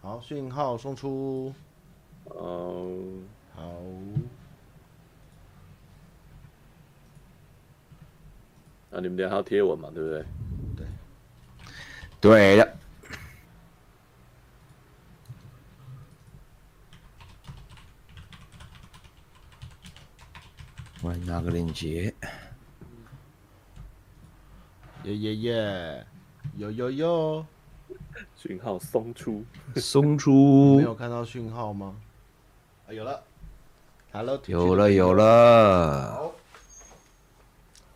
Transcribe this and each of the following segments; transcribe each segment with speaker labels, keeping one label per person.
Speaker 1: 好，讯号送出。
Speaker 2: 哦，
Speaker 1: 好，
Speaker 2: 那啊你们等一下要贴文嘛，对不对？
Speaker 3: 对的，我拿个链接，
Speaker 1: 耶耶耶，有有有，
Speaker 2: 讯号松出，
Speaker 3: 松
Speaker 1: 没有
Speaker 3: 出，
Speaker 1: 看到讯号吗？啊，有了。Hello，
Speaker 3: 有了有。了，
Speaker 1: 好，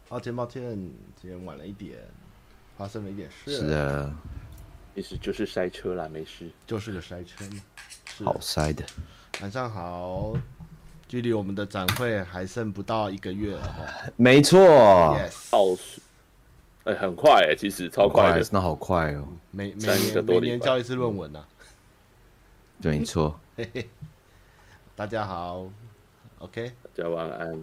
Speaker 1: 抱歉抱歉，今天晚了一点，发生了一点事。
Speaker 3: 是，啊的，
Speaker 2: 意思就是塞车啦，没事。
Speaker 1: 就是个塞车嘛。是
Speaker 3: 好塞的，
Speaker 1: 晚上好，距离我们的展会还剩不到一个月了哈。
Speaker 3: 没错，
Speaker 2: 啊
Speaker 1: yes，
Speaker 2: 倒数，哎、很快哎、其实超快的。
Speaker 3: 那好快哦，
Speaker 1: 每每
Speaker 2: 三个
Speaker 1: 年
Speaker 2: 多
Speaker 1: 每
Speaker 2: 礼
Speaker 1: 年
Speaker 2: 拜
Speaker 1: 交一次论文呐、啊
Speaker 3: 对，没错，
Speaker 1: 大家好，OK，
Speaker 2: 大家晚安。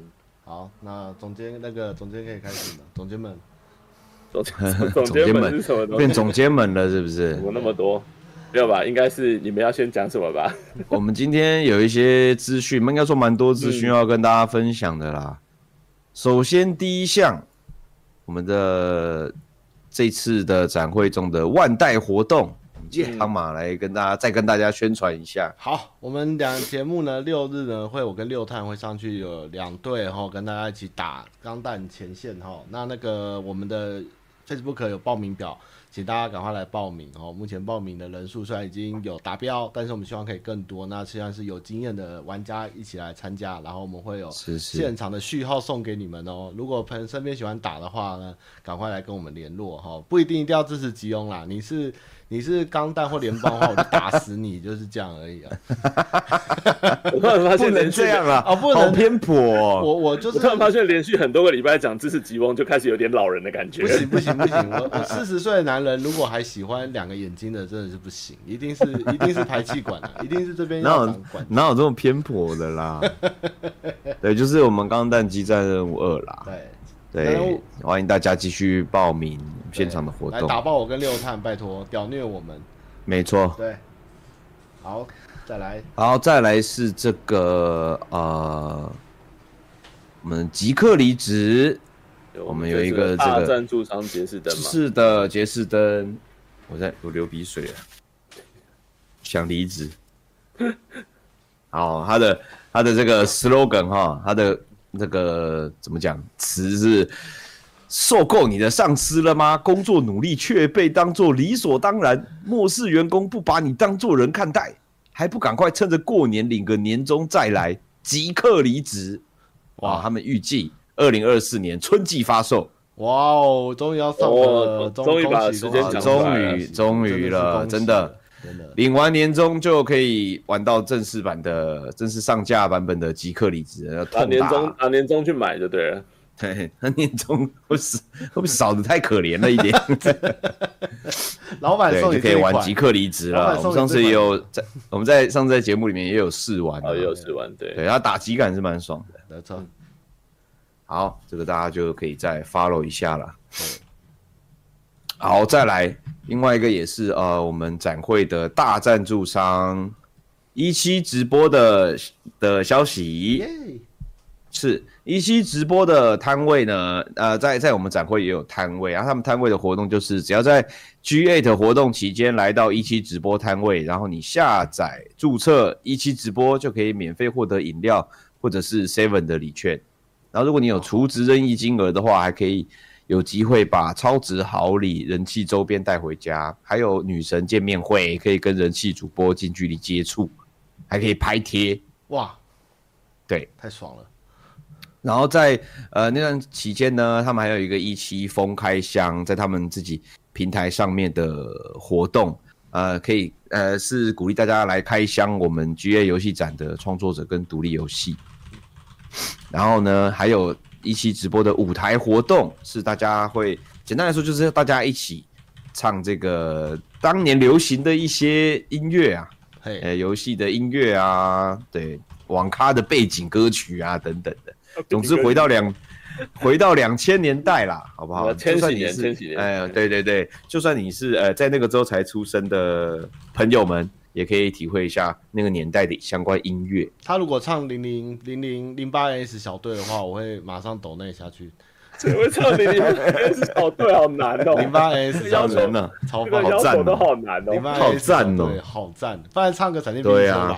Speaker 1: 好，那总监那个总监可以开始了，总监们，
Speaker 2: 总总监们是什么东
Speaker 3: 变
Speaker 2: 西？
Speaker 3: 总监们了是不是
Speaker 2: 怎？么那么多？没有吧？应该是你们要先讲什么 吧？
Speaker 3: 我们今天有一些资讯，应该说蛮多资讯要跟大家分享的啦。首先第一项，我们的这次的展会中的万代活动，
Speaker 1: 耶
Speaker 3: 汤马来跟大家再跟大家宣传一下。
Speaker 1: 好，我们两节目呢， 六日呢会我跟六探会上去有两队哈，跟大家一起打钢弹前线哈。那那个我们的 Facebook 有报名表，请大家赶快来报名哦。目前报名的人数虽然已经有达标，但是我们希望可以更多。那希望是有经验的玩家一起来参加，然后我们会有
Speaker 3: 是是
Speaker 1: 现场的序号送给你们哦。如果朋友身边喜欢打的话呢，赶快来跟我们联络哈、哦。不一定一定要支持吉翁啦，你是你是钢弹或联邦的话，我就打死你，就是这样而已啊。
Speaker 2: 我突然发
Speaker 3: 不
Speaker 2: 现
Speaker 3: 能
Speaker 2: 连续
Speaker 3: 这样啊！
Speaker 1: 哦不能
Speaker 3: 好偏颇、哦。
Speaker 1: 我我就
Speaker 2: 我
Speaker 1: 是
Speaker 2: 突然发现连续很多个礼拜讲知识吉翁，就开始有点老人的感觉
Speaker 1: 不。行不行不行，我 我四十岁的男人如果还喜欢两个眼睛的，真的是不行，一定 是一定是排气管啊，一定是这边
Speaker 3: 哪
Speaker 1: 要
Speaker 3: 有
Speaker 1: 长管。
Speaker 3: 哪有这么偏颇的 啦？对，就是我们《钢弹激战任务二》啦。
Speaker 1: 对，然后
Speaker 3: 对，欢迎大家继续报名现场的活
Speaker 1: 来打
Speaker 3: 动。
Speaker 1: 爆我跟六探，拜托，屌虐我们。
Speaker 3: 没错。
Speaker 1: 对，好，再来，
Speaker 3: 然后再来是这个呃，我们极客离职，我们有一个这个
Speaker 2: 大赞助商杰士登嘛，
Speaker 3: 是的，杰士登，我在我流鼻水了，想离职。 好，他的他的这个 slogan 哈，他的那个怎么讲词是。受够你的上司了吗？工作努力却被当作理所当然，漠视员工，不把你当作人看待，还不赶快趁着过年领个年终再来，即刻离职！哇，他们预计二零二四年春季发售，
Speaker 1: 哇哦，终于要上了，
Speaker 2: 哦终终于把
Speaker 1: 恭喜
Speaker 2: 时
Speaker 1: 恭
Speaker 2: 间
Speaker 1: 喜
Speaker 2: 讲出
Speaker 1: 恭
Speaker 2: 来了
Speaker 1: 喜
Speaker 3: 终于了
Speaker 1: 真
Speaker 3: 真
Speaker 1: 的
Speaker 3: 的
Speaker 1: 是恭喜真的
Speaker 3: 领完年终就可以玩到正式版的、正式上架版本的极客离职，
Speaker 2: 拿
Speaker 3: 要痛
Speaker 2: 啊年
Speaker 3: 打。
Speaker 2: 终拿年终去买就对了。
Speaker 3: 对，他年终会不会死会不会少的太可怜了一 点？
Speaker 1: 老板
Speaker 3: 对，
Speaker 1: 送
Speaker 3: 就
Speaker 1: 你
Speaker 3: 可
Speaker 1: 这
Speaker 3: 以
Speaker 1: 一
Speaker 3: 玩
Speaker 1: 款
Speaker 3: 极客离职
Speaker 1: 老板
Speaker 3: 了。我
Speaker 1: 送
Speaker 3: 们
Speaker 1: 你
Speaker 3: 上次
Speaker 1: 这款
Speaker 3: 也有在我们在上次在节目里面也有试玩、啊，
Speaker 2: 哦，也有试玩，对，
Speaker 3: 对，他打击感是蛮爽的。
Speaker 1: 没错，
Speaker 3: 好，这个大家就可以再 follow 一下了。好，再来另外一个也是呃，我们展会的大赞助商一期直播的的消息。
Speaker 1: 耶，
Speaker 3: 是一期直播的摊位呢，呃，在在我们展会也有摊位，啊然后他们摊位的活动就是，只要在 G8 活动期间来到一期直播摊位，然后你下载注册一期直播，就可以免费获得饮料或者是 Seven 的礼券。然后如果你有储值任意金额的话，还可以有机会把超值好礼、人气周边带回家，还有女神见面会，可以跟人气主播近距离接触，还可以拍贴。
Speaker 1: 哇，
Speaker 3: 对，
Speaker 1: 太爽了，
Speaker 3: 然后在呃那段期间呢，他们还有一个一期封开箱，在他们自己平台上面的活动，呃，可以呃是鼓励大家来开箱我们 GA 游戏展的创作者跟独立游戏。然后呢，还有一期直播的舞台活动，是大家会简单来说就是大家一起唱这个当年流行的一些音乐啊，
Speaker 1: 嘿，
Speaker 3: 呃，游戏的音乐啊，对，网咖的背景歌曲啊，等等的。总之，回到两回到两千年代啦，好不好？
Speaker 2: 呃千禧
Speaker 3: 就算你
Speaker 2: 年
Speaker 3: 是
Speaker 2: 千禧年哎
Speaker 3: 哎、对对对，就算你是呃在那个之后才出生的朋友们，也可以体会一下那个年代的相关音乐。
Speaker 1: 他如果唱零零零零零八 S 小队的话，我会马上抖内下去。
Speaker 2: 谁会唱零零是小队？好难 哦，
Speaker 1: 零八 S 小
Speaker 2: 要
Speaker 3: 啊好
Speaker 2: 求
Speaker 1: 队
Speaker 3: 难呢、
Speaker 1: 超
Speaker 2: 这
Speaker 1: 棒
Speaker 2: 个，要
Speaker 3: 赞哦
Speaker 2: 求都好难
Speaker 1: 零
Speaker 2: 哦。
Speaker 1: 八 S
Speaker 3: 好赞哦
Speaker 1: 对，好赞！不然唱个闪电冰
Speaker 3: 对
Speaker 1: 球
Speaker 3: 啊
Speaker 1: 吧。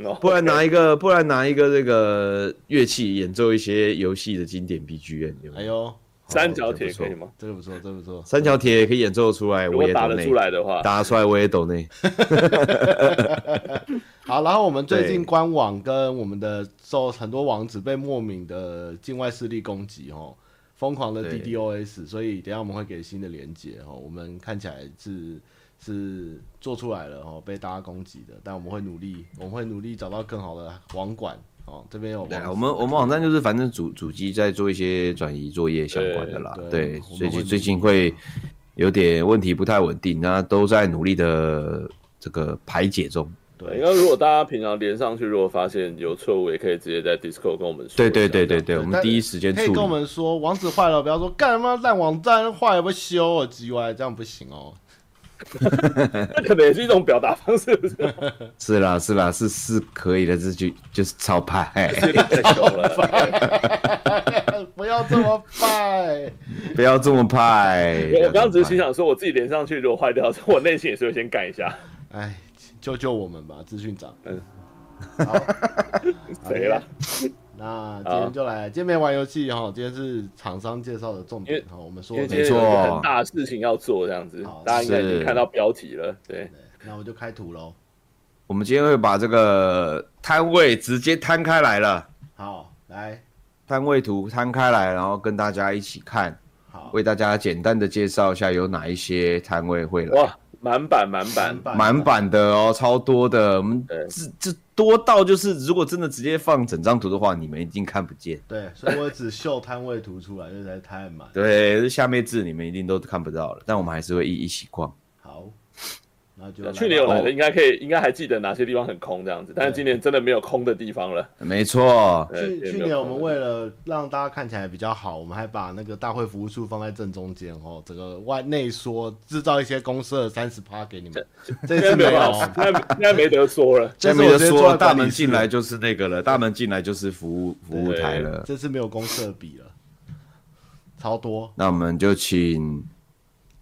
Speaker 2: 哦
Speaker 3: 不然拿一个，不然拿一个这个乐器演奏一些游戏的经典 BGM，有没
Speaker 1: 哎
Speaker 3: 有
Speaker 1: 呦，
Speaker 2: 三角铁可以
Speaker 3: 这不错
Speaker 2: 吗？
Speaker 1: 这个不错，这个不错。
Speaker 3: 三角铁也可以演奏出来，
Speaker 2: 如
Speaker 3: 我
Speaker 2: 果
Speaker 3: 也
Speaker 2: 打
Speaker 3: 懂
Speaker 2: 得
Speaker 3: 内
Speaker 2: 出，来的话，
Speaker 3: 打得出来我也懂内。
Speaker 1: 好，然后我们最近
Speaker 3: 对
Speaker 1: 官网跟我们的受很多网址被莫名的境外势力攻击哦，疯狂的
Speaker 3: 对
Speaker 1: DDoS，所以等一下我们会给新的连接哦。我们看起来是是做出来了哦，被大家攻击的，但我们会努力，我们会努力找到更好的网管哦。这边有网
Speaker 3: 对啊，
Speaker 1: 址
Speaker 3: 我们我们网站就是反正主主机在做一些转移作业相关的啦，
Speaker 1: 对对
Speaker 3: 对，
Speaker 1: 我们
Speaker 3: 最
Speaker 1: 会
Speaker 3: 近最近会有点问题不太稳定，那都在努力的这个排解中。
Speaker 2: 对，应
Speaker 1: 对。
Speaker 2: 该如果大家平常连上去，如果发现有错误，也可以直接在 Discord 跟我们说。
Speaker 3: 对对对对，对，
Speaker 1: 对
Speaker 3: 我们
Speaker 1: 但
Speaker 3: 第一时间处
Speaker 1: 可以跟我
Speaker 3: 理。
Speaker 1: 们说网址坏了，不要说干嘛烂网站坏了不修啊，G Y 这样不行哦。
Speaker 2: 这可能也是一种表达方式， 不是？
Speaker 3: 是啦是啦是是可以的，这就就是超派，
Speaker 2: 太凶了，
Speaker 1: 不要这么 坏。
Speaker 3: 不要这么派。
Speaker 2: 我我刚刚只是
Speaker 3: 不
Speaker 2: 心
Speaker 3: 要这么
Speaker 2: 想
Speaker 3: 派
Speaker 2: 说，我自己连上去如果坏掉， 我内心也是会先干一 下。
Speaker 1: 哎，救救我们吧，资讯长。
Speaker 2: 嗯，
Speaker 1: 好，好
Speaker 2: 谁
Speaker 3: 哎
Speaker 2: 啦？
Speaker 1: 那今天就来见面玩游戏哈，今天是厂商介绍的重点哈，我们说
Speaker 2: 因为
Speaker 1: 的
Speaker 2: 今
Speaker 1: 没
Speaker 2: 天
Speaker 1: 错
Speaker 2: 有一。个很大的事情要做，这样子
Speaker 1: 好，
Speaker 2: 大家应该已经
Speaker 3: 哦是
Speaker 2: 看到标题了。对，
Speaker 1: 那我就开图喽。
Speaker 3: 我们今天会把这个摊位直接摊开来了，
Speaker 1: 好，来，
Speaker 3: 摊位图摊开来，然后跟大家一起看，
Speaker 1: 好，
Speaker 3: 为大家简单的介绍一下有哪一些摊位会来。
Speaker 2: 哇，满版满版，
Speaker 3: 满版的哦，超多的，我们
Speaker 2: 对
Speaker 3: 这这多到就是，如果真的直接放整张图的话，你们一定看不见。
Speaker 1: 对，所以我只秀摊位图出来，因为实在太 满。
Speaker 3: 对，这下面字你们一定都看不到了，但我们还是会一一起逛。
Speaker 1: 好，那就来吧
Speaker 2: 去年有来
Speaker 3: 哦
Speaker 2: 的，应该可以，应该还记得哪些地方很空这样子，但是今年真的没有空的地方了。
Speaker 3: 没错，
Speaker 2: 对
Speaker 1: 去去年我们为了让大家看起来比较好，我们还把那个大会服务处放在正中间哦，整个外内缩，制造一些公司的三十趴给你们。这
Speaker 2: 现
Speaker 1: 次
Speaker 2: 在
Speaker 1: 没
Speaker 2: 没有
Speaker 1: 有
Speaker 2: 办
Speaker 1: 哦
Speaker 2: 法，，现在现在没得说了。
Speaker 1: 这
Speaker 3: 下
Speaker 1: 次
Speaker 3: 面
Speaker 1: 我
Speaker 3: 就
Speaker 1: 直接坐
Speaker 3: 说
Speaker 1: 在
Speaker 3: 大
Speaker 1: 管理
Speaker 3: 门
Speaker 1: 室
Speaker 3: 进来就是那个了，大门进来就是服务服务台了。
Speaker 1: 这次没有公社比了，超多。
Speaker 3: 那我们就请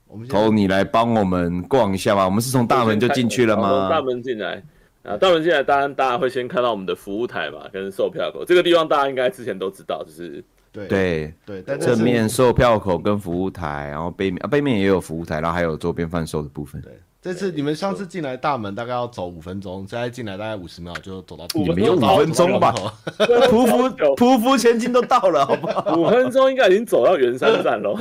Speaker 1: 我们现在
Speaker 3: Tony 来帮我们逛一下吧。我们是从大门就进去了
Speaker 2: 从哦大
Speaker 3: 吗？
Speaker 2: 门进来啊，大门进来，当然大家会先看到我们的服务台嘛，跟售票口这个地方，大家应该之前都知道， 就是
Speaker 1: 对
Speaker 3: 对，
Speaker 1: 对，但这
Speaker 3: 正
Speaker 1: 次
Speaker 3: 面售票口跟服务台，然后背面啊背面也有服务台，然后还有周边贩售的部分。
Speaker 1: 对这次你们上次进来大门大概要走五分钟，现在进来大概五十秒就走到
Speaker 2: 你
Speaker 3: 没有五分钟吧？ 匍匐匍匐前进都到了，好不好？
Speaker 2: 五分钟应该已经走到圆山站了。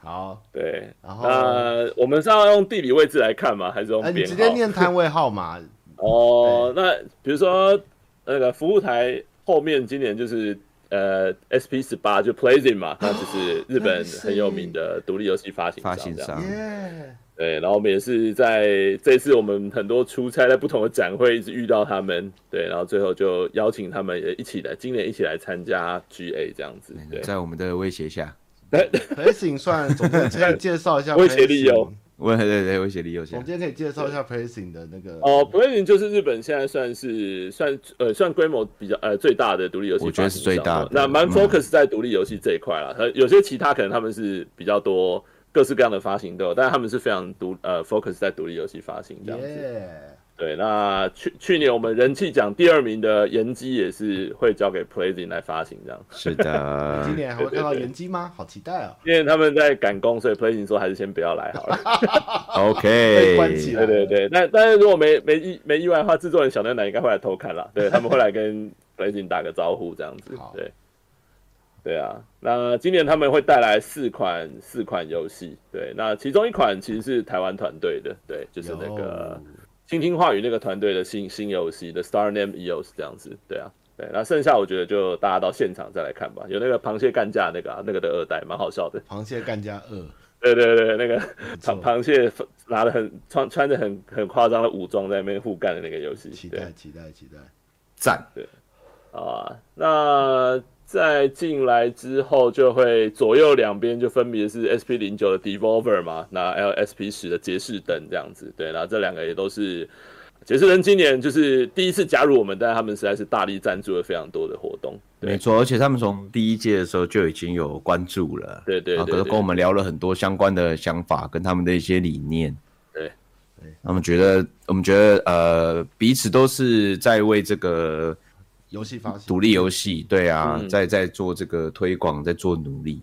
Speaker 1: 好，
Speaker 2: 对，
Speaker 1: 然后
Speaker 2: 那我们是要用地理位置来看吗？还是用
Speaker 1: 哎，你
Speaker 2: 编
Speaker 1: 直接
Speaker 2: 号？
Speaker 1: 念摊位号码，
Speaker 2: 哦，那比如说那个服务台后面，今年就是。呃，SP 十八就 Playsing 嘛，它就是日本
Speaker 1: Plaisir
Speaker 2: 很有名的独立游戏发行商
Speaker 3: 哦发行
Speaker 2: 这样
Speaker 3: 商
Speaker 1: 耶！
Speaker 2: 对，然后我们也是在这次我们很多出差在不同的展会一直遇到他们，对，然后最后就邀请他们也一起来，今年一起来参加 GA 这样子，对，
Speaker 3: 在我们的威胁下，
Speaker 1: Placing 算总监可以介绍一下
Speaker 2: 威胁力哦有
Speaker 1: Placing
Speaker 3: 威对对对威胁力有限
Speaker 1: 总。监可以介绍一下 Placing 的那个
Speaker 2: 哦 b l a z i n 就是日本现在算是算呃算规模比较呃最大的独立游戏
Speaker 3: 我
Speaker 2: 发行商，哦
Speaker 3: 觉得是最大的
Speaker 2: 那蛮
Speaker 3: 嗯
Speaker 2: focus 在独立游戏这一块啦，呃有些其他可能他们是比较多各式各样的发行都有，但是他们是非常独呃 focus 在独立游戏发行这样子。
Speaker 1: 耶，
Speaker 2: 对，那去去年我们人气奖第二名的研机也是会交给 Playsing 来发行这样，
Speaker 3: 是
Speaker 1: 今
Speaker 3: 的，
Speaker 1: 年还会看到
Speaker 2: 对呃对对
Speaker 1: 原机吗？好期待哦！
Speaker 2: 因为他们在赶工，所以 Playsing 说还是先不要来好了。
Speaker 1: 被关起
Speaker 3: OK，
Speaker 1: 来
Speaker 2: 对对对，但但是如果没没意没意外的话，制作人小牛奶应该会来偷看啦，对他们会来跟 Playsing 打个招呼这样子
Speaker 1: 好，
Speaker 2: 对。对啊，那今年他们会带来四款四款游戏，对，那其中一款其实是台湾团队的，对，就是那个倾听话语那个团队的新新游戏的 Star Name EOS 这样子，对啊，对，那剩下我觉得就大家到现场再来看吧，有那个螃蟹干架那个、啊、那个的二代，蛮好笑的，
Speaker 1: 有螃蟹干加二，
Speaker 2: 对对对，那个
Speaker 1: 不错，
Speaker 2: 螃螃蟹拿的很穿穿着很很夸张的武装在那边互干的那个游戏，
Speaker 1: 期
Speaker 2: 对
Speaker 1: 待期待期待。
Speaker 3: 赞。
Speaker 2: 啊，那在进来之后，就会左右两边就分别是 SP 零九的 Devolver 嘛，那 LSP 十的杰士登这样子，对，那这两个也都是杰士登今年就是第一次加入我们，但他们实在是大力赞助了非常多的活动，对
Speaker 3: 没错，而且他们从第一届的时候就已经有关注了，
Speaker 2: 对对
Speaker 3: 然后
Speaker 2: 对
Speaker 3: 跟我
Speaker 2: 对，
Speaker 3: 们聊了很多相关的想法跟他们的一些理念。
Speaker 2: 对
Speaker 1: 对，
Speaker 3: 他们觉得我们觉得呃彼此都是在为这个
Speaker 1: 游戏发行
Speaker 3: 独立游戏，对啊，
Speaker 2: 嗯
Speaker 3: 在在做这个推广，在做努力，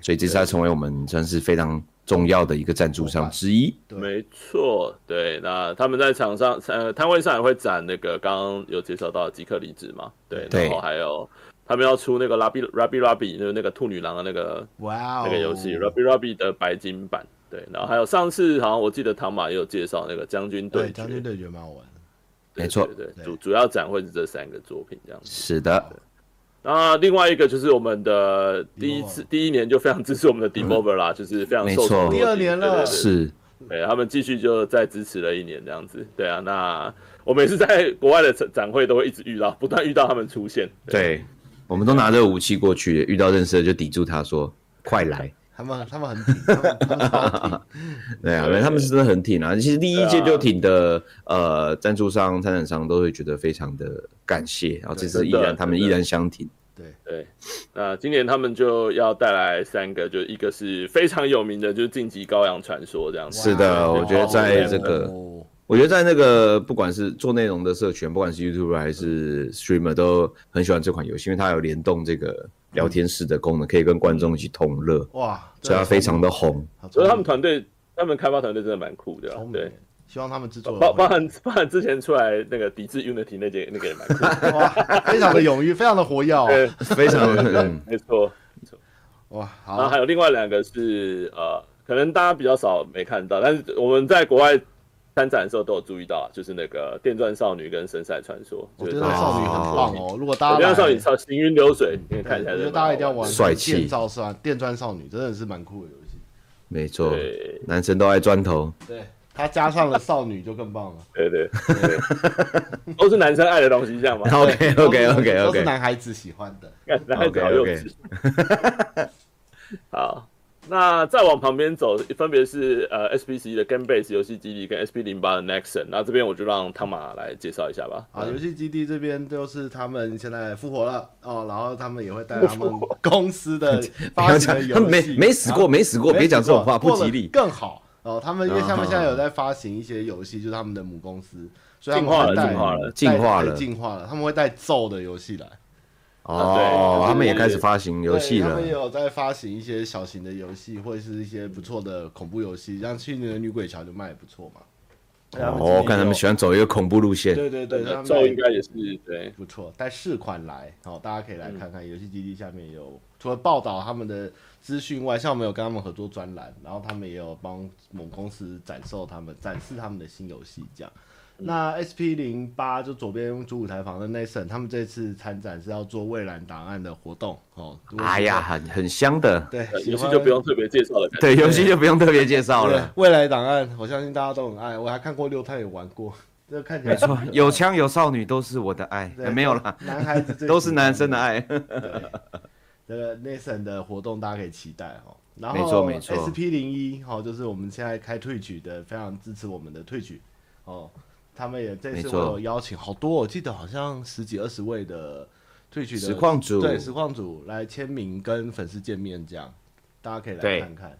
Speaker 3: 所以这次他成为我们算是非常重要的一个赞助商之一。
Speaker 1: 对
Speaker 2: 没错，对，那他们在场上呃摊位上也会展那个刚刚有介绍到的极客离职嘛，对，
Speaker 3: 对
Speaker 2: 然后还有他们要出那个 Rabbi Rabbi Rabbi 就是那个兔女郎的那个
Speaker 1: 哇哦，
Speaker 2: 那个游戏 Rabbi Rabbi 的白金版，对，然后还有上次好像我记得唐马也有介绍那个将军对
Speaker 1: 对
Speaker 2: 决，
Speaker 1: 将军对决蛮好玩的，
Speaker 2: 对
Speaker 3: 没错
Speaker 2: 对对
Speaker 1: 对
Speaker 2: 主主要展会是这三个作品这样子。
Speaker 3: 是的，
Speaker 2: 那另外一个就是我们的第一次
Speaker 1: Devolver
Speaker 2: 第一年就非常支持我们的 Devolver 啦，就是非常
Speaker 3: 没
Speaker 2: 受
Speaker 3: 错
Speaker 2: 宠若惊。
Speaker 1: 第二年
Speaker 2: 对对
Speaker 1: 了
Speaker 2: 对
Speaker 3: 是
Speaker 2: 对他们继续就再支持了一年这样子，对啊，那我每次在国外的展展会都会一直遇到，不断遇到他们出现，
Speaker 3: 对，我们都拿着武器过去，遇到认识的就抵住他说：“快来
Speaker 1: 他们他们 很啊挺，他们他们超挺，！”
Speaker 3: 对啊，
Speaker 2: 对
Speaker 3: 他们是真的很挺啊。其实第一届
Speaker 2: 对啊
Speaker 3: 就挺的，呃，赞助商、参展商都会觉得非常的感谢，然后这次
Speaker 2: 真
Speaker 3: 依
Speaker 2: 的
Speaker 3: 然他们
Speaker 2: 真
Speaker 3: 依
Speaker 2: 的
Speaker 3: 然相挺。
Speaker 1: 对，
Speaker 2: 对，那今年他们就要带来三个，就一个是非常有名的，就是《晋级羔羊传说》这样子。
Speaker 3: 是的
Speaker 1: 哇哦
Speaker 3: 我觉得在这个
Speaker 1: 哦
Speaker 3: 我觉得在那个不管是做内容的社群，不管是 YouTube 还是 Streamer，都很喜欢这款游戏，因为它有联动这个聊天室的功能，可以跟观众一起同乐，
Speaker 1: 哇，
Speaker 3: 所以啊它非常的红。
Speaker 1: 好聪明，
Speaker 2: 所以他们团队，他们开发团队真的蛮酷的啊、
Speaker 1: 聪明
Speaker 2: 对，
Speaker 1: 希望他们制作
Speaker 2: 包包
Speaker 1: 会
Speaker 2: 含包含之前出来那个抵制 Unity 那件那个也蛮酷 的。
Speaker 1: 哇，非常的踊跃，非常的活跃哦，
Speaker 2: 对，
Speaker 3: 非常 嗯
Speaker 2: 没错。
Speaker 1: 哇，
Speaker 2: 然
Speaker 1: 好
Speaker 2: 后啊还，有另外两个是呃，可能大家比较少没看到，但是我们在国外参展的时候都有注意到啊，就是那个《电钻少女》跟《神赛传说》
Speaker 1: 我
Speaker 2: 就
Speaker 1: 觉
Speaker 2: 是
Speaker 1: 得
Speaker 2: 大家，
Speaker 1: 少女很
Speaker 3: 啊
Speaker 1: 棒哦，如果大
Speaker 2: 我
Speaker 1: 家
Speaker 2: 觉
Speaker 1: 来
Speaker 2: 得少女超行云流水，因为看起来
Speaker 1: 我觉得
Speaker 2: 真的
Speaker 1: 大家一定要
Speaker 2: 蛮好
Speaker 1: 玩
Speaker 2: 玩的
Speaker 3: 帅气
Speaker 1: 电造少电钻少女真的是蛮酷的游戏，
Speaker 3: 没错，
Speaker 2: 对
Speaker 3: 男生都爱砖头，
Speaker 1: 对，它加上了少女就更 棒了。
Speaker 2: 对对对，都是男生爱的东西，这样吗
Speaker 3: OK
Speaker 1: 都
Speaker 3: OK
Speaker 1: 是都
Speaker 3: OK
Speaker 1: 是
Speaker 3: OK，
Speaker 1: 男孩子喜欢的。
Speaker 2: 干男孩子好
Speaker 3: OK，OK
Speaker 2: 幼稚。好，那再往旁边走，分别是呃 SPC 的 Game Base 游戏基地跟 SP 零八的 Nexon。那这边我就让汤马来介绍一下吧。
Speaker 1: 啊，游戏基地这边就是他们现在复活了哦，然后他们也会带他们公司的
Speaker 3: 不要
Speaker 1: 发行
Speaker 3: 讲
Speaker 1: 的，游戏，
Speaker 3: 他们没没死过，
Speaker 1: 啊
Speaker 3: 没死过，别讲这种话，不吉
Speaker 1: 过
Speaker 3: 利
Speaker 1: 得。更好哦。他们因为他们
Speaker 3: 啊
Speaker 1: 现在有在发行一些游戏，就是他们的母公司，所以他
Speaker 2: 进
Speaker 1: 们
Speaker 2: 化
Speaker 1: 会
Speaker 2: 了，
Speaker 1: 带
Speaker 2: 进化了。
Speaker 3: 进化
Speaker 1: 带
Speaker 3: 了
Speaker 1: 进化了，他们会带咒的游戏来。
Speaker 2: 啊
Speaker 3: 哦
Speaker 2: 对，
Speaker 3: 他们也开始发行游戏
Speaker 1: 对他们也
Speaker 3: 了，哦
Speaker 1: 有在发行一些小型的游戏，或者是一些不错的恐怖游戏，像去年的《女鬼桥》就卖的不错嘛。对们今
Speaker 3: 哦，
Speaker 1: 年
Speaker 3: 看他们
Speaker 1: 有
Speaker 3: 喜欢走一个恐怖路线，
Speaker 1: 对对对，他
Speaker 2: 那
Speaker 1: 们
Speaker 2: 咒应
Speaker 1: 卖
Speaker 2: 该也是对，
Speaker 1: 不错，带试款来，好、大家可以来看看。游戏基地下面有除了报道他们的资讯外，像我们有跟他们合作专栏，然后他们也有帮某公司展售他们展示他们的新游戏这样。那 SP 零八就左边主舞台旁的 Nathan，他们这次参展是要做蔚蓝档案的活动哦。如果
Speaker 3: 哎呀，很很香的，
Speaker 1: 对，喜
Speaker 2: 游戏
Speaker 1: 欢
Speaker 2: 就不用特别介绍了。
Speaker 3: 对，游戏就不用特别介绍
Speaker 1: 对
Speaker 3: 了。
Speaker 1: 未来档案，我相信大家都很爱，我还看过六探也玩过，这个看起来
Speaker 3: 没错，有枪有少女都是我的爱，
Speaker 1: 对
Speaker 3: 呃没有啦，
Speaker 1: 男孩子最
Speaker 3: 都是男生的爱。
Speaker 1: 对，这个 Nathan 的活动大家可以期待哦。然后
Speaker 3: 没错没错
Speaker 1: SP 零一哦，就是我们现在开退取的，非常支持我们的退取哦。他们也这
Speaker 3: 没
Speaker 1: 次
Speaker 3: 错
Speaker 1: 我有邀请好多，我记得好像十几二十位的退取的
Speaker 3: 实况组
Speaker 1: 对实况组来签名跟粉丝见面，这样大家可以来
Speaker 3: 对
Speaker 1: 看看。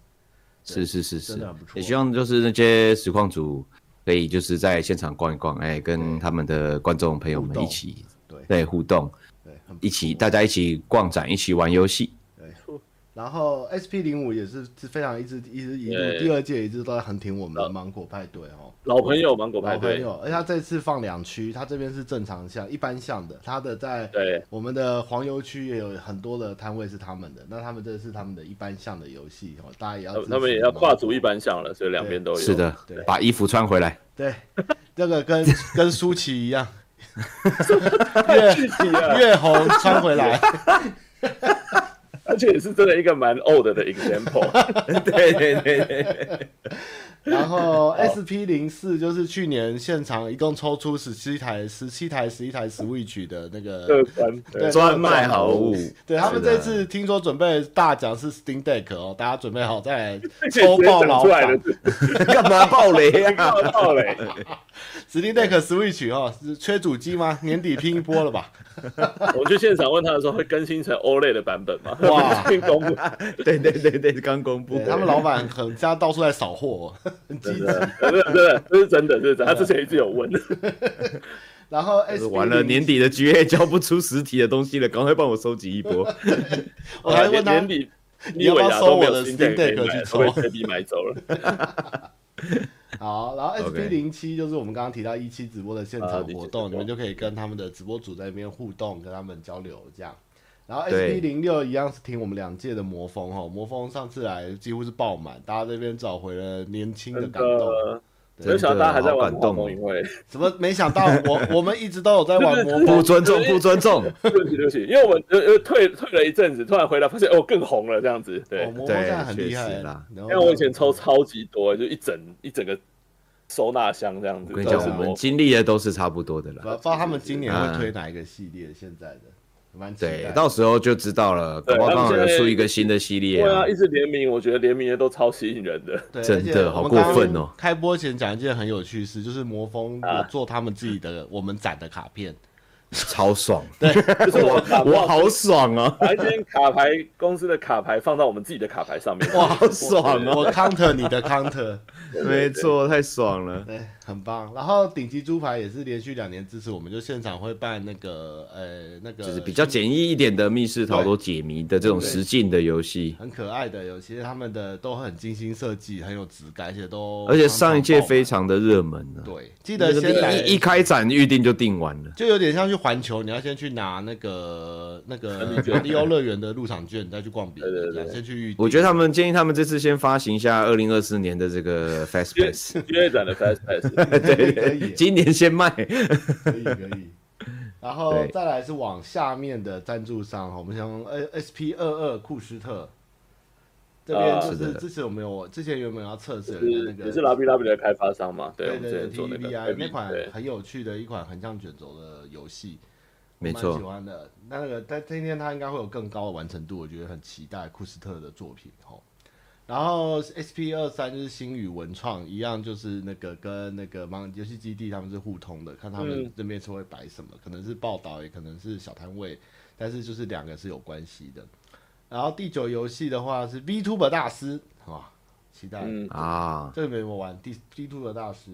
Speaker 3: 是 是是
Speaker 1: 真的
Speaker 3: 是
Speaker 1: 很不，错
Speaker 3: 也希望就是那些实况组可以就是在现场逛一逛，哎，跟他们的观众朋友
Speaker 1: 互
Speaker 3: 们
Speaker 1: 动
Speaker 3: 一起
Speaker 1: 对
Speaker 3: 对互动，
Speaker 1: 对，很不
Speaker 3: 一起
Speaker 1: 错
Speaker 3: 大家一起逛展，一起玩游戏。
Speaker 1: 然后 SP 零五也是是非常一直一直一路
Speaker 2: 对
Speaker 1: 第二届一直都在很挺我们的芒果派对哦，
Speaker 2: 老朋友芒果
Speaker 1: 老
Speaker 2: 派
Speaker 1: 朋
Speaker 2: 哎对，
Speaker 1: 友，而且他这次放两区，他这边是正常项一般项的，他的在
Speaker 2: 对
Speaker 1: 我们的黄油区也有很多的摊位是他们的，那他们这是他们的一般项的游戏哦，大家也要
Speaker 2: 他
Speaker 1: 支
Speaker 2: 们
Speaker 1: 持
Speaker 2: 他们也要跨足
Speaker 1: 芒
Speaker 2: 一
Speaker 1: 果
Speaker 2: 般项了，所以两边都有。
Speaker 3: 是，的
Speaker 1: 对，
Speaker 3: 把衣服穿 回来，
Speaker 1: 对，这个 跟跟舒淇一样，
Speaker 2: 太具体了。
Speaker 1: 月红穿回来，
Speaker 2: 而且也是真的一个蛮 old 的 example。
Speaker 3: 对对对 对，
Speaker 1: 然
Speaker 2: 哦
Speaker 1: 后 SP 零四就是去年现场一共抽出十七台、十七台、十一台 Switch 的那
Speaker 2: 乐
Speaker 1: 个，
Speaker 2: 观，对
Speaker 1: 对
Speaker 3: 专卖好物，
Speaker 1: 对他们
Speaker 3: 是的
Speaker 1: 这次 听说准备大奖是 Steam Deck 哦，大家准备好再来
Speaker 2: 这个
Speaker 1: 抽
Speaker 2: 直接
Speaker 1: 爆
Speaker 2: 讲
Speaker 1: 老
Speaker 2: 出来的
Speaker 1: 板
Speaker 2: 是
Speaker 3: 干嘛爆雷
Speaker 2: 听
Speaker 3: 啊？
Speaker 2: 到到嘞，
Speaker 1: Steam Deck Switch 哦，是缺主机吗？年底拼一波了吧？
Speaker 2: 我去现场问他的时候，会更新成 OLED 的版本吗？
Speaker 1: 哇
Speaker 2: 并公布，
Speaker 3: 对对对 对，刚公布
Speaker 1: 对，他们老板很现在到处在扫货、哦， 很积
Speaker 2: 真
Speaker 1: 极。
Speaker 2: 的，真的，真的，这是真的，这是真的。他之前一直有问，
Speaker 1: 然后
Speaker 3: 就是
Speaker 1: S
Speaker 3: 完了，年底的 GA 交不出实体的东西了，赶快帮我收集一 波。
Speaker 1: 我还问
Speaker 2: 年
Speaker 1: 他
Speaker 2: 年底。
Speaker 1: 你要不要
Speaker 2: 妮维雅都没
Speaker 1: 收我
Speaker 2: 有
Speaker 1: 的
Speaker 2: 新店
Speaker 1: Steam
Speaker 2: 可以
Speaker 1: Deck
Speaker 2: 买
Speaker 1: 去
Speaker 2: 都被
Speaker 1: 抽
Speaker 2: JB 买走了。
Speaker 1: 好，然后
Speaker 3: OK
Speaker 1: SP 零七就是我们刚刚提到一期直播的现
Speaker 2: 啊
Speaker 1: 场
Speaker 2: 理解
Speaker 1: 活
Speaker 2: 直播
Speaker 1: 动，你们就可以跟他们的直播组在那边互动，跟他们交流这样。然后 SP
Speaker 3: 对
Speaker 1: 零六一样是听我们两届的魔风哈，魔风上次来几乎是爆满，大家这边找回了年轻的
Speaker 2: 真
Speaker 1: 感动。
Speaker 2: 的，
Speaker 1: 对
Speaker 2: 没有想到大家还在
Speaker 3: 好
Speaker 2: 玩魔
Speaker 3: 感动
Speaker 2: 风因为
Speaker 1: 怎么没想到 我我们一直都有在玩魔
Speaker 3: 不
Speaker 1: 风？
Speaker 3: 尊重，不尊重。
Speaker 2: 对不起，对不起，因为我们呃呃退退了一阵子，突然回来发现哦更红了这样子。对
Speaker 1: 哦，，魔风现在很厉
Speaker 3: 确
Speaker 1: 害
Speaker 3: 实啦。
Speaker 1: 然后
Speaker 2: 因为我以前抽超级多，就一整一整个收纳箱这样子。
Speaker 3: 我跟你讲，
Speaker 2: 都是
Speaker 3: 我们
Speaker 2: 魔
Speaker 3: 经历的都是差不多的
Speaker 1: 不不
Speaker 3: 啦。
Speaker 1: 知道他们今年会推哪一个系列，现在的蛮期
Speaker 3: 啊对
Speaker 1: 待，的。
Speaker 3: 到时候就知道了。
Speaker 2: 对
Speaker 3: 搞不好刚
Speaker 2: 他
Speaker 3: 好
Speaker 2: 们
Speaker 3: 有
Speaker 2: 现在
Speaker 3: 出一个新的系列
Speaker 2: 对
Speaker 3: 啊
Speaker 2: 啊，一。直联名，我觉得联名的都超吸引人的。
Speaker 1: 对，
Speaker 3: 真
Speaker 1: 而且
Speaker 3: 的
Speaker 1: 我
Speaker 3: 好
Speaker 1: 们
Speaker 3: 过
Speaker 1: 刚
Speaker 3: 分哦
Speaker 1: 开播前讲一件很有趣的事，就是魔风有做他们自己的我们展的卡片，
Speaker 3: 超爽，
Speaker 2: 就是我把
Speaker 3: 我好爽啊！
Speaker 2: 把一间卡牌公司的卡牌放到我们自己的卡牌上面。
Speaker 1: 哇，哦
Speaker 3: 好爽啊
Speaker 1: 我 counter 你的 counter，
Speaker 3: 没错，太爽了。
Speaker 1: 对，很棒。然后顶级猪排也是连续两年支持我们，就现场会办那个呃那个
Speaker 3: 就是比较简易一点的密室逃脱解谜的这种实境的游戏，
Speaker 1: 很可爱的，有些他们的都很精心设计，很有质感，而且都
Speaker 3: 而且上一届非
Speaker 1: 常
Speaker 3: 常的热门
Speaker 1: 常，
Speaker 3: 啊
Speaker 1: 爆满对，记得
Speaker 3: 那
Speaker 1: 先来
Speaker 3: 个一一开展预定就定完了。
Speaker 1: 就有点像去环球，你要先去拿那个那个马里欧乐园的入场券，你再去逛别的，
Speaker 2: 对对对
Speaker 1: 这样先去预定。
Speaker 3: 我觉得他们建议他们这次先发行一下二零二四年的这个 Fast Pass，
Speaker 2: 第二展的 Fast Pass，
Speaker 1: 可以可以
Speaker 3: 今年先卖。
Speaker 1: 可以可以。然后
Speaker 3: 对
Speaker 1: 再来是往下面的赞助商，我们想 S P 二二库斯特这边
Speaker 2: 啊
Speaker 1: 就是是
Speaker 3: 的
Speaker 1: 之前我们有之前原本要测试的
Speaker 2: 就是
Speaker 1: 那
Speaker 2: 也是
Speaker 1: 个。
Speaker 2: 拉比拉比的开发商嘛？对，我
Speaker 1: 对对
Speaker 2: 们之
Speaker 1: 对
Speaker 2: 前做那
Speaker 1: T
Speaker 2: 个
Speaker 1: V I 那
Speaker 2: Baby，
Speaker 1: 款
Speaker 2: 对，
Speaker 1: 很有趣的一款横向卷轴的游戏，我
Speaker 3: 没
Speaker 1: 蛮喜
Speaker 3: 错，
Speaker 1: 欢的。那个但今天它应该会有更高的完成度，我觉得很期待库斯特的作品哦。然后 S P 二三就是星宇文创一样，就是那个跟那个盲游戏基地他们是互通的，看他们
Speaker 2: 嗯
Speaker 1: 这边是会摆什么，可能是报道，也可能是小摊位，但是就是两个是有关系的。然后第九游戏的话是 VTuber 大师，哇，期待、
Speaker 2: 嗯，
Speaker 3: 啊，
Speaker 1: 这个没有玩 D VTuber 大师，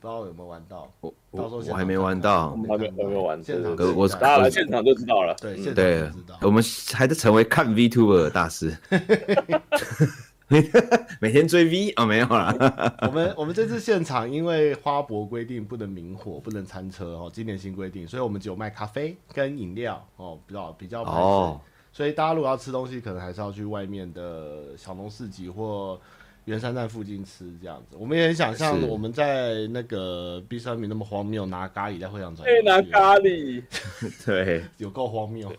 Speaker 1: 不知道有没有玩到。
Speaker 3: 我
Speaker 1: 到时候
Speaker 3: 我
Speaker 1: 现
Speaker 3: 我
Speaker 1: 场
Speaker 3: 还没
Speaker 1: 看
Speaker 3: 玩
Speaker 1: 看
Speaker 3: 到，
Speaker 2: 还没还没玩
Speaker 1: 现场
Speaker 2: 对
Speaker 3: 对对
Speaker 1: 期待
Speaker 2: 大家来现场就知道了。嗯
Speaker 1: 对，现场
Speaker 3: 对
Speaker 1: 就知道，
Speaker 3: 我们还在成为看 VTuber 的大师， 每天追 V 啊、没有啦，
Speaker 1: 我们我们这次现场因为花博规定不能明火，不能餐车哦，今年新规定，所以我们只有卖咖啡跟饮料哦，比较比较排斥
Speaker 3: 哦
Speaker 1: 所以大家如果要吃东西，可能还是要去外面的小农市集或圆山站附近吃这样子。我们也很想像
Speaker 3: 是
Speaker 1: 我们在那个 B 三米那么荒谬，拿咖喱在会场转
Speaker 2: 可以
Speaker 1: 移，
Speaker 2: 拿咖喱，
Speaker 3: 对，
Speaker 1: 有够荒谬。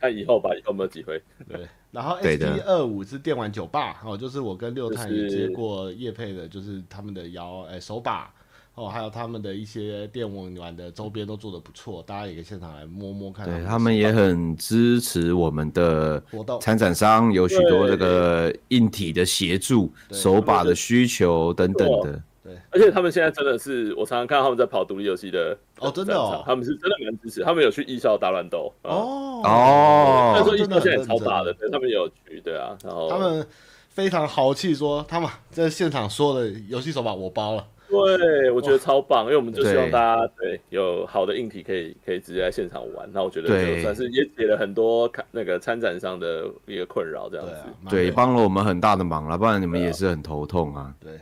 Speaker 2: 看以后吧，以后有没有机会？
Speaker 1: 对，然后
Speaker 3: 对
Speaker 1: S
Speaker 3: 的
Speaker 1: P 二五是电玩酒吧哦，就是我跟六探
Speaker 2: 就
Speaker 1: 也
Speaker 2: 是
Speaker 1: 接过叶配的，就是他们的摇哎手把哦，还有他们的一些电玩的周边都做的不错，大家也可以现场来摸摸看。
Speaker 3: 对他们也很支持我们的
Speaker 1: 活动
Speaker 3: 参展商，有许多这个硬体的协助、
Speaker 1: 对
Speaker 3: 手把的需求等等的。
Speaker 2: 而且他们现在真的是，我常常看到他们在跑独立游戏的
Speaker 1: 哦真的哦
Speaker 2: 展场他们是真的蛮支持，他们有去艺校大乱斗啊
Speaker 1: 哦
Speaker 3: 哦
Speaker 2: 那时候
Speaker 1: 真
Speaker 2: 艺
Speaker 1: 的很
Speaker 2: 校现在也
Speaker 1: 认
Speaker 2: 超大的，
Speaker 1: 真，
Speaker 2: 对他们也有去，对啊，然后
Speaker 1: 他们哦非常豪气说他们在现场说的游戏手把我包了，
Speaker 2: 对，我觉得超棒，因为我们就希望
Speaker 3: 对
Speaker 2: 大家对有好的硬体可以可以直接在现场玩，那我觉得
Speaker 3: 对
Speaker 2: 就算是也解了很多看那个参展上的一个困扰，这样
Speaker 1: 对
Speaker 2: 子
Speaker 1: 啊，蛮
Speaker 3: 对，
Speaker 1: 有
Speaker 3: 帮了我们很大的忙了，不然你们也是很头痛啊。
Speaker 1: 对，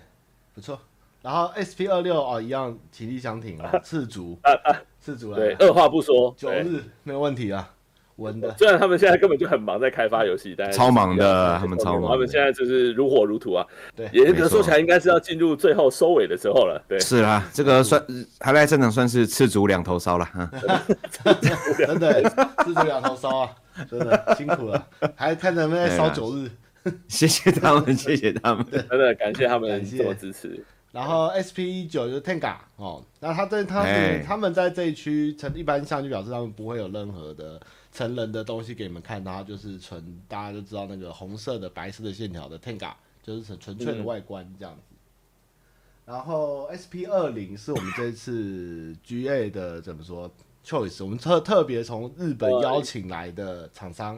Speaker 1: 不错。然后 S P 二六哦，一样体力相挺啊，赤足，赤足来
Speaker 2: 对，
Speaker 1: 了，
Speaker 2: 二话不说，
Speaker 1: 啊九
Speaker 2: 对，
Speaker 1: 日没有问题啊，稳的。
Speaker 2: 虽然他们现在根本就很忙在开发游戏，但是啊
Speaker 3: 超忙的
Speaker 2: 这样子
Speaker 3: 他们超忙的
Speaker 2: 他们现在就是如火如荼啊，
Speaker 1: 对
Speaker 2: 严格
Speaker 3: 没错
Speaker 2: 说起来应该是要进入最后收尾的时候了，对，
Speaker 3: 是啦，这个算还来战场算是赤足两头烧了哈。
Speaker 1: 真的，自足两头烧啊！真的辛苦了，还看他们在烧九日。
Speaker 3: 谢谢他们，谢谢他们。
Speaker 2: 真的感谢他们
Speaker 1: 感谢
Speaker 2: 这么支持。
Speaker 1: 然后 SP 一九就是 Tenga 哦，那他在他
Speaker 3: 哎
Speaker 1: 们他们在这一区成一般上就表示他们不会有任何的成人的东西给你们看，然后就是纯大家就知道那个红色的白色的线条的 Tenga 就是纯纯粹的
Speaker 3: 嗯
Speaker 1: 外观这样子。然后 SP 二零是我们这一次 GA 的怎么说 choice，我们特特别从日本邀请来的厂商，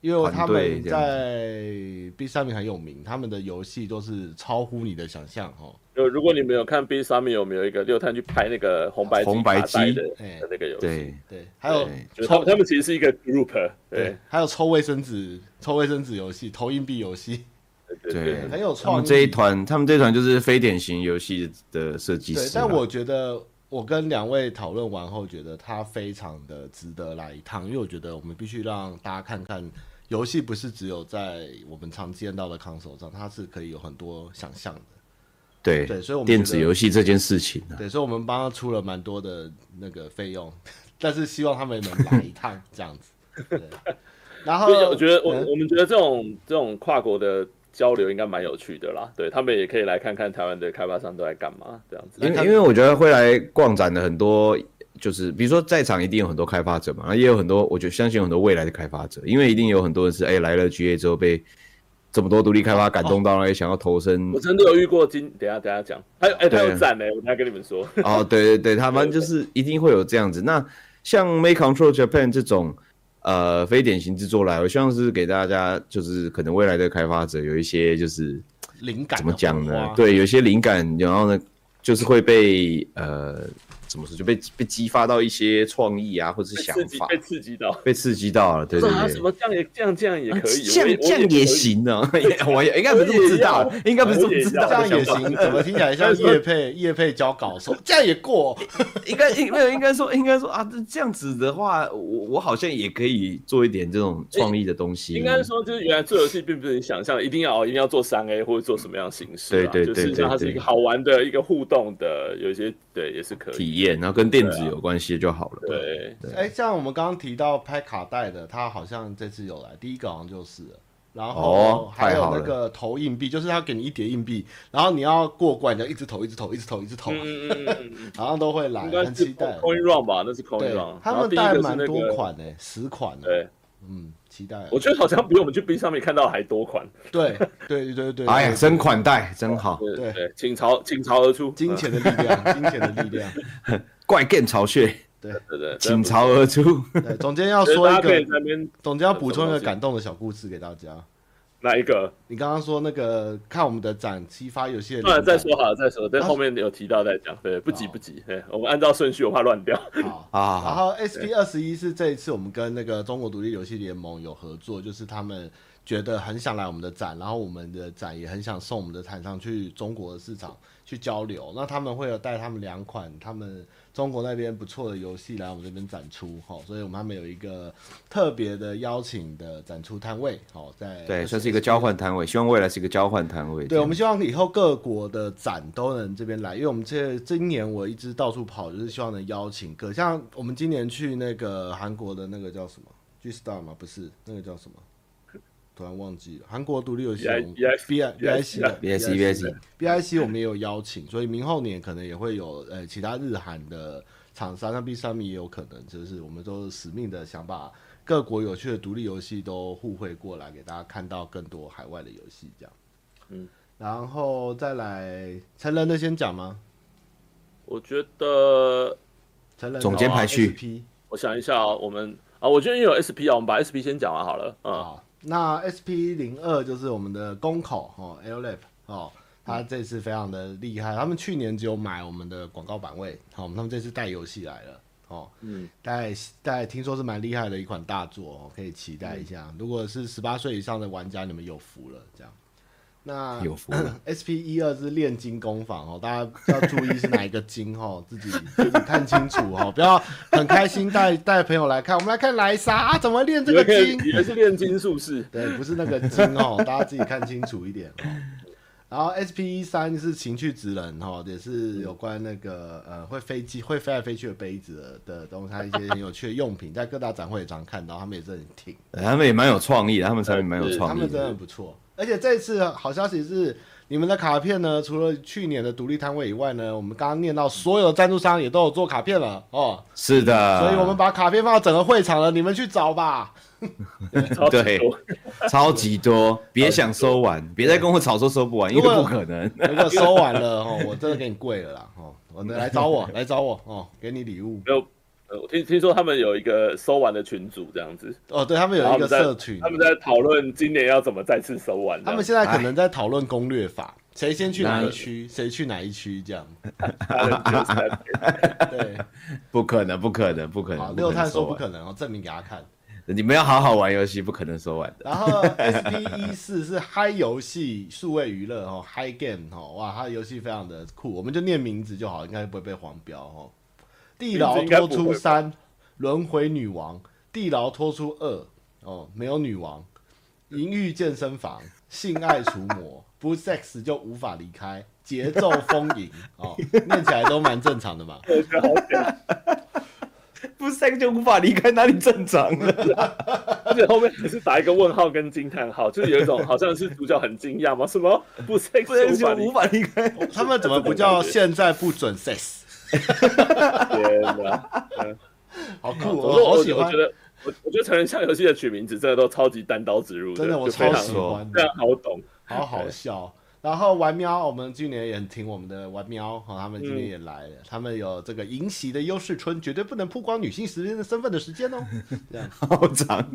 Speaker 1: 因为他
Speaker 3: 团队
Speaker 1: 们
Speaker 3: 这样子
Speaker 1: 在 B 三名很有名，他们的游戏都是超乎你的想象哦。
Speaker 2: 就如果你们有看 B Summit，有没有一个六探去拍那个红白机
Speaker 3: 红白
Speaker 2: 卡带
Speaker 3: 机
Speaker 2: 的
Speaker 1: 哎
Speaker 2: 的那个游戏？
Speaker 3: 对，
Speaker 1: 对，还有
Speaker 3: 对
Speaker 2: 就是他
Speaker 1: 抽
Speaker 2: 们他们其实是一个 group，对
Speaker 1: 对，还有抽卫生纸、抽卫生纸游戏、投硬币游 戏，
Speaker 2: 对
Speaker 3: 对
Speaker 2: 对，
Speaker 1: 很有
Speaker 3: 他
Speaker 1: 创
Speaker 3: 们
Speaker 1: 意。
Speaker 3: 这一团，他们这一团就是非典型游戏的设计师
Speaker 1: 对
Speaker 3: 啊。，
Speaker 1: 但我觉得我跟两位讨论完后，觉得它非常的值得来一趟，因为我觉得我们必须让大家看看，游戏不是只有在我们常见到的 console 上，它是可以有很多想象的。
Speaker 3: 对
Speaker 1: 对所以我们
Speaker 3: 电子
Speaker 1: 觉得
Speaker 3: 游戏这件事情啊呢，
Speaker 1: 对，所以我们帮他出了蛮多的那个费用， 但是希望他们能来一趟这样子。对，然后
Speaker 2: 所以我觉得我
Speaker 1: 嗯
Speaker 2: 我们觉得这种这种跨国的交流应该蛮有趣的啦。对他们也可以来看看台湾的开发商都在干嘛这样子。
Speaker 3: 因为
Speaker 1: 看
Speaker 3: 因为我觉得会来逛展的很多，就是比如说在场一定有很多开发者嘛，那也有很多，我觉得相信有很多未来的开发者，因为一定有很多人是哎、来了 GA 之后被这么多独立开发感动
Speaker 1: 哦
Speaker 3: 到，然后也想要投身
Speaker 2: 我真的有遇过今，等一下等一下讲，还有哎，他
Speaker 3: 对
Speaker 2: 有展呢，我等一下跟你们说。
Speaker 3: 哦，对对对，他们就是一定会有这样子。那像 Make Control Japan 这种呃非典型制作来，我希望是给大家就是可能未来的开发者有一些就是
Speaker 1: 灵感
Speaker 3: 怎么
Speaker 1: 的
Speaker 3: 讲
Speaker 1: 火
Speaker 2: 啊
Speaker 3: 呢
Speaker 1: 花？
Speaker 3: 对，有一些灵感，然后呢就是会被呃怎么说就被被激发到一些创意啊，或者
Speaker 2: 被
Speaker 3: 是想
Speaker 2: 刺激
Speaker 3: 法
Speaker 2: 被刺激到，
Speaker 3: 被刺激到了，对对
Speaker 2: 这啊
Speaker 3: 对
Speaker 2: 什。么这样也这样这样也可以，
Speaker 3: 这样
Speaker 2: 我
Speaker 3: 这样
Speaker 2: 我可以
Speaker 3: 也。行啊， 我也应该不是这么知道
Speaker 2: 我也，要
Speaker 3: 应该不是这么知
Speaker 1: 这
Speaker 3: 道的想法，
Speaker 1: 样也行，怎么听起来 像叶配叶配交稿说这样也过？
Speaker 3: 应该应没有应该说应该说啊，这这样子的话，我我好像也可以做一点这种创意的东西。
Speaker 2: 应该说，就是原来做游戏并不是你想象的，一定要哦一定要做三 A 或者做什么样的形式、啊，
Speaker 3: 对对对
Speaker 2: 就是让它是一
Speaker 3: 对
Speaker 2: 个
Speaker 3: 对
Speaker 2: 好玩的一个互动的，有一些对也是可以。
Speaker 3: 体验，然后跟电子有关系就好了。
Speaker 2: 对，
Speaker 1: 哎，像我们刚刚提到拍卡带的，他好像这次有来，第一个好像就是了。然后
Speaker 3: 哦
Speaker 1: 还
Speaker 3: 太
Speaker 1: 有
Speaker 3: 好
Speaker 1: 那
Speaker 3: 了
Speaker 1: 个投硬币，就是他给你一叠硬币，然后你要过关，你要一直投，一直投，一直投，一直投，
Speaker 2: 嗯嗯嗯嗯，
Speaker 1: 好像都会来，
Speaker 2: 应该
Speaker 1: 很
Speaker 2: 是
Speaker 1: 期待。
Speaker 2: Coin Run 吧，那是 Coin
Speaker 1: 对
Speaker 2: Run。，
Speaker 1: 他
Speaker 2: 然后
Speaker 1: 们
Speaker 2: 第一个
Speaker 1: 带
Speaker 2: 是
Speaker 1: 蛮
Speaker 2: 那
Speaker 1: 多
Speaker 2: 个，
Speaker 1: 款诶，十款。
Speaker 2: 对，
Speaker 1: 嗯，期待啊。
Speaker 2: 我觉得好像比我们去 B 上面看到的还多款。
Speaker 1: 对对对对，
Speaker 3: 哎呀，
Speaker 1: 对
Speaker 3: 真款待真好，
Speaker 2: 对
Speaker 1: 对
Speaker 2: 对，倾巢倾巢而出，
Speaker 1: 金钱的力量，金钱的力量。
Speaker 3: 怪更巢穴，
Speaker 2: 对对，
Speaker 3: 倾
Speaker 2: 对。
Speaker 3: 巢而出。
Speaker 1: 对，总监要
Speaker 2: 所以
Speaker 1: 说
Speaker 2: 大
Speaker 1: 一
Speaker 2: 家可以
Speaker 1: 个
Speaker 2: 在，那边
Speaker 1: 总监要补充一个感动的小故事给大家。
Speaker 2: 拿一个，
Speaker 1: 你刚刚说那个看我们的展激发游戏的
Speaker 2: 不然
Speaker 1: 灵感
Speaker 2: 啊再说好了，再说，但
Speaker 1: 啊
Speaker 2: 后面有提到再讲。对，不急
Speaker 1: 好
Speaker 2: 不急，对，我们按照顺序，我怕乱 掉。
Speaker 1: 好
Speaker 3: 啊
Speaker 1: 然后 SP 二十一是这一次我们跟那个中国独立游戏联盟有合作，就是他们觉得很想来我们的展，然后我们的展也很想送我们的厂商去中国的市场去交流。那他们会有带他们两款他们中国那边不错的游戏来我们这边展出，哈、所以我们他们有一个特别的邀请的展出摊位，好、在
Speaker 3: 对，算是一个交换摊位，希望未来是一个交换摊位。
Speaker 1: 对，我们希望以后各国的展都能这边来，因为我们这今年我一直到处跑，就是希望能邀请各像我们今年去那个韩国的那个叫什么 G Star 吗？不是，那个叫什么？突然忘记了。韩国独立游戏
Speaker 2: BIC
Speaker 1: B I B I C 的
Speaker 3: BIC BIC
Speaker 1: B I C 我们也有邀请，所以明后年可能也会有呃其他日韩的厂商，像 B 三米也有可能，就是我们都是使命的想把各国有趣的独立游戏都互惠过来，给大家看到更多海外的游戏这样。然后再来成人的先讲吗？
Speaker 2: 我觉得
Speaker 1: 成人
Speaker 3: 总监排序
Speaker 1: SP
Speaker 2: 我想一下、哦，我们啊，我觉得因为有 SP 啊，我们把 SP 先讲完好了。嗯，
Speaker 1: 啊，那 SP 零二就是我们的公口哦，LF 哦，他这次非常的厉害，他们去年只有买我们的广告版位，好、他们这次带游戏来了哦，
Speaker 2: 嗯，
Speaker 1: 带带听说是蛮厉害的一款大作哦，可以期待一下。如果是十八岁以上的玩家，你们有福了，这样。那
Speaker 3: 有福了
Speaker 1: SP 一二是炼金工坊哦，大家要注意是哪一个金哦， 自己自己看清楚哦，不要很开心带带朋友来看，我们来看莱莎、啊、怎么炼这
Speaker 2: 你
Speaker 1: 个
Speaker 2: 们可以
Speaker 1: 金，
Speaker 2: 也是炼金术士，
Speaker 1: 对，不是那个金哦，大家自己看清楚一点哦。然后 SP 一三是情趣职人哈，也是有关那个呃会飞机会飞来飞去的杯子的东西，它一些很有趣的用品，在各大展会也常看到，他们也是很挺，
Speaker 3: 呃他们也蛮有创意的，他们产品蛮有
Speaker 1: 他
Speaker 3: 创
Speaker 1: 们
Speaker 3: 意
Speaker 1: 真的
Speaker 3: 的。
Speaker 1: 很不错。而且这次好消息是，你们的卡片呢，除了去年的独立摊位以外呢，我们刚刚念到所有的赞助商也都有做卡片了哦，
Speaker 3: 是的，
Speaker 1: 所以我们把卡片放到整个会场了，你们去找吧。
Speaker 2: 超级
Speaker 3: 对
Speaker 2: 多
Speaker 3: 超级多，别想收完，别再跟我吵说收不完，因
Speaker 1: 如果
Speaker 3: 为不可能。
Speaker 1: 如果收完了哦，我真的给你跪了啦哦，我来找我来找我哦，给你礼物
Speaker 2: 没有，呃我听听说他们有一个收完的群组这样子，
Speaker 1: 哦，对他们
Speaker 2: 然
Speaker 1: 有
Speaker 2: 后
Speaker 1: 一个
Speaker 2: 他们在
Speaker 1: 社群，
Speaker 2: 他们在讨论今年要怎么再次收完
Speaker 1: 嗯
Speaker 2: 这
Speaker 1: 他
Speaker 2: 样
Speaker 1: 们现
Speaker 2: 子。
Speaker 1: 在可能在讨论攻略法，谁先去哪
Speaker 3: 那
Speaker 1: 一区，谁去哪一区这样。
Speaker 2: 他们就是在
Speaker 1: 对，
Speaker 3: 不可能，不可能，不可
Speaker 1: 好，啊
Speaker 3: 能。啊
Speaker 1: 六探说不
Speaker 3: 能
Speaker 1: 可能哦，证明给他看。
Speaker 3: 收完，你们要好好玩游戏，不可能收完的。
Speaker 1: 然后 SP 一四是嗨游戏数位娱乐哦，嗨 game 哦，哇，它的游戏非常的酷，我们就念名字就好，应该不会被黄标哦。地牢
Speaker 2: 名字应该
Speaker 1: 拖
Speaker 2: 不会吧
Speaker 1: 出三，轮回女王，地牢拖出二哦，没有女王，淫欲健身房，性爱除魔，不 sex 就无法离开，节奏丰盈哦，念起来都蛮正常的 嘛。
Speaker 2: 我觉得好屌，
Speaker 3: 不是就无法离开，哪里正常了？
Speaker 2: 而且后面还是打一个问号跟惊叹号，就是有一种好像是主角很惊讶吗？什么 不 sex
Speaker 3: 不是
Speaker 2: 无法
Speaker 3: 就
Speaker 2: 理
Speaker 3: 无法离开。
Speaker 1: 他们怎么不叫现在不准 sex？
Speaker 2: 解的？
Speaker 1: 好酷、哦，
Speaker 2: 我说
Speaker 1: 我好
Speaker 2: 我
Speaker 1: 喜
Speaker 2: 我
Speaker 1: 欢
Speaker 2: 觉，得我我觉得成人向游戏的取名字真的都超级单刀直入
Speaker 1: 真的
Speaker 2: 的
Speaker 1: 我
Speaker 2: 就非
Speaker 1: 超
Speaker 2: 常
Speaker 1: 喜欢
Speaker 2: 非
Speaker 1: 的
Speaker 2: 常。好懂。
Speaker 1: 好好笑。 然后玩喵，我们去年也很听我们的玩喵，哦，他们今天也来了，他们有这个银席的优势村，绝对不能曝光女性时间的身份的时间哦。这样，
Speaker 3: 好长，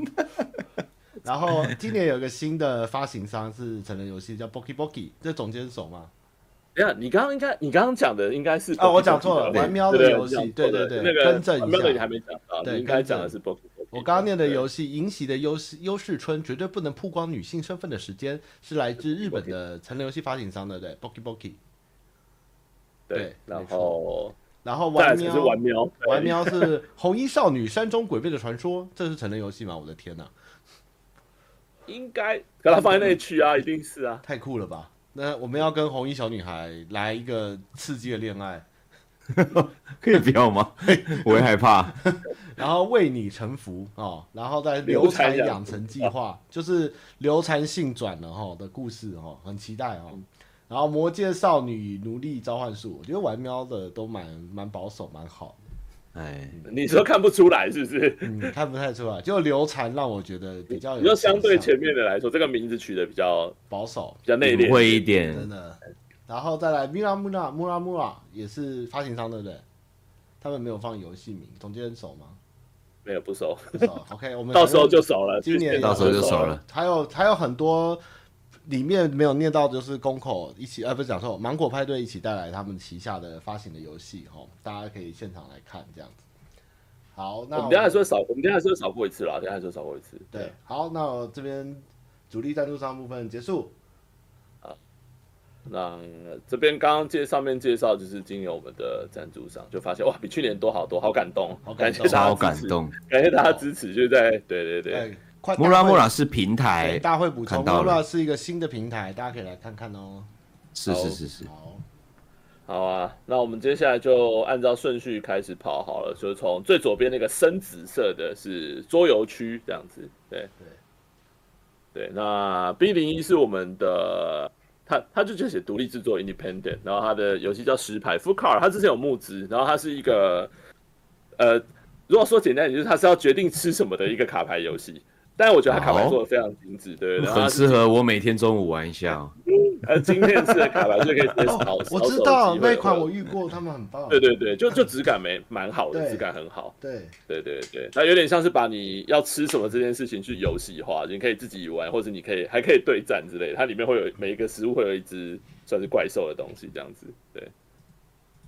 Speaker 1: 然后今年有个新的发行商是成人游戏，叫 Boki Boki，这总监手嘛。
Speaker 2: 等一下，你刚刚应该，你刚刚讲的应该是
Speaker 1: 啊我讲错了
Speaker 2: 对
Speaker 1: 玩喵的
Speaker 2: 对
Speaker 1: 游戏
Speaker 2: 你讲错
Speaker 1: 对对
Speaker 2: 了
Speaker 1: 对
Speaker 2: 那个
Speaker 1: 更正一下
Speaker 2: 玩喵的你还没讲到，
Speaker 1: 对
Speaker 2: 你应该讲的是 Boki。
Speaker 1: 我刚刚念的
Speaker 2: 有
Speaker 1: 游戏《银席的优势优势村》绝对不能曝光女性身份的时间，是来自日本的成人游戏发行商的，对，Boki Boki。对
Speaker 2: 对，
Speaker 1: 没
Speaker 2: 然
Speaker 1: 错
Speaker 2: 后
Speaker 1: 然后
Speaker 2: 再来
Speaker 1: 玩
Speaker 2: 才
Speaker 1: 喵
Speaker 2: 是玩喵，对
Speaker 1: 玩喵是红衣少女山中诡辩的传说，这是成人游戏吗？我的天哪、
Speaker 2: 应该给它放在那区啊，一定是啊。
Speaker 1: 太酷了吧！那我们要跟红衣小女孩来一个刺激的恋爱，
Speaker 3: 可以不要 吗？我会害怕。
Speaker 1: 然后为你臣服哦，然后再流产养成计划，就是流产性转了哈、哦、的故事哦，很期待哦。然后魔界少女奴隶召唤术，我觉得玩喵的都蛮蛮保守，蛮好
Speaker 3: 哎，
Speaker 2: 你说看不出来是不是？
Speaker 1: 的，嗯，看不太出来。就流产让我觉得比较有
Speaker 2: 你说相对
Speaker 1: 倾向
Speaker 2: 前面的来说，这个名字取的比较
Speaker 1: 保守，
Speaker 2: 比较内敛，
Speaker 3: 哎会一点，
Speaker 1: 真的。然后再来 Mira Mura Mura Mura 也是发行商对不对？他们没有放游戏名，总监人手吗？
Speaker 2: 没有不熟，
Speaker 1: 不知道 OK，我们
Speaker 2: 到时候就熟了，
Speaker 1: 今年
Speaker 2: 去现场
Speaker 3: 到时候就熟
Speaker 2: 熟
Speaker 3: 了。
Speaker 1: 还有还有很多里面没有念到，就是公口一起，呃，不是讲错，芒果派对一起带来他们旗下的发行的游戏哦，大家可以现场来看这样子。好，那
Speaker 2: 我们等一下说少，我们等一下说少过一次啦，等一下说少过一次。
Speaker 1: 对，好，那我这边主力赞助商部分结束。
Speaker 2: 那这边刚刚介上面介绍就是经由我们的赞助商，就发现哇，比去年多好多，好感动，哦
Speaker 1: 好感
Speaker 2: 感谢
Speaker 1: 动
Speaker 2: 大
Speaker 3: 超
Speaker 2: 家
Speaker 3: 感
Speaker 2: 支持，
Speaker 3: 动。
Speaker 2: 感谢大家支持，就在对对对，
Speaker 1: 对，哎快
Speaker 3: 穆拉穆拉
Speaker 1: 大
Speaker 3: 是平
Speaker 1: 会对
Speaker 3: 台，
Speaker 1: 大会补充，
Speaker 3: 看
Speaker 1: 穆
Speaker 3: 到
Speaker 1: 拉
Speaker 3: 了
Speaker 1: 穆拉是一个新的平台，大家可以来看看哦。
Speaker 3: 是是是是，
Speaker 1: 好，
Speaker 2: 好啊，那我们接下来就按照顺序开始跑好了，就是从最左边那个深紫色的是桌游区这样子，对对，那 B 零一是我们的，它它就就写独立制作 independent，然后它的游戏叫石牌 f u c a r 它之前有募资，然后它是一个呃，如果说简单一点，就是它是要决定吃什么的一个卡牌游戏，但是我觉得它卡牌
Speaker 1: 哦
Speaker 3: 好
Speaker 2: 做的非常精致，对不对？然后它
Speaker 3: 很
Speaker 2: 是
Speaker 3: 适合我每天中午玩一下哦。
Speaker 2: 呃经验式的卡牌就可以直接扫，
Speaker 1: 哦我
Speaker 2: 扫
Speaker 1: 知
Speaker 2: 手
Speaker 1: 道
Speaker 2: 机
Speaker 1: 那
Speaker 2: 会
Speaker 1: 一款
Speaker 2: 有
Speaker 1: 我遇过，他们很棒。
Speaker 2: 对对对，就就质感没蛮好的，
Speaker 1: 哦对
Speaker 2: 质感很好。
Speaker 1: 对
Speaker 2: 对对对，那有点像是把你要吃什么这件事情去游戏化，你可以自己玩，或者你可以还可以对战之类的。它里面会有每一个食物会有一只算是怪兽的东西这样子。对，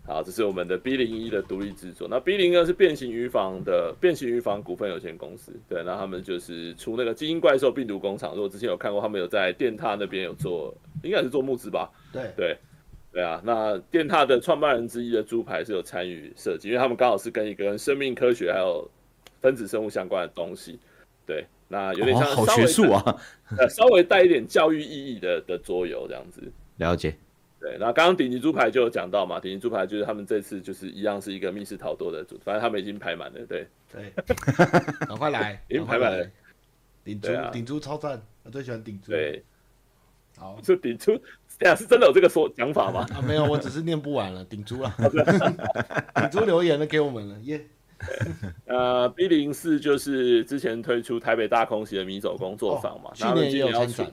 Speaker 2: 好，这是我们的 B 零一的独立制作。那 B 零二是变形鱼房的变形鱼房股份有限公司。对，那他们就是出那个基因怪兽病毒工厂。如果之前有看过，他们有在电塔那边有做，应该是做募资吧？
Speaker 1: 对
Speaker 2: 对，对啊，那电塔的创办人之一的猪排是有参与设计，因为他们刚好是跟一个跟生命科学还有分子生物相关的东西。对，
Speaker 1: 哦
Speaker 2: 那有点像、
Speaker 3: 哦，好学术！啊！
Speaker 2: 呃，稍微带一点教育意义的的桌游这样子。
Speaker 3: 了解。
Speaker 2: 对，那刚刚顶级猪排就有讲到嘛，顶级猪排就是他们这次就是一样是一个密室逃脱的组，反正他们已经排满了，对，
Speaker 1: 对，赶快来，
Speaker 2: 已经
Speaker 1: 赶快
Speaker 2: 排满了
Speaker 1: 来，，顶猪
Speaker 2: 对啊
Speaker 1: 顶猪超赞，我最喜欢顶猪。
Speaker 2: 对，
Speaker 1: 好
Speaker 2: 就顶猪，这样是真的有这个说讲法吗？
Speaker 1: 啊，没有，我只是念不完 了，顶猪了，顶猪留言了给我们了，耶、
Speaker 2: 呃，B 零四就是之前推出台北大空袭的迷走工作坊嘛，
Speaker 1: 哦去
Speaker 2: 那他们
Speaker 1: 年也
Speaker 2: 今
Speaker 1: 有
Speaker 2: 要
Speaker 1: 参
Speaker 2: 出，
Speaker 1: 展，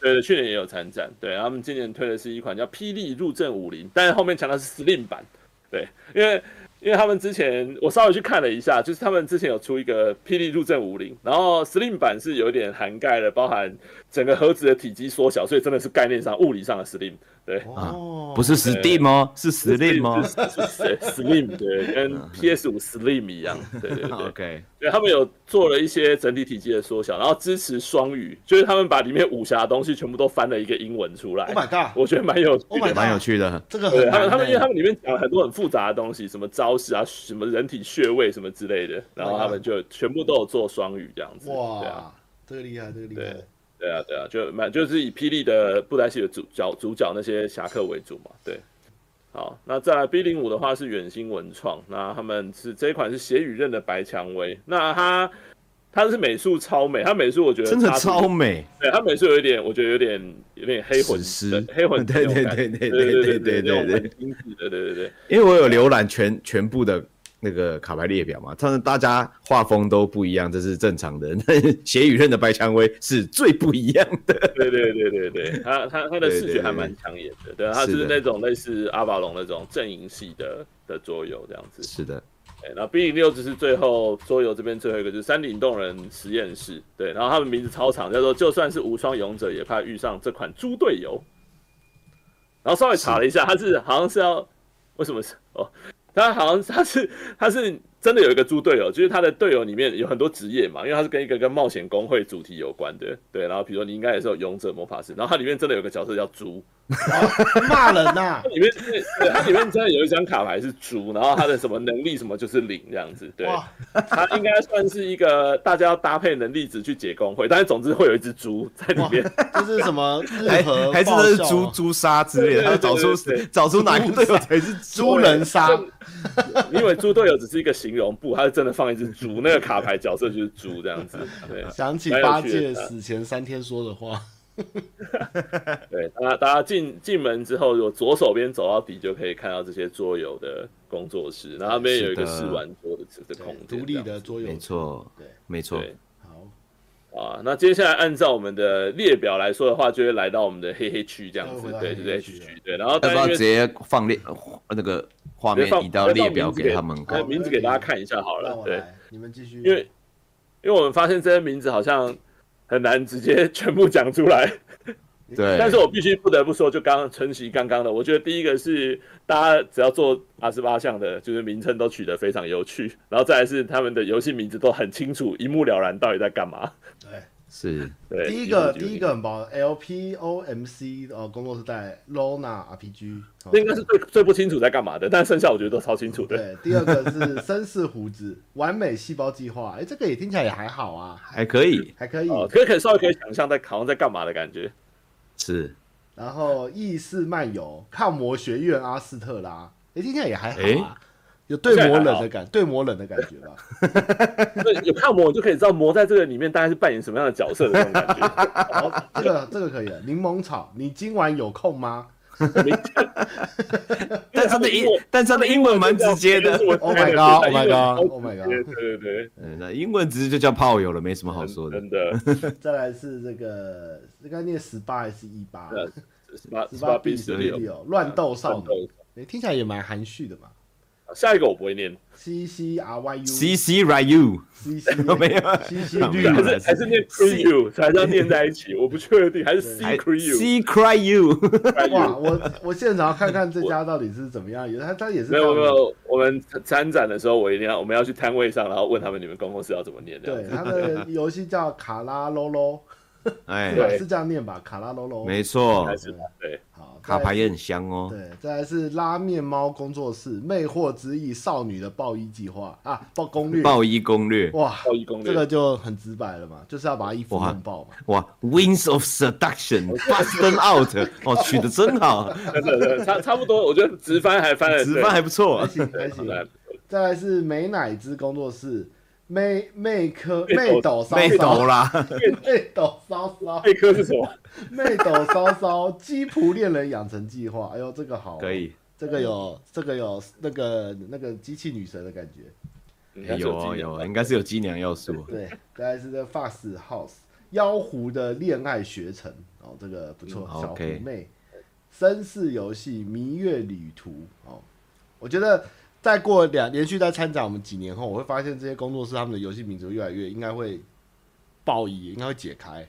Speaker 2: 对对，去年也有参展，对，他们今年推的是一款叫《霹雳入阵武林》，但是后面强调是 Slim 版，对，因为因为他们之前我稍微去看了一下，就是他们之前有出一个《霹雳入阵武林》，然后 Slim 版是有点涵盖了包含整个盒子的体积缩小，所以真的是概念上物理上的 Slim，对，
Speaker 1: 哦，
Speaker 3: 不是 Steam 哦，是 Slim
Speaker 2: 吗？
Speaker 3: 哦
Speaker 2: 是。是 Slim 对，跟 PS 五 Slim 一样，对 对对。
Speaker 3: OK，
Speaker 2: 对，他们有做了一些整体体积的缩小，然后支持双语，就是他们把里面武侠的东西全部都翻了一个英文出来。
Speaker 1: ，Oh my god，
Speaker 2: 我觉得蛮有趣
Speaker 1: Oh
Speaker 2: 的
Speaker 1: my。
Speaker 3: 蛮有趣的。
Speaker 1: 这个很
Speaker 2: 对他
Speaker 1: 难、
Speaker 2: 们，他们因为他
Speaker 1: 欸，
Speaker 2: 们里面讲了很多很复杂的东西，什么招式啊，什么人体穴位什么之类的，然后他们就全部都有做双语这样子。对啊，
Speaker 1: 啊哇，这个厉害，这个厉害
Speaker 2: 对，对啊，对啊，就蛮就是以霹雳的布袋戏的主角主角那些侠客为主嘛，对。好，那再来 B 零五的话是远新文创，那他们是这一款是血与刃的白蔷薇，那它它是美术超美，它美术我觉得
Speaker 3: 真的
Speaker 2: 差别
Speaker 3: 超，美，
Speaker 2: 对它美术有一点，我觉得有点有点黑魂
Speaker 3: 史诗
Speaker 2: 黑 魂的那种感觉，
Speaker 3: 对对对
Speaker 2: 对对
Speaker 3: 对对对
Speaker 2: 那种
Speaker 3: 对
Speaker 2: 很精致的，对对对，
Speaker 3: 因为我有浏览全全部的那个卡牌列表嘛，但是大家画风都不一样，这是正常的。 那血与刃的白蔷薇是最不一样的。
Speaker 2: 对对对对对，他他他的
Speaker 3: 对对
Speaker 2: 视觉还
Speaker 3: 对
Speaker 2: 蛮抢眼的，对啊，他就
Speaker 3: 是
Speaker 2: 是
Speaker 3: 的
Speaker 2: 那种类似阿瓦隆那种阵营系的的桌游这样子，
Speaker 3: 是的，
Speaker 2: 对，然后 B 零六就是最后桌游这边最后一个就是山顶洞人实验室，对，然后他们名字超长，叫做就算是无双勇者也怕遇上这款猪队友。然后稍微查了一下，他是好像是要为什么是哦，他好像他是他是真的有一个猪队友，就是他的队友里面有很多职业嘛，因为他是跟一个跟冒险工会主题有关的，对，然后比如说你应该也是有勇者魔法师，然后它里面真的有个角色叫猪，
Speaker 1: 骂人呐、
Speaker 2: 它里面是对它里面真的有一张卡牌是猪，然后他的什么能力什么就是零这样子，对。
Speaker 1: 哇，
Speaker 2: 它应该算是一个大家要搭配能力值去解工会，但是总之会有一只猪在里面。
Speaker 1: 这是什么日
Speaker 3: 还
Speaker 1: 和
Speaker 3: 还真
Speaker 1: 爆
Speaker 3: 的是
Speaker 1: 笑
Speaker 3: 猪
Speaker 1: 啊
Speaker 3: 猪杀之类的，他要找出
Speaker 2: 对对对
Speaker 3: 找出哪个队友才是
Speaker 1: 猪人杀，
Speaker 2: 你以为猪队友只是一个形容部，它是真的放一只猪，那个卡牌角色就是猪这样子。对
Speaker 1: 想起
Speaker 2: 蛮有
Speaker 1: 八
Speaker 2: 趣
Speaker 1: 戒
Speaker 2: 的
Speaker 1: 死前三天说的话，
Speaker 2: 对，大家大家进进门之后，有左手边走到底就可以看到这些桌游的工作室，然后那边有一个
Speaker 3: 是的
Speaker 2: 试玩桌的这个空间，
Speaker 1: 独立的桌游
Speaker 3: 没，错
Speaker 1: 对，
Speaker 3: 没
Speaker 2: 这样
Speaker 3: 错
Speaker 2: 子。，对
Speaker 1: 好，
Speaker 2: 啊，那接下来按照我们的列表来说的话，就会来到我们的黑黑区这样子
Speaker 1: 会回，到
Speaker 2: 对，就是
Speaker 1: 黑黑
Speaker 2: H
Speaker 1: 区了
Speaker 2: 区，对，然后
Speaker 3: 要
Speaker 2: 但
Speaker 3: 不
Speaker 2: 是因
Speaker 3: 要
Speaker 2: 为
Speaker 3: 直接放列呃那个画面
Speaker 2: 直接放
Speaker 3: 移到列表给他们
Speaker 2: 那
Speaker 3: 看？
Speaker 2: 名字给大家看一下好
Speaker 1: 让
Speaker 2: 了，
Speaker 1: 我
Speaker 2: 对，
Speaker 1: 来，你们继续，
Speaker 2: 因为因为我们发现这些名字好像很难直接全部讲出 来，
Speaker 3: 对，
Speaker 2: 但是我必须不得不说，就刚刚晨曦刚刚的，我觉得第一个是大家只要做阿斯巴项的，就是名称都取得非常有趣，然后再来是他们的游戏名字都很清楚，一目了然到底在干嘛。
Speaker 1: 对。
Speaker 3: 是
Speaker 2: 对，
Speaker 1: 第一个
Speaker 2: 就是
Speaker 1: 第一个很棒，LPOMC 哦，工作室带 Lona RPG，哦
Speaker 2: 那应该是最最不清楚在干嘛的，但剩下我觉得都超清楚的。
Speaker 1: 对。第二个是绅士胡子 完美细胞计划，哎，这个也听起来也还好啊，
Speaker 3: 还可以，
Speaker 1: 还可以。
Speaker 2: 哦，可以可以稍微可以想象在好像在干嘛的感觉。
Speaker 3: 是
Speaker 1: 然后意识漫游抗魔学院阿斯特拉，哎，听起来也还好
Speaker 3: 哎
Speaker 1: 啊，有对魔冷的感，对魔冷的感觉吧。
Speaker 2: 所以有看魔，你就可以知道魔在这个里面大概是扮演什么样的角色的那种 感觉。
Speaker 1: 好，这个这个可以了。柠檬草，你今晚有空吗
Speaker 3: 但是他的英，但是他的英文蛮直接的。
Speaker 1: ？Oh my god！Oh my god！Oh my god！
Speaker 2: 对对对，
Speaker 3: 嗯，那英文直接就叫炮友了，没什么好说的。
Speaker 2: 真的，
Speaker 1: 再来是这个，应该念十八还是一八？
Speaker 2: 呃十八
Speaker 1: 十
Speaker 2: 十
Speaker 1: 八
Speaker 2: 八
Speaker 1: B
Speaker 2: B
Speaker 1: 十
Speaker 2: 十
Speaker 1: 六
Speaker 2: 六，
Speaker 1: 乱斗少女，哎，听起来也蛮含蓄的嘛。
Speaker 2: 下一个我不会念，
Speaker 1: C C R Y U
Speaker 3: C C Ryu，
Speaker 1: C C
Speaker 3: 没有
Speaker 1: C C
Speaker 3: 没
Speaker 1: 绿
Speaker 3: 有
Speaker 2: 还是还是念 c r e u 还是要念在一起，我不确定，还是 c
Speaker 3: 还
Speaker 2: c r e u
Speaker 3: C Cry You，
Speaker 1: 哇！我我现场要看看这家到底是怎么样，有他他也是
Speaker 2: 没有
Speaker 1: 这样
Speaker 2: 没
Speaker 1: 的
Speaker 2: 有，我们参展的时候，我一定要我们要去摊位上，然后问他们你们公公司要怎么念这样
Speaker 1: 对
Speaker 2: 子。
Speaker 1: 他的游戏叫卡拉 l o l
Speaker 3: 哎，
Speaker 2: 对
Speaker 1: 是这样念吧？卡拉罗罗，
Speaker 3: 没错
Speaker 2: 开，始了对，
Speaker 1: 好，再
Speaker 3: 卡
Speaker 1: 来
Speaker 3: 牌也很香哦。
Speaker 1: 对，再来是拉面猫工作室《魅惑之翼少女的暴衣计划》啊，暴攻略，
Speaker 3: 暴衣攻略，
Speaker 1: 哇，
Speaker 2: 暴衣攻略
Speaker 1: 这个就很直白了嘛，就是要把衣服
Speaker 3: 哇
Speaker 1: 弄爆嘛。
Speaker 3: 哇，Wings of Seduction，Bust them out，哦，取得真好，
Speaker 2: 真的真的差差不多，我觉得直翻还翻的
Speaker 3: 直翻还不错
Speaker 1: 还。行还行，
Speaker 2: 来，
Speaker 1: 再来是美乃滋工作室，妹妹科
Speaker 2: 妹
Speaker 1: 妹
Speaker 2: 抖
Speaker 1: 抖骚
Speaker 3: 被抖
Speaker 1: 骚，
Speaker 3: 啦，
Speaker 1: 妹抖骚骚，
Speaker 2: 贝科是什么？
Speaker 1: 妹抖骚骚，基普恋人养成计划。哎呦，这个好，
Speaker 3: 可，以，
Speaker 1: 这个有这个有那个那个机器女神的感觉。
Speaker 2: 应该
Speaker 3: 哎
Speaker 2: 是
Speaker 3: 有哦
Speaker 2: 经验
Speaker 3: 有哦，
Speaker 2: 吧
Speaker 3: 应该是有机娘要素。
Speaker 1: 对，大概是在 Fast House 妖狐的恋爱学程，哦，这个不错，
Speaker 3: 嗯
Speaker 1: 小狐
Speaker 3: OK
Speaker 1: 妹，绅士游戏迷月旅途，哦，我觉得再过两连续在参展我们几年后，我会发现这些工作室他们的游戏名字越来越应该会爆衣，应该会解开，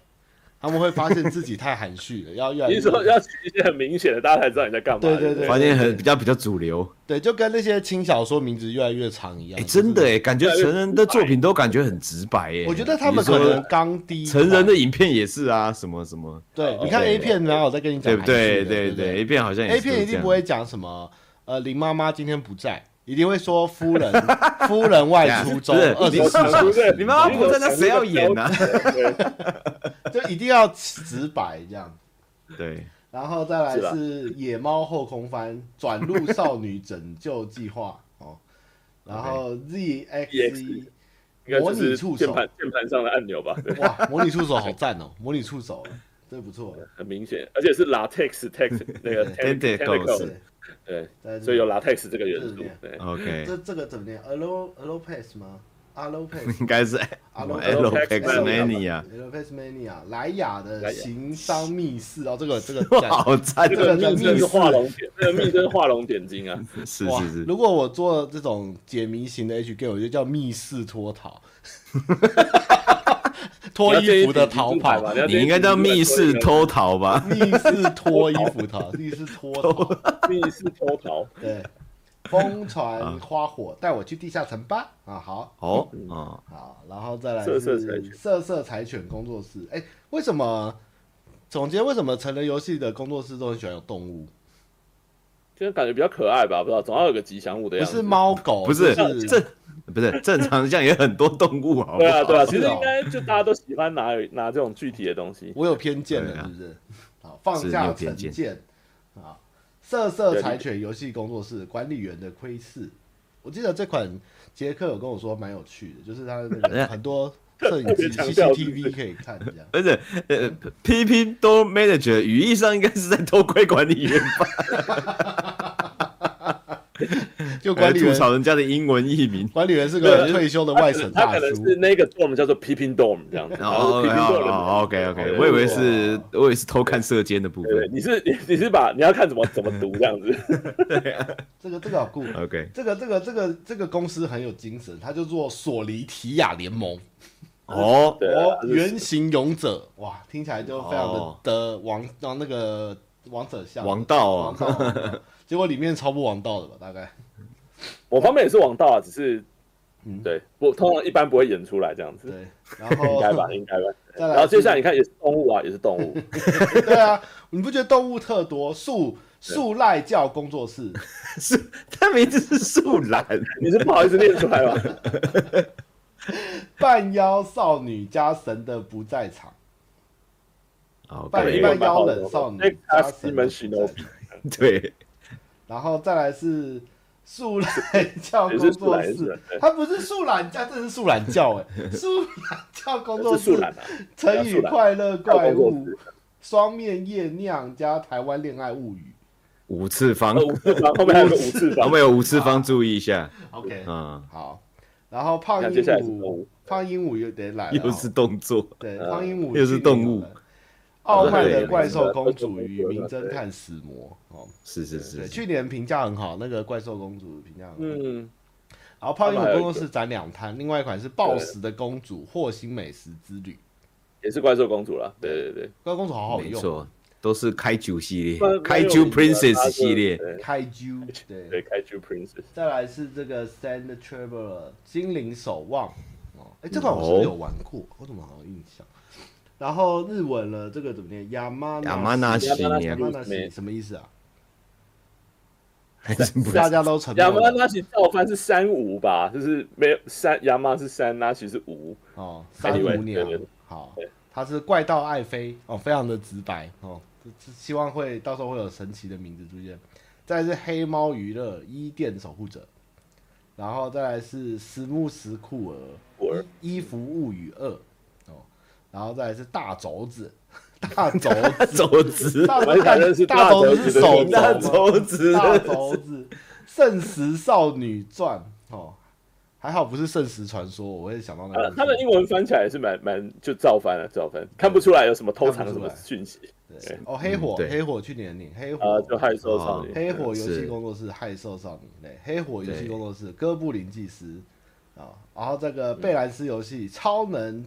Speaker 1: 他们会发现自己太含蓄 了，
Speaker 3: 哎
Speaker 1: 要越来
Speaker 2: 你
Speaker 1: 越
Speaker 2: 是说要取一些很明显的，大家才知道你在干嘛。
Speaker 1: 对对
Speaker 2: 不
Speaker 1: 对
Speaker 3: 发现很比较比较主流，
Speaker 1: 对，就跟那些轻小说名字越来越长一样，
Speaker 3: 哎、真的
Speaker 1: 就是
Speaker 3: 哎，感觉成人的作品都感觉很直白哎。
Speaker 1: 我觉得他们
Speaker 3: 比如
Speaker 1: 可
Speaker 3: 说
Speaker 1: 能刚低
Speaker 3: 成人的影片也是啊，什么什么，
Speaker 1: 对，你看
Speaker 3: 对
Speaker 1: A 片，然后我再跟你讲
Speaker 3: 对不
Speaker 1: 含蓄的，对
Speaker 3: 对？对
Speaker 1: 不
Speaker 3: 对，A 片好像也
Speaker 1: A
Speaker 3: 是都
Speaker 1: 片一定
Speaker 3: 这
Speaker 1: 不会
Speaker 3: 样。
Speaker 1: 讲什么，呃，林妈妈今天不在，一定会说夫人 夫人外出周
Speaker 3: 不是
Speaker 1: 二十四
Speaker 2: 不
Speaker 1: 小
Speaker 2: 是
Speaker 1: 时，
Speaker 3: 你妈妈不在，那谁要演呢、
Speaker 2: 对，
Speaker 1: 就一定要直白这样。
Speaker 3: 对，
Speaker 1: 然后再来
Speaker 2: 是啦
Speaker 1: 是野猫后空翻转入少女拯救计划哦，然后 E，ZX
Speaker 2: 应该就
Speaker 1: 模拟
Speaker 2: 是
Speaker 1: 触手
Speaker 2: 键盘键盘上的按钮吧，对，
Speaker 1: 哇，模拟触手好赞哦，模拟触手这不错，
Speaker 2: 很明显，而且是 latex text 那个
Speaker 3: Tentacles
Speaker 2: tentacle，
Speaker 1: 是，
Speaker 2: 对，
Speaker 1: 再来是
Speaker 2: 所以有 latex 这个元素
Speaker 1: 是的，
Speaker 2: 对。
Speaker 1: 这
Speaker 3: OK，
Speaker 1: 这个怎么念？Alo Alopes 吗？Alopes
Speaker 3: 应该是
Speaker 1: 啊
Speaker 3: 什么
Speaker 1: L-
Speaker 3: L
Speaker 2: L-
Speaker 3: X
Speaker 2: L-
Speaker 3: Mania，
Speaker 1: l o p e s Mania 莱雅
Speaker 2: 莱
Speaker 1: 的
Speaker 2: 雅
Speaker 1: 行商密室哦，这个这个
Speaker 3: 哇，
Speaker 1: 赞
Speaker 3: 好赞啊
Speaker 2: 这
Speaker 1: 这
Speaker 2: 个
Speaker 1: 个
Speaker 2: 密
Speaker 1: 在
Speaker 2: 真
Speaker 1: 密
Speaker 2: 是
Speaker 1: 室
Speaker 2: 画龙点，这个密真是画龙点睛啊！
Speaker 3: 是是
Speaker 1: 哇
Speaker 3: 是，
Speaker 1: 如果我做这种解谜型的 H game，我就叫密室脱逃，脱衣服的逃跑，
Speaker 2: 你要
Speaker 3: 你应该叫密室偷逃 吧？
Speaker 1: 密室脱衣服逃，密室脱逃，
Speaker 2: 密室偷逃，
Speaker 1: 对，风船花火带我去地下城吧，啊，好
Speaker 3: 哦哦，
Speaker 1: 好，然后再来
Speaker 2: 色
Speaker 1: 是
Speaker 2: 色柴犬
Speaker 1: 色色柴犬工作室，哎，为什么？总结为什么成人游戏的工作室都很喜欢有动物，
Speaker 2: 就是感觉比较可爱吧？不知道，总要有个吉祥物的
Speaker 1: 不
Speaker 2: 样子。
Speaker 1: 是猫
Speaker 2: 哦
Speaker 1: 狗，
Speaker 3: 不是
Speaker 1: 就是
Speaker 3: 正不是正常像也很多动物好不
Speaker 2: 对啊，
Speaker 3: 好？
Speaker 2: 对啊，
Speaker 1: 是
Speaker 2: 其实
Speaker 1: 哦
Speaker 2: 应该就大家都喜欢拿拿这种具体的东西。
Speaker 1: 我有偏见
Speaker 3: 对
Speaker 1: 了，
Speaker 3: 啊
Speaker 1: 是不是？好，放
Speaker 3: 是你
Speaker 1: 下
Speaker 3: 有偏
Speaker 1: 成
Speaker 3: 见
Speaker 1: 见啊！色色柴犬游戏工作室管理员的窥视，我记得这款杰克有跟我说蛮有趣的，就是他的那 个很多摄影机
Speaker 2: 特别强调是不是
Speaker 1: CCTV 可以看这样。
Speaker 3: 而且呃，批评 Door Manager 语义上应该是在偷窥管理 员吧？
Speaker 1: 就管理员
Speaker 3: 吐，槽人家的英文译名。
Speaker 1: 管理员是
Speaker 2: 哎对
Speaker 1: 个
Speaker 2: 就是
Speaker 1: 退休的外省
Speaker 2: 他可
Speaker 1: 大
Speaker 2: 能
Speaker 1: 叔，
Speaker 2: 是那个 dorm 叫做 peeping dorm 这样子，然后
Speaker 3: 哦
Speaker 2: peeping dorm 的
Speaker 3: 哦，OK OK，
Speaker 2: 对
Speaker 3: 我以为是我以为是偷看射箭的部
Speaker 2: 对对，
Speaker 3: 分。
Speaker 2: 你是你你是把你要看怎么怎么读这样子，
Speaker 1: 这个这个好酷。
Speaker 3: OK，
Speaker 1: 这个这个这个这个公司很有精神，他就做索尼提亚联盟，
Speaker 3: 哦，
Speaker 2: 对啊
Speaker 1: 哦，
Speaker 2: 就是
Speaker 1: 原型勇者，哇，听起来就非常
Speaker 3: 哦
Speaker 1: 的的王，然后那个王者像
Speaker 3: 王道
Speaker 2: 啊
Speaker 1: 王
Speaker 3: 哦，
Speaker 1: 道王道结果里面超不王道的吧？大概
Speaker 2: 我方面也是王道啊，只是
Speaker 1: 嗯
Speaker 2: 对不通常一般不会演出来这样子，
Speaker 1: 对，哦然
Speaker 2: 应该吧
Speaker 1: 后
Speaker 2: 应该吧。
Speaker 1: 再来，
Speaker 2: 然后接下来你看也是动物啊，也是动物，
Speaker 1: 对啊，你不觉得动物特多？树树赖教工作室，
Speaker 3: 是他名字是树 懒，
Speaker 2: 你是不好意思念出来吧？
Speaker 1: 半妖少女加神的不在场，
Speaker 3: 哦，
Speaker 1: 半
Speaker 2: 对
Speaker 1: 一
Speaker 2: 英
Speaker 1: 半
Speaker 2: 文
Speaker 3: 对
Speaker 2: 版
Speaker 1: 妖冷少女
Speaker 2: Next
Speaker 1: 加
Speaker 2: us
Speaker 1: 神的不
Speaker 2: Shinobi
Speaker 1: 在场，
Speaker 3: 对，
Speaker 1: 然后再来是树懒教
Speaker 2: 也
Speaker 1: 工
Speaker 2: 是树
Speaker 1: 作
Speaker 2: 懒，也是
Speaker 1: 室
Speaker 2: 人，对
Speaker 1: 它不是树懒教，这是树懒教哎、树懒教工作
Speaker 2: 是
Speaker 1: 室
Speaker 2: 树，懒啊，
Speaker 1: 成语快乐怪
Speaker 2: 教工
Speaker 1: 物
Speaker 2: 作室，
Speaker 1: 双面夜酿加台湾恋爱物语。
Speaker 3: 五次方
Speaker 2: 呃，，五次方后面还有个五次
Speaker 3: 我
Speaker 2: 方，
Speaker 3: 们有五次方，注意一下
Speaker 1: OK，
Speaker 3: 啊，
Speaker 1: 好，然后胖
Speaker 2: 嗯那
Speaker 1: 鹦
Speaker 2: 接下来是动
Speaker 1: 鹉
Speaker 2: 物，
Speaker 1: 胖鹦鹉又得来了哦，
Speaker 3: 啊又是动作，
Speaker 1: 对
Speaker 2: 呃
Speaker 1: 胖鹦鹉，
Speaker 3: 又是动物，
Speaker 1: 傲慢的怪兽公主与名侦探死魔哦，
Speaker 3: 是是
Speaker 1: 对，
Speaker 3: 是，
Speaker 1: 去年评价很好，那个怪兽公主评价很好。
Speaker 2: 嗯，
Speaker 1: 然后胖鹦鹉工作室展两摊，另外一款是暴食的公主霍星美食之旅，
Speaker 2: 也是怪兽公主啦，对对对。
Speaker 1: 怪兽公主好好
Speaker 3: 没
Speaker 1: 用，
Speaker 3: 错，都是开酒系
Speaker 2: 不
Speaker 3: 列，
Speaker 2: 然
Speaker 3: 开
Speaker 2: 没有
Speaker 3: 酒
Speaker 2: 一个它
Speaker 3: Princess
Speaker 2: 是
Speaker 3: 系列，
Speaker 2: 对
Speaker 1: 开啾
Speaker 2: 对，
Speaker 1: 对，
Speaker 2: 开局 Princess，
Speaker 1: 再来是这个 Sand Traveler 精灵守望哦，哎，这款我是不
Speaker 3: 哦
Speaker 1: 是有玩过？我怎么好像有印象？然后日文了，这个怎么念？亚麻
Speaker 3: 亚麻纳西
Speaker 2: 亚麻纳西
Speaker 1: 亚
Speaker 3: 耶
Speaker 1: 麻纳西
Speaker 2: 没
Speaker 1: 什么意思啊？
Speaker 3: 还真不知道
Speaker 1: 大家都沉默
Speaker 2: 亚麻
Speaker 1: 了
Speaker 2: 拉奇造翻是山吴吧，就是没有山，亚麻是山，拉奇是吴。
Speaker 1: 哦，三
Speaker 2: Anyway，
Speaker 1: 五鸟
Speaker 2: 对对对
Speaker 1: 好
Speaker 2: 对，
Speaker 1: 他是怪盗爱妃哦，非常的直白哦，这希望会到时候会有神奇的名字出现。再来是黑猫娱乐伊甸守护者，然后再来是史木什库尔
Speaker 2: 库尔
Speaker 1: 衣衣服物语二哦，然后再来是大肘子， 大肘子
Speaker 3: 肘子，
Speaker 1: 大
Speaker 2: 我还想认识
Speaker 1: 大
Speaker 2: 大
Speaker 1: 肘子
Speaker 2: 肘子
Speaker 1: 是
Speaker 2: 的
Speaker 1: 手
Speaker 2: 名字
Speaker 3: 大
Speaker 1: 肘吗
Speaker 3: 肘子，
Speaker 1: 大肘子，《圣石少女传》哦，还好不是《圣石传说》，我会想到那
Speaker 2: 呃
Speaker 1: 个。，
Speaker 2: 他的英文翻起来是蛮蛮就造翻了，造翻看不出来有什么偷
Speaker 1: 看
Speaker 2: 藏
Speaker 1: 不
Speaker 2: 什
Speaker 1: 出来
Speaker 2: 么讯息
Speaker 1: 对哦，黑火，
Speaker 3: 嗯对
Speaker 1: 黑火去年领黑火，
Speaker 2: 啊，就害羞少女。
Speaker 1: 黑火游戏
Speaker 3: 是
Speaker 1: 工作室害兽少女，对，黑火游戏
Speaker 3: 对
Speaker 1: 工作室哥布林技师啊，然后这
Speaker 3: 嗯
Speaker 1: 个贝兰斯游戏超能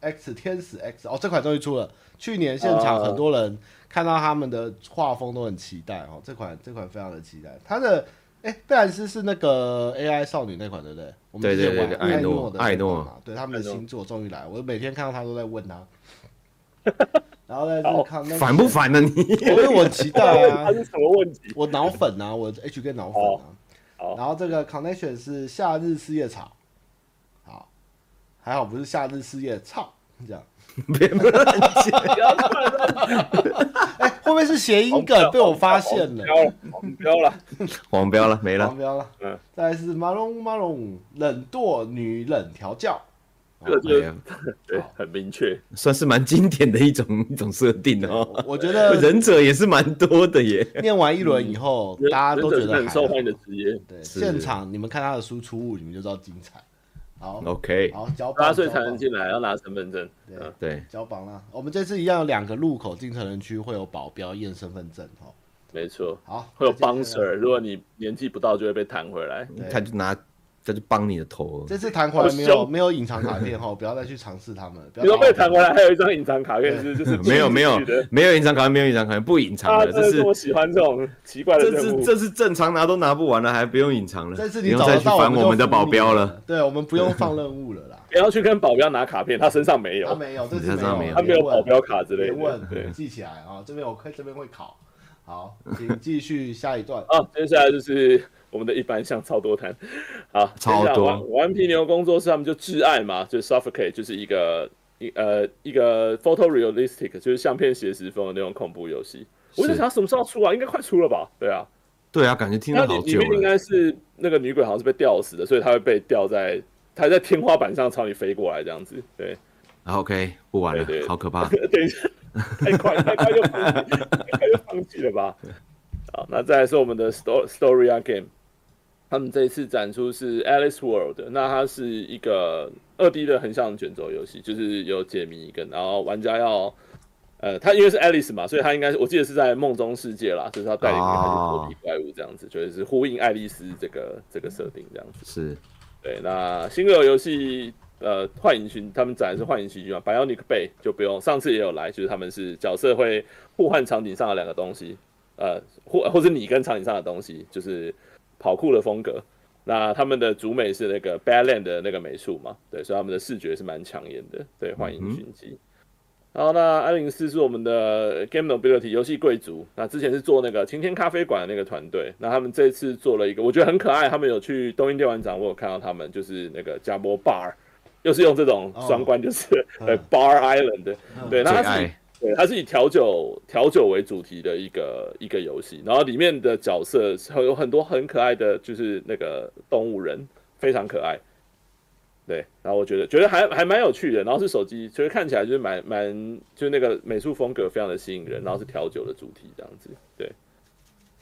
Speaker 1: X 天使 X 哦，这款终于出了，去年现场
Speaker 2: 啊
Speaker 1: 很多人看到他们的画风都很期待哦，这款这款非常的期待，它的。哎，贝兰斯是那个 AI 少女那款，对不对？我们
Speaker 3: 对
Speaker 1: 之前
Speaker 3: 对对
Speaker 1: 玩
Speaker 3: 对
Speaker 1: 艾
Speaker 3: 艾诺
Speaker 1: 诺的那
Speaker 3: 艾诺
Speaker 1: 款嘛，对他们的
Speaker 2: 艾诺
Speaker 1: 星座终于来，我每天看到他都在问 他，然后再是
Speaker 2: 好
Speaker 1: 看那个
Speaker 3: 烦不？烦呢你？
Speaker 1: 因为 我很期待啊，
Speaker 2: 他是什么问题？
Speaker 1: 我脑粉啊，我 H 跟脑粉啊
Speaker 2: 哦。哦
Speaker 1: 然后这个 connection 是夏日四叶草，好，还好不是夏日四叶草这样。
Speaker 3: 别乱讲，
Speaker 2: 不要乱乱
Speaker 1: 哎，会不会是谐音梗被我发现了？
Speaker 2: 标了，红标了。
Speaker 3: 黄标了，没
Speaker 1: 好
Speaker 3: 了。
Speaker 1: 不要了。
Speaker 2: 嗯
Speaker 1: 再来是马龙马龙冷剁女冷调教，哦
Speaker 2: 这个
Speaker 3: 哎呀
Speaker 2: 就对很明确，
Speaker 3: 算是蛮经典的一种 一种设定哦。
Speaker 1: 我觉 得
Speaker 3: 忍者也是蛮多的耶，
Speaker 1: 念完一轮以后，
Speaker 2: 忍
Speaker 1: 大家
Speaker 2: 忍
Speaker 1: 都
Speaker 2: 者
Speaker 1: 觉
Speaker 2: 是
Speaker 1: 得
Speaker 2: 很
Speaker 1: 还
Speaker 2: 受
Speaker 1: 好
Speaker 2: 欢迎的职业，
Speaker 1: 对，
Speaker 3: 是
Speaker 1: 现场你们看他的输出物，你们就知道精彩。好，
Speaker 3: OK，
Speaker 1: 好，交棒
Speaker 2: 八岁
Speaker 1: 交
Speaker 2: 才
Speaker 1: 棒
Speaker 2: 能进来，要拿身份证。
Speaker 1: 对
Speaker 2: 嗯，
Speaker 3: 对，
Speaker 1: 交榜啦。我们这次一样有两个路口进城人区会有保镖验身份证哦。
Speaker 2: 没错，
Speaker 1: 好，
Speaker 2: 会有
Speaker 1: 再见再见
Speaker 2: bouncer，如果你年纪不到就会被弹回来。
Speaker 1: 对
Speaker 3: 他就拿他就帮你的头，
Speaker 1: 这次弹回来没
Speaker 2: 好
Speaker 1: 有
Speaker 2: 哦凶
Speaker 1: 没有隐藏卡片哈，不要再去尝试他 们了。不要
Speaker 2: 你都被
Speaker 1: 打
Speaker 2: 弹
Speaker 1: 我
Speaker 2: 回来，还有一张隐藏卡片是 就是
Speaker 3: 没有没有
Speaker 2: 进去的
Speaker 3: 没有隐藏卡，没有隐藏卡，不隐藏
Speaker 2: 啊，
Speaker 3: 的，
Speaker 2: 真
Speaker 3: 这
Speaker 2: 的
Speaker 3: 是
Speaker 2: 是我喜欢这种奇怪的
Speaker 3: 这
Speaker 2: 任务
Speaker 3: 是。这是正常拿都拿不完了，还不用隐藏了，
Speaker 1: 这次
Speaker 3: 不
Speaker 1: 你
Speaker 3: 用
Speaker 1: 找
Speaker 3: 再
Speaker 1: 得
Speaker 3: 去
Speaker 1: 到
Speaker 3: 烦
Speaker 1: 我
Speaker 3: 我们的保镖了。。
Speaker 1: 对，我们不用放任务了
Speaker 2: 。
Speaker 1: 啦
Speaker 2: 不要去跟保镖拿卡片，他身上没
Speaker 1: 他
Speaker 2: 有，
Speaker 1: 没有，这
Speaker 3: 他
Speaker 1: 次
Speaker 3: 身上没
Speaker 1: 有，
Speaker 3: 有
Speaker 2: 他没有
Speaker 1: 别问
Speaker 2: 保镖卡之类
Speaker 1: 别
Speaker 2: 的。对
Speaker 1: 问，记起来啊。这边我会这边会考。好，请继续下一段。
Speaker 2: 啊，接下来就是我们的一般像超多摊，好，
Speaker 3: 超多
Speaker 2: 顽皮牛工作室他们就挚爱嘛，就 suffocate 就是一个一呃一个 photorealistic 就是相片写实风的那种恐怖游戏。我在
Speaker 3: 是
Speaker 2: 想什么时候出啊？应该快出了吧？对啊，
Speaker 3: 对啊，感觉听
Speaker 2: 那
Speaker 3: 了
Speaker 2: 里
Speaker 3: 好
Speaker 2: 里
Speaker 3: 久
Speaker 2: 面应
Speaker 3: 了。
Speaker 2: 该是那个女鬼好像是被吊死的，所以她会被吊在她在天花板上朝你飞过来这样子。对，
Speaker 3: 然后啊 OK，不玩了
Speaker 2: 对，对
Speaker 3: 好可怕。
Speaker 2: 等一下，太快太快就放弃，太快就放弃了吧？好，那再来是我们的 Story Storia Game，他们这一次展出是 Alice World，那它是一个二 D 的横向卷轴游戏，就是有解谜跟，然后玩家要。呃，他因为是 Alice 嘛，所以他应该是我记得是在梦中世界啦，就是他带领一个
Speaker 3: 哦
Speaker 2: 很多怪物这样子，就是呼应爱丽丝这个这个设定这样子。
Speaker 3: 是
Speaker 2: 对，那星二游戏呃幻影群他们展的是幻影群嘛，Bionic Bay 就不用，上次也有来，就是他们是角色会互换场景上的两个东西，呃，或或者你跟场景上的东西，就是跑酷的风格。那他们的主美是那个 Badland 的那个美术嘛，对，所以他们的视觉是蛮抢眼的，对，幻影群集。然后那安零四是我们的 Game Nobility 游戏贵族，那之前是做那个晴天咖啡馆的那个团队，那他们这次做了一个，我觉得很可爱，他们有去东京电玩展，我有看到他们就是那个加波 Bar，又是用这种双关，就是、
Speaker 1: 嗯
Speaker 2: 对 Bar Island，的、对，
Speaker 3: 最
Speaker 2: 那它是以
Speaker 3: 爱
Speaker 2: 对，它是以调酒调酒为主题的一个一个游戏，然后里面的角色很有很多很可爱的，就是那个动物人非常可爱。对，然后我觉得觉得还还蛮有趣的，然后是手机，其实看起来就是蛮蛮就是那个美术风格非常的吸引人，然后是调酒的主题这样子。对，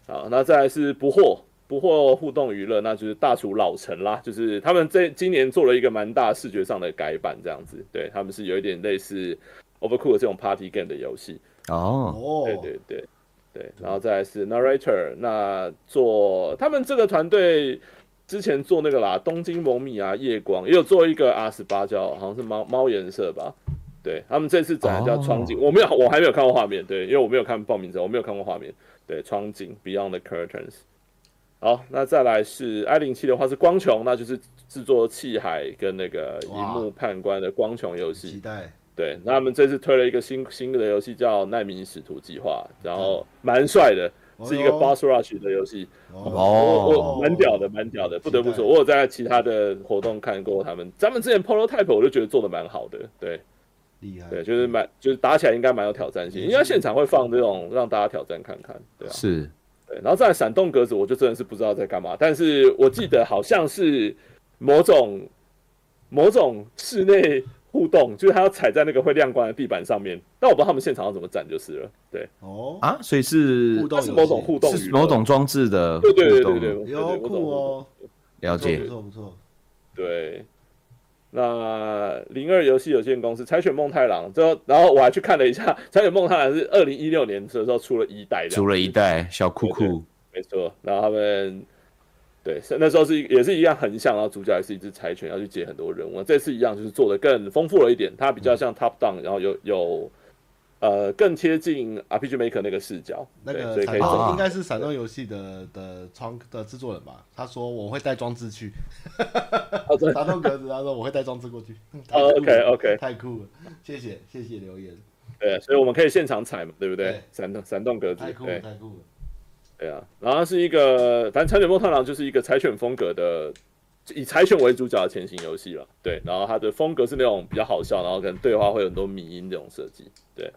Speaker 2: 好，那再来是不惑。不惑互动娱乐，那就是大厨老陈啦，就是他们这今年做了一个蛮大视觉上的改版，这样子，对他们是有一点类似 Overcooked 这种 party game 的游戏。
Speaker 3: 哦，
Speaker 1: 哦，
Speaker 2: 对对对对，然后再来是 Narrator，那做他们这个团队之前做那个啦，东京蒙米啊、夜光，也有做一个 R 十八叫好像是猫猫颜色吧。对他们这次展的叫
Speaker 3: 哦
Speaker 2: 窗景，我没有，我还没有看过画面，对，因为我没有看报名者，我没有看过画面。对，窗景 Beyond the Curtains。好，那再来是 i 零七的话是光穹，那就是制作《气海》跟那个《
Speaker 1: 哇
Speaker 2: 荧幕判官》的光穹游戏
Speaker 1: 期。待
Speaker 2: 对，那他们这次推了一个新新的游戏叫《难民使徒计划》，然后蛮帅的，
Speaker 1: 哦
Speaker 2: 是一个 Boss Rush 的游戏，我我蛮屌的，蛮屌的，不得不说，我有在其他的活动看过他们，咱们之前 Prototype 我就觉得做的蛮好的，对，
Speaker 1: 厉害，
Speaker 2: 对，就是蛮就是打起来应该蛮有挑战性，应该现场会放这种让大家挑战看看，对啊，
Speaker 3: 是
Speaker 2: 对，然后再来闪动格子，我就真的是不知道在干嘛，但是我记得好像是某种某种室内。互动就是他要踩在那个会亮光的地板上面，但我不知道他们现场要怎么站就是了。对，
Speaker 1: 哦，
Speaker 3: 啊，所以是
Speaker 1: 互动
Speaker 2: 它是某种互动娱乐，
Speaker 3: 是某种装置的
Speaker 2: 对对对
Speaker 3: 互
Speaker 2: 对
Speaker 3: 动
Speaker 2: 对，对
Speaker 1: 有酷，哦，
Speaker 3: 了
Speaker 1: 不
Speaker 3: 解
Speaker 1: 错不错，
Speaker 2: 对对。那零二游戏有限公司采选梦太郎，之后然后我还去看了一下，采选梦太郎是二零一六年的时候出了一代，
Speaker 3: 出了一代小酷
Speaker 2: 对
Speaker 3: 酷，
Speaker 2: 没错，然后他们对是那时候是也是一样横向，然后主角也是一只柴犬，要去解很多任务。这次一样就是做的更丰富了一点，它比较
Speaker 1: 嗯
Speaker 2: 像 top down，然后有有呃更贴近 RPG Maker 那个视角，
Speaker 1: 那
Speaker 2: 对，
Speaker 1: 个
Speaker 2: 所以可
Speaker 1: 闪
Speaker 2: 以
Speaker 3: 动
Speaker 2: 走
Speaker 3: 啊
Speaker 1: 动应该是闪动游戏的的创的制作人吧？他说我会带装置去，
Speaker 2: 哦 对
Speaker 1: 闪动格子，他说我会带装置过去。
Speaker 2: 哦，OK，OK
Speaker 1: 太酷了，谢谢谢谢留言，
Speaker 2: 对，所以我们可以现场踩嘛，对不对
Speaker 1: 对？
Speaker 2: 闪动闪动格子
Speaker 1: 太，酷了
Speaker 2: 对
Speaker 1: 太酷了，
Speaker 2: 对啊。然后是一个，反正柴犬梦太郎就是一个柴犬风格的。以柴犬为主角的前行游戏了，对，然后它的风格是那种比较好笑，然后可能对话会有很多迷音这种设计，对。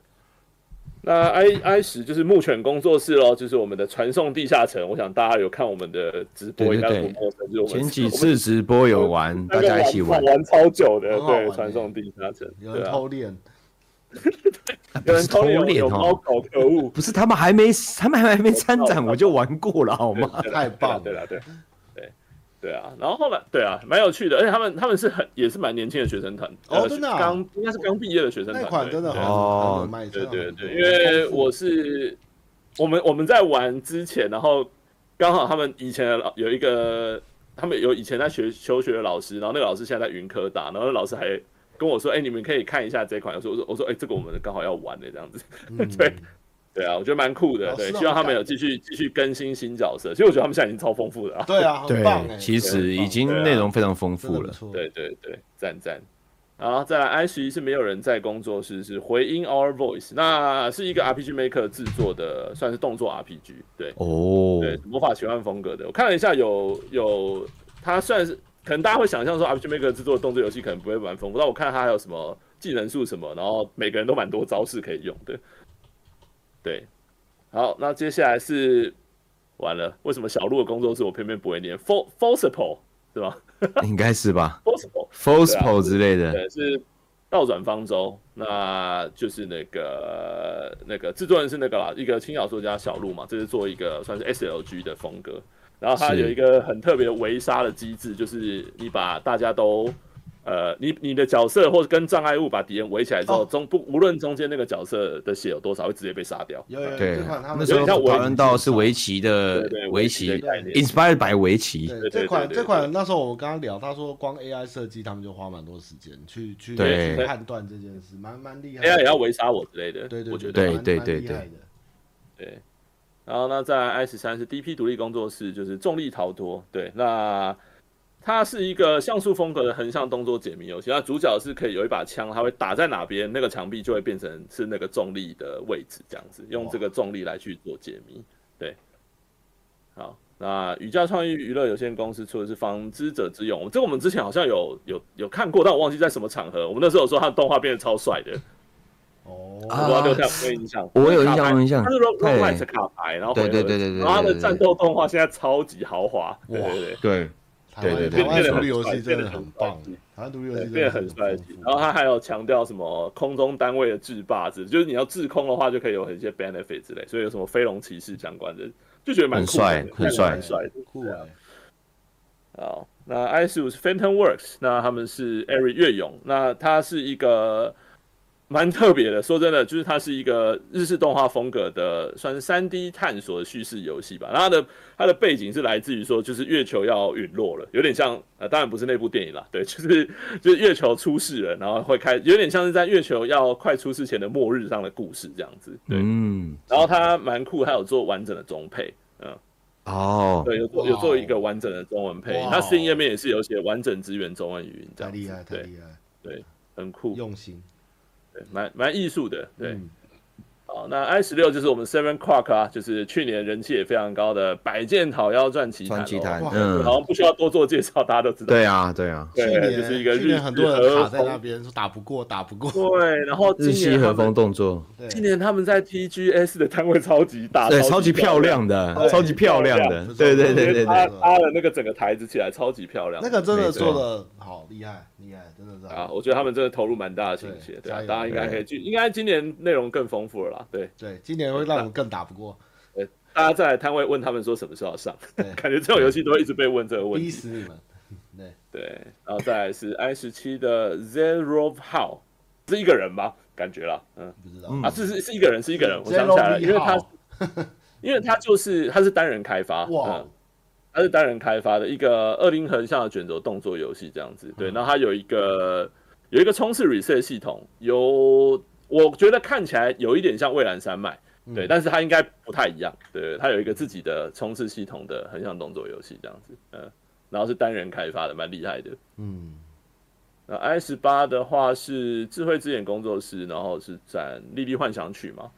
Speaker 2: 那 I I 十就是牧犬工作室咯，就是我们的传送地下城，我想大家有看我们的直播
Speaker 3: 对对
Speaker 2: 应该
Speaker 3: 对
Speaker 2: 不陌生，就是我们
Speaker 3: 前几次直播有玩，
Speaker 2: 我
Speaker 3: 大
Speaker 2: 们
Speaker 3: 家一起玩
Speaker 2: 玩，玩超久的，
Speaker 1: 很好玩
Speaker 2: 对，
Speaker 1: 欸
Speaker 2: 传送地下城，
Speaker 1: 有
Speaker 2: 对
Speaker 1: 人
Speaker 2: 啊
Speaker 1: 偷练，
Speaker 2: 有人偷
Speaker 3: 不是偷
Speaker 2: 猎
Speaker 3: 猎
Speaker 2: 有
Speaker 3: 哦
Speaker 2: 猫狗，可恶！
Speaker 3: 不是他们还没，他们还没参展，我就玩过了，好吗？
Speaker 1: 太棒了
Speaker 2: 对啊啦，对啦对对对啊，然后后来对啊，蛮有趣的，而且他们他们是很也是蛮年轻的学生团
Speaker 1: 哦
Speaker 2: 呃
Speaker 1: 真的啊
Speaker 2: 刚应该是刚毕业的学生
Speaker 1: 那
Speaker 2: 团，
Speaker 1: 款真的
Speaker 2: 对
Speaker 1: 好
Speaker 3: 哦
Speaker 1: 很有卖，
Speaker 2: 对
Speaker 1: 真的
Speaker 2: 对
Speaker 1: 很多
Speaker 2: 对，因为我是我们我们在玩之前，然后刚好他们以前的老有一个，他们有以前在学求学的老师，然后那个老师现在在云科大，然后那老师还跟我说，哎、你们可以看一下这款，我说我说我说，哎、这个我们刚好要玩的、这样子，
Speaker 1: 嗯
Speaker 2: 对对啊，我觉得蛮酷的，
Speaker 1: 老师
Speaker 2: 对，
Speaker 1: 好
Speaker 2: 希望他们
Speaker 1: 感
Speaker 2: 有继续继续更新新角色，其实我觉得他们现在已经超丰富了、啊，
Speaker 1: 对啊，很棒哎，
Speaker 3: 对，其实已经
Speaker 2: 对啊
Speaker 3: 内容非常丰
Speaker 1: 真的
Speaker 3: 富
Speaker 1: 不
Speaker 3: 了。
Speaker 1: 错，
Speaker 2: 对对对，赞赞。然后再来 I 十一是没有人在工作室，是回音 Our Voice，那是一个 RPG Maker 制作的，算是动作 RPG，对
Speaker 3: 哦，
Speaker 2: 对，魔法奇幻风格的。我看了一下有，有它算是可能大家会想象说 RPG Maker 制作的动作游戏可能不会蛮丰富，但我看它还有什么技能树什么，然后每个人都蛮多招式可以用的。对，好，那接下来是完了，为什么小鹿的工作室我偏偏不会念 For Forcible 是吧
Speaker 3: 应该是吧
Speaker 2: ？Forcible
Speaker 3: f o s p o 之类的，
Speaker 2: 啊对，是倒转方舟，那就是那个那个制作人是那个啦，一个轻小说家小鹿嘛，这是做一个算是 SLG 的风格，然后它
Speaker 3: 是
Speaker 2: 有一个很特别的围杀的机制，就是你把大家都。呃，你你的角色或者跟障碍物把敌人围起来之后，
Speaker 1: 哦
Speaker 2: 中不无论中间那个角色的血有多少，会直接被杀掉。
Speaker 1: 有有有
Speaker 3: 对啊
Speaker 1: 这款他，们
Speaker 3: 那时候
Speaker 2: 有点像围棋
Speaker 3: 讨论到是围棋
Speaker 2: 对
Speaker 3: 的
Speaker 2: 对，
Speaker 3: 呃围
Speaker 2: 的
Speaker 3: 棋
Speaker 2: 概念。
Speaker 3: ，inspired by 围棋，
Speaker 1: 对
Speaker 2: 对
Speaker 1: 这
Speaker 2: 对
Speaker 1: 款
Speaker 2: 对
Speaker 1: 这
Speaker 2: 对
Speaker 1: 款那时候我刚刚聊，他说光 AI 设计他们就花蛮多时间去去
Speaker 3: 对
Speaker 1: 去判断这件事，蛮蛮厉害
Speaker 2: AI 也
Speaker 1: 的。
Speaker 2: 要围杀我之类的，
Speaker 1: 对对
Speaker 2: 我觉得
Speaker 3: 对
Speaker 1: 蛮
Speaker 3: 对
Speaker 1: 蛮
Speaker 3: 对
Speaker 1: 厉
Speaker 3: 对
Speaker 1: 害的
Speaker 2: 对，然后呢，在 I 十三是 DP 独立工作室，就是重力逃脱。对，那它是一个像素风格的横向动作解谜游戏。那主角是可以有一把枪，它会打在哪边，那个墙壁就会变成是那个重力的位置，这样子用这个重力来去做解谜。对，好。那雨家创意娱乐有限公司出的是《纺织者之勇》，这个我们之前好像有有有看过，但我忘记在什么场合。我们那时候有说它的动画变得超帅的，我
Speaker 1: 哦
Speaker 3: 啊
Speaker 2: 不知道六太有没有印象？
Speaker 3: 我有印象，我有印象
Speaker 2: 它是 r o g
Speaker 3: 嗯对
Speaker 2: l i g 卡牌，然后
Speaker 3: 对
Speaker 2: 回
Speaker 3: 对
Speaker 2: 合
Speaker 3: 对对对
Speaker 2: 然后它
Speaker 3: 对
Speaker 2: 的
Speaker 3: 对对
Speaker 2: 战斗动画现在超级豪华，对
Speaker 1: 哇
Speaker 2: 对
Speaker 3: 对，
Speaker 1: 台
Speaker 3: 对
Speaker 1: 湾
Speaker 3: 对
Speaker 1: 台
Speaker 3: 对
Speaker 1: 湾
Speaker 3: 变得
Speaker 1: 独
Speaker 3: 很
Speaker 1: 立游
Speaker 2: 帅
Speaker 1: 戏真
Speaker 2: 变
Speaker 1: 的
Speaker 2: 得
Speaker 1: 很
Speaker 2: 很
Speaker 1: 棒
Speaker 2: 帅，
Speaker 1: 台湾独立游
Speaker 2: 对，
Speaker 1: 戏真
Speaker 2: 对变得
Speaker 1: 的
Speaker 2: 很
Speaker 1: 丰
Speaker 2: 帅气。
Speaker 1: 富
Speaker 2: 然后它还有强调什么空中单位的制霸制，就是你要制空的话就可以有很些 benefit 之类，所以有什么飞龙骑士相关的，就觉得蛮
Speaker 3: 很
Speaker 2: 酷的
Speaker 3: 帅很帅
Speaker 2: 蛮帅啊的。
Speaker 1: 酷哎，
Speaker 2: 好，那 i 十五是 Phantom Works，那他们是 Airy 乐勇，那它是一个蛮特别的。说真的，就是它是一个日式动画风格的，算是三 D 探索的叙事游戏吧。那它的它的背景是来自于说，就是月球要陨落了，有点像呃，当然不是那部电影啦，对，就是就是月球出事了，然后会开，有点像是在月球要快出事前的末日上的故事这样子。对，
Speaker 3: 嗯，
Speaker 2: 然后它蛮酷，它有做完整的中配，嗯。
Speaker 3: 哦，
Speaker 2: 对，有做
Speaker 1: 哇
Speaker 2: 有做一个完整的中文配，
Speaker 1: 哇哦
Speaker 2: 那 Steam 页面也是有写完整支援中文语音，这
Speaker 1: 太
Speaker 2: 样
Speaker 1: 厉
Speaker 2: 子
Speaker 1: 害太
Speaker 2: 对，
Speaker 1: 厉害，
Speaker 2: 很酷。
Speaker 1: 用心
Speaker 2: 对，蛮蛮艺术的，对。
Speaker 1: 嗯
Speaker 2: 好，那 i 十六就是我们 Seven Quark 啊，就是去年人气也非常高的百剑讨妖传奇
Speaker 3: 传奇
Speaker 2: 坛
Speaker 3: 坛
Speaker 2: 哦，，好
Speaker 3: 嗯，
Speaker 2: 像不需要多做介绍，大家都知道。
Speaker 3: 对啊，对啊，
Speaker 1: 去
Speaker 2: 对，
Speaker 1: 年
Speaker 2: 就是一个
Speaker 1: 去
Speaker 2: 日
Speaker 1: 年
Speaker 2: 式
Speaker 1: 很多人卡
Speaker 2: 和
Speaker 1: 在那
Speaker 2: 风，
Speaker 1: 边，说打不过，打不过。
Speaker 2: 对，然后今
Speaker 3: 日系
Speaker 2: 年
Speaker 3: 和
Speaker 2: 他们
Speaker 3: 风动作，
Speaker 1: 对，
Speaker 2: 今年他们在 TGS 的摊位超级大，
Speaker 3: 对，超级漂亮
Speaker 1: 对
Speaker 3: 的，超级漂亮
Speaker 1: 超级
Speaker 3: 的，
Speaker 1: 漂
Speaker 3: 对
Speaker 1: 亮
Speaker 3: 对对对
Speaker 2: 搭
Speaker 3: 对，
Speaker 2: 搭了那个整个台子起来，超级漂亮。
Speaker 1: 那个真的
Speaker 3: 没错
Speaker 1: 做的好厉害，厉害，真的是
Speaker 2: 啊，我觉得他们真的投入蛮大的心血，
Speaker 1: 对
Speaker 2: 对
Speaker 1: 加
Speaker 2: 啊，
Speaker 1: 油
Speaker 2: 大家应该可以去，应该今年内容更丰富了啦，对，
Speaker 1: 对，今年会让我们更打不过，
Speaker 2: 大家再来摊位问他们说什么时候要上
Speaker 1: 对，
Speaker 2: 感觉这种游戏都会一直被问这个问
Speaker 1: 逼
Speaker 2: 题，
Speaker 1: 死你们。对，
Speaker 2: 对，然后再来是 i 十七的 Zero How，是一个人吧？感觉啦，嗯，
Speaker 1: 不知道
Speaker 3: 嗯
Speaker 2: 啊，是是是一个人，是一个人，我想起
Speaker 1: Zero
Speaker 2: 来了，因为
Speaker 1: B
Speaker 2: 他
Speaker 1: 号
Speaker 2: 因为他就是他是单人开发，
Speaker 1: 哇
Speaker 2: 嗯，，它是单人开发的一个二零横向的卷轴动作游戏这样子。对，然后它有一个有一个冲刺 reset 系统，有我觉得看起来有一点像蔚蓝山脉，对，
Speaker 1: 嗯
Speaker 2: 但是它应该不太一样。对，它有一个自己的冲刺系统的横向动作游戏这样子，嗯，然后是单人开发的，蛮厉害的。
Speaker 1: 嗯，
Speaker 2: 那 i 十八的话是智慧之眼工作室，然后是展《莉莉幻想曲》嘛，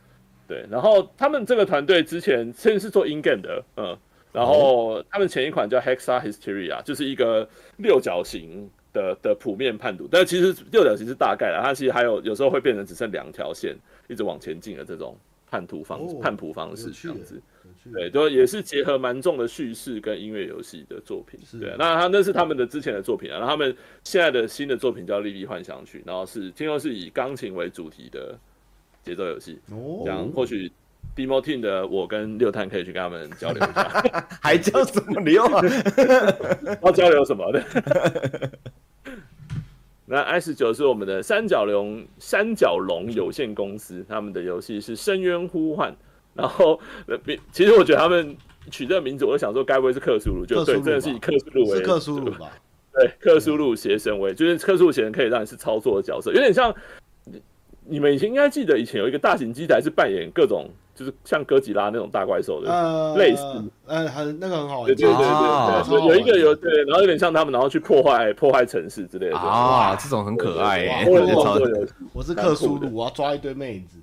Speaker 2: 对，然后他们这个团队之前甚至是做 in game 的，嗯，然后
Speaker 1: 哦
Speaker 2: 他们前一款叫 Hexa Hysteria，就是一个六角形的的谱面判读，但其实六角形是大概啦，它其实还有有时候会变成只剩两条线一直往前进的这种判图方式、
Speaker 1: 哦
Speaker 2: 判谱方式
Speaker 1: 有趣
Speaker 2: 这
Speaker 1: 耶
Speaker 2: 样子。
Speaker 1: 有趣
Speaker 2: 对，就也是结合蛮重的叙事跟音乐游戏的作品
Speaker 1: 是。
Speaker 2: 对，啊那他那是他们的之前的作品啊，然后他们现在的新的作品叫《莉莉幻想曲》，然后是听说是以钢琴为主题的节奏游戏。这样
Speaker 1: 哦，
Speaker 2: 或许 Demo Team 的我跟六探可以去跟他们交流一下，
Speaker 3: 还叫什么 流啊？
Speaker 2: 要交流什 么的。那 S 九是我们的三角龙三角龙有限公司，他们的游戏是《深渊呼唤》，然后呃比其实我觉得他们取这个名字，我就想说，该不会是克苏鲁？就
Speaker 1: 克苏
Speaker 2: 对，
Speaker 1: 鲁
Speaker 2: 真的
Speaker 1: 吧
Speaker 2: 是以克苏鲁为
Speaker 1: 是克苏鲁吧？
Speaker 2: 对，克苏鲁邪神为，就是克苏鲁邪神可以让你是操作的角色，有点像你你们以前应该记得，以前有一个大型机台是扮演各种，就是像哥吉拉那种大怪兽的，
Speaker 1: 呃，
Speaker 2: 类似，
Speaker 1: 呃，很那个很好玩，
Speaker 2: 对对对对
Speaker 3: 啊
Speaker 2: 对，所以有一个有对，然后有点像他们，然后去破坏破坏城市之类的。
Speaker 3: 啊，这种很可爱哎，
Speaker 2: 或者
Speaker 3: 我
Speaker 2: 是
Speaker 3: 觉得超
Speaker 2: 动作游戏，
Speaker 1: 我是克苏
Speaker 2: 蛮酷的
Speaker 1: 鲁，我要抓一堆妹子，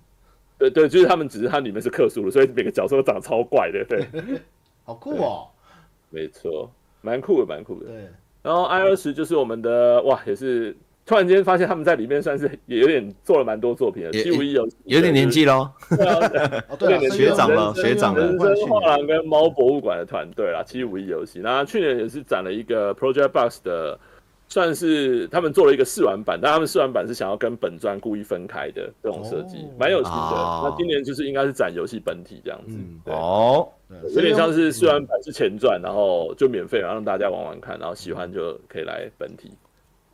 Speaker 2: 对对，就是他们只是它里面是克苏鲁，所以每个角色都长得超怪的， 对，
Speaker 1: 好酷哦。
Speaker 2: 没错，蛮酷的，蛮酷的。
Speaker 1: 对，
Speaker 2: 然后 I 二十就是我们的哇，也是突然间发现他们在里面算是也有点做了蛮多作品的，
Speaker 3: 也
Speaker 2: 七五一有啊
Speaker 3: 有点年纪喽。
Speaker 1: 哦对了，
Speaker 2: 对
Speaker 3: 学长了
Speaker 1: 深渊
Speaker 3: 学长了
Speaker 2: 人生画
Speaker 1: 深
Speaker 2: 廊跟猫博物馆的团队啦，七五一游戏。那去年也是展了一个 Project Box 的，算是他们做了一个试玩版，但他们试玩版是想要跟本传故意分开的这种设计
Speaker 1: 哦，
Speaker 2: 蛮、有趣的。
Speaker 3: 哦
Speaker 2: 那今年就是应该是展游戏本体这样子，
Speaker 1: 嗯
Speaker 2: 对
Speaker 3: 哦，
Speaker 1: 渊
Speaker 2: 有点像是试玩版是前传，然后就免费，然后让大家玩玩看，然后喜欢就可以来本体。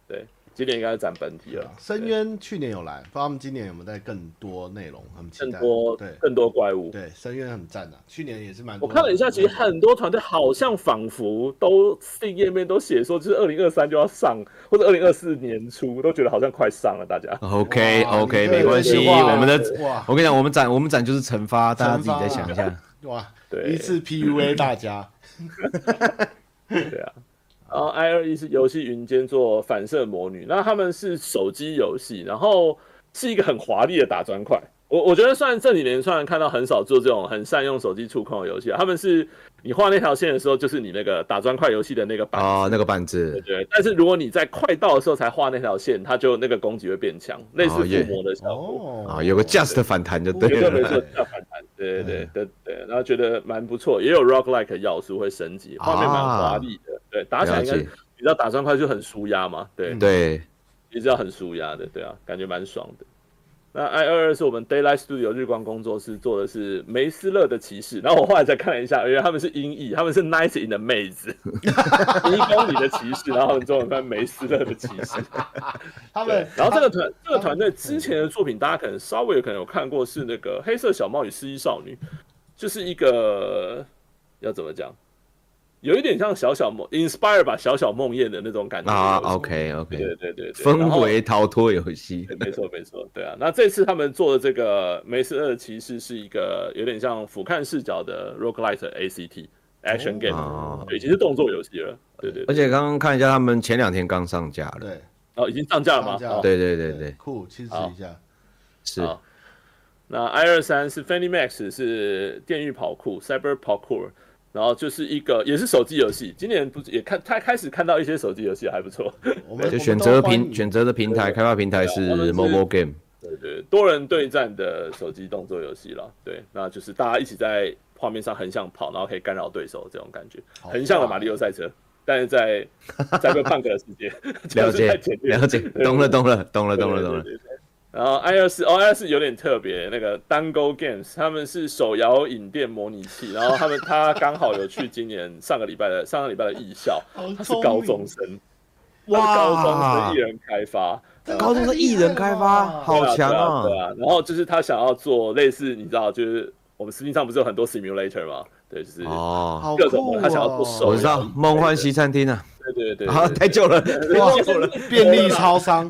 Speaker 2: 对，今年应该是展本体了。
Speaker 1: 深渊去年有来，不知道他们今年有没有带更多内容，很期
Speaker 2: 更
Speaker 1: 待。
Speaker 2: 多
Speaker 1: 对
Speaker 2: 更多怪物，
Speaker 1: 对，深渊很赞的，啊去年也是蛮
Speaker 2: 我
Speaker 1: 多的。
Speaker 2: 看了一下，其实很多团队好像仿佛都 Steam 页面都写说，就是二零二三就要上，或者二零二四年初，都觉得好像快上了。大家
Speaker 3: OK
Speaker 1: 哇你
Speaker 3: OK，
Speaker 1: 这
Speaker 3: 没
Speaker 1: 个
Speaker 3: 关系，
Speaker 1: 计划
Speaker 3: 我们的
Speaker 1: 哇
Speaker 3: 我跟你讲，我们展我们展就是惩罚，大家自己再想一
Speaker 1: 惩
Speaker 3: 下。
Speaker 1: 哇，
Speaker 2: 对
Speaker 1: 一次 PUA 大家，
Speaker 2: 对啊。然后 I 二一是游戏云间做反射魔女，那他们是手机游戏，然后是一个很华丽的打砖块。我我觉得算这几年算看到很少做这种很善用手机触控的游戏啊，他们是你画那条线的时候，就是你那个打砖块游戏的那个板
Speaker 3: 哦，那个板
Speaker 2: 对
Speaker 3: 子，
Speaker 2: 对，但是如果你在快到的时候才画那条线，它就那个攻击会变强，类似
Speaker 3: 哦耶
Speaker 2: 附魔的效果。
Speaker 1: 哦，
Speaker 3: 啊，有个 just 的反弹就
Speaker 1: 对
Speaker 2: 没错
Speaker 3: 对
Speaker 2: 没错
Speaker 3: 了。，
Speaker 2: 要反弹，对对对对对，然后觉得蛮不错，也有 rock like 的要素会升级，画面蛮华丽的，对，打起来
Speaker 3: 啊了
Speaker 2: 应该
Speaker 3: 解，嗯
Speaker 2: 比较打砖块就很舒压嘛，对，
Speaker 3: 对，
Speaker 2: 也是要很舒压的，对啊，感觉蛮爽的。那 I 二二是我们 Daylight Studio 日光工作室做的是梅斯勒的骑士，然后我后来再看了一下，原来他们是音译，他们是 Nice in the Maze，迷宫里的骑士，然后他们中文翻梅斯勒的骑士。
Speaker 1: 他
Speaker 2: 对
Speaker 1: 们，
Speaker 2: 然后这个团这个团队之前的作品，大家可能稍微有可能有看过，是那个《黑色小猫与失忆少女》，就是一个要怎么讲，有一点像小小梦 inspire 吧，小小梦魇的那种感觉
Speaker 3: 啊
Speaker 2: 的游戏
Speaker 3: ，OK
Speaker 2: 对
Speaker 3: OK，
Speaker 2: 对对对对，然
Speaker 3: 氛
Speaker 2: 后
Speaker 3: 围逃脱游戏
Speaker 2: 对没错没错，对啊。那这次他们做的这个梅斯二骑士是一个有点像俯瞰视角的 roguelite ACT action
Speaker 1: 哦
Speaker 2: game，、
Speaker 3: 啊，
Speaker 2: 对，已经是动作游戏了。对对
Speaker 3: 而且刚刚看一下，他们前两天刚上架了。
Speaker 1: 对
Speaker 2: 哦，已经上架了吗
Speaker 1: 上？架
Speaker 2: 哦
Speaker 1: 了
Speaker 3: 对对对对，
Speaker 1: 酷，支持一下，
Speaker 3: 是
Speaker 2: 好那 i 二三是 Fanny Max 是电狱跑酷 Cyber Parkour，然后就是一个也是手机游戏，今年不是也看他开始看到一些手机游戏还不错，
Speaker 1: 我们
Speaker 3: 就选择
Speaker 1: 平
Speaker 3: 平选择的平台，
Speaker 2: 对
Speaker 3: 开发平台
Speaker 2: 对我们是
Speaker 3: 是 mobile game。
Speaker 2: 对对，多人对战的手机动作游戏了，对，那就是大家一起在画面上横向跑，然后可以干扰对手这种感觉，
Speaker 1: 好
Speaker 2: 很像的马里奥赛车，但是在在个半个世界，
Speaker 3: 了
Speaker 2: 就是
Speaker 3: 解
Speaker 2: 在前面
Speaker 3: 了解，懂了懂了懂了
Speaker 2: 对
Speaker 3: 啊懂了懂。了
Speaker 2: 对。对对对然后 i 二四哦 i 二四有点特别，那个 Dango Games 他们是手摇饮店模拟器，然后他们他刚好有去今年上个礼拜的 上个礼拜的艺校，
Speaker 1: 好
Speaker 2: 他是
Speaker 1: 聪明
Speaker 2: 高中生，他
Speaker 3: 哇
Speaker 2: 是高中生一人开发，
Speaker 3: 高中生艺人开发，
Speaker 1: 好，
Speaker 3: 好强
Speaker 2: 对啊！对！啊，然后就是他想要做类似，你知道，就是我们 Steam 上不是有很多 simulator 嘛？对，就是
Speaker 3: 哦，
Speaker 1: 好
Speaker 2: 各种
Speaker 1: 酷
Speaker 2: 他想要做
Speaker 1: 哦
Speaker 2: 手
Speaker 3: 我知道梦幻西餐厅啊，
Speaker 2: 对对对，
Speaker 3: 啊，
Speaker 2: 对
Speaker 3: 太旧了，太久了，
Speaker 1: 便利超 商，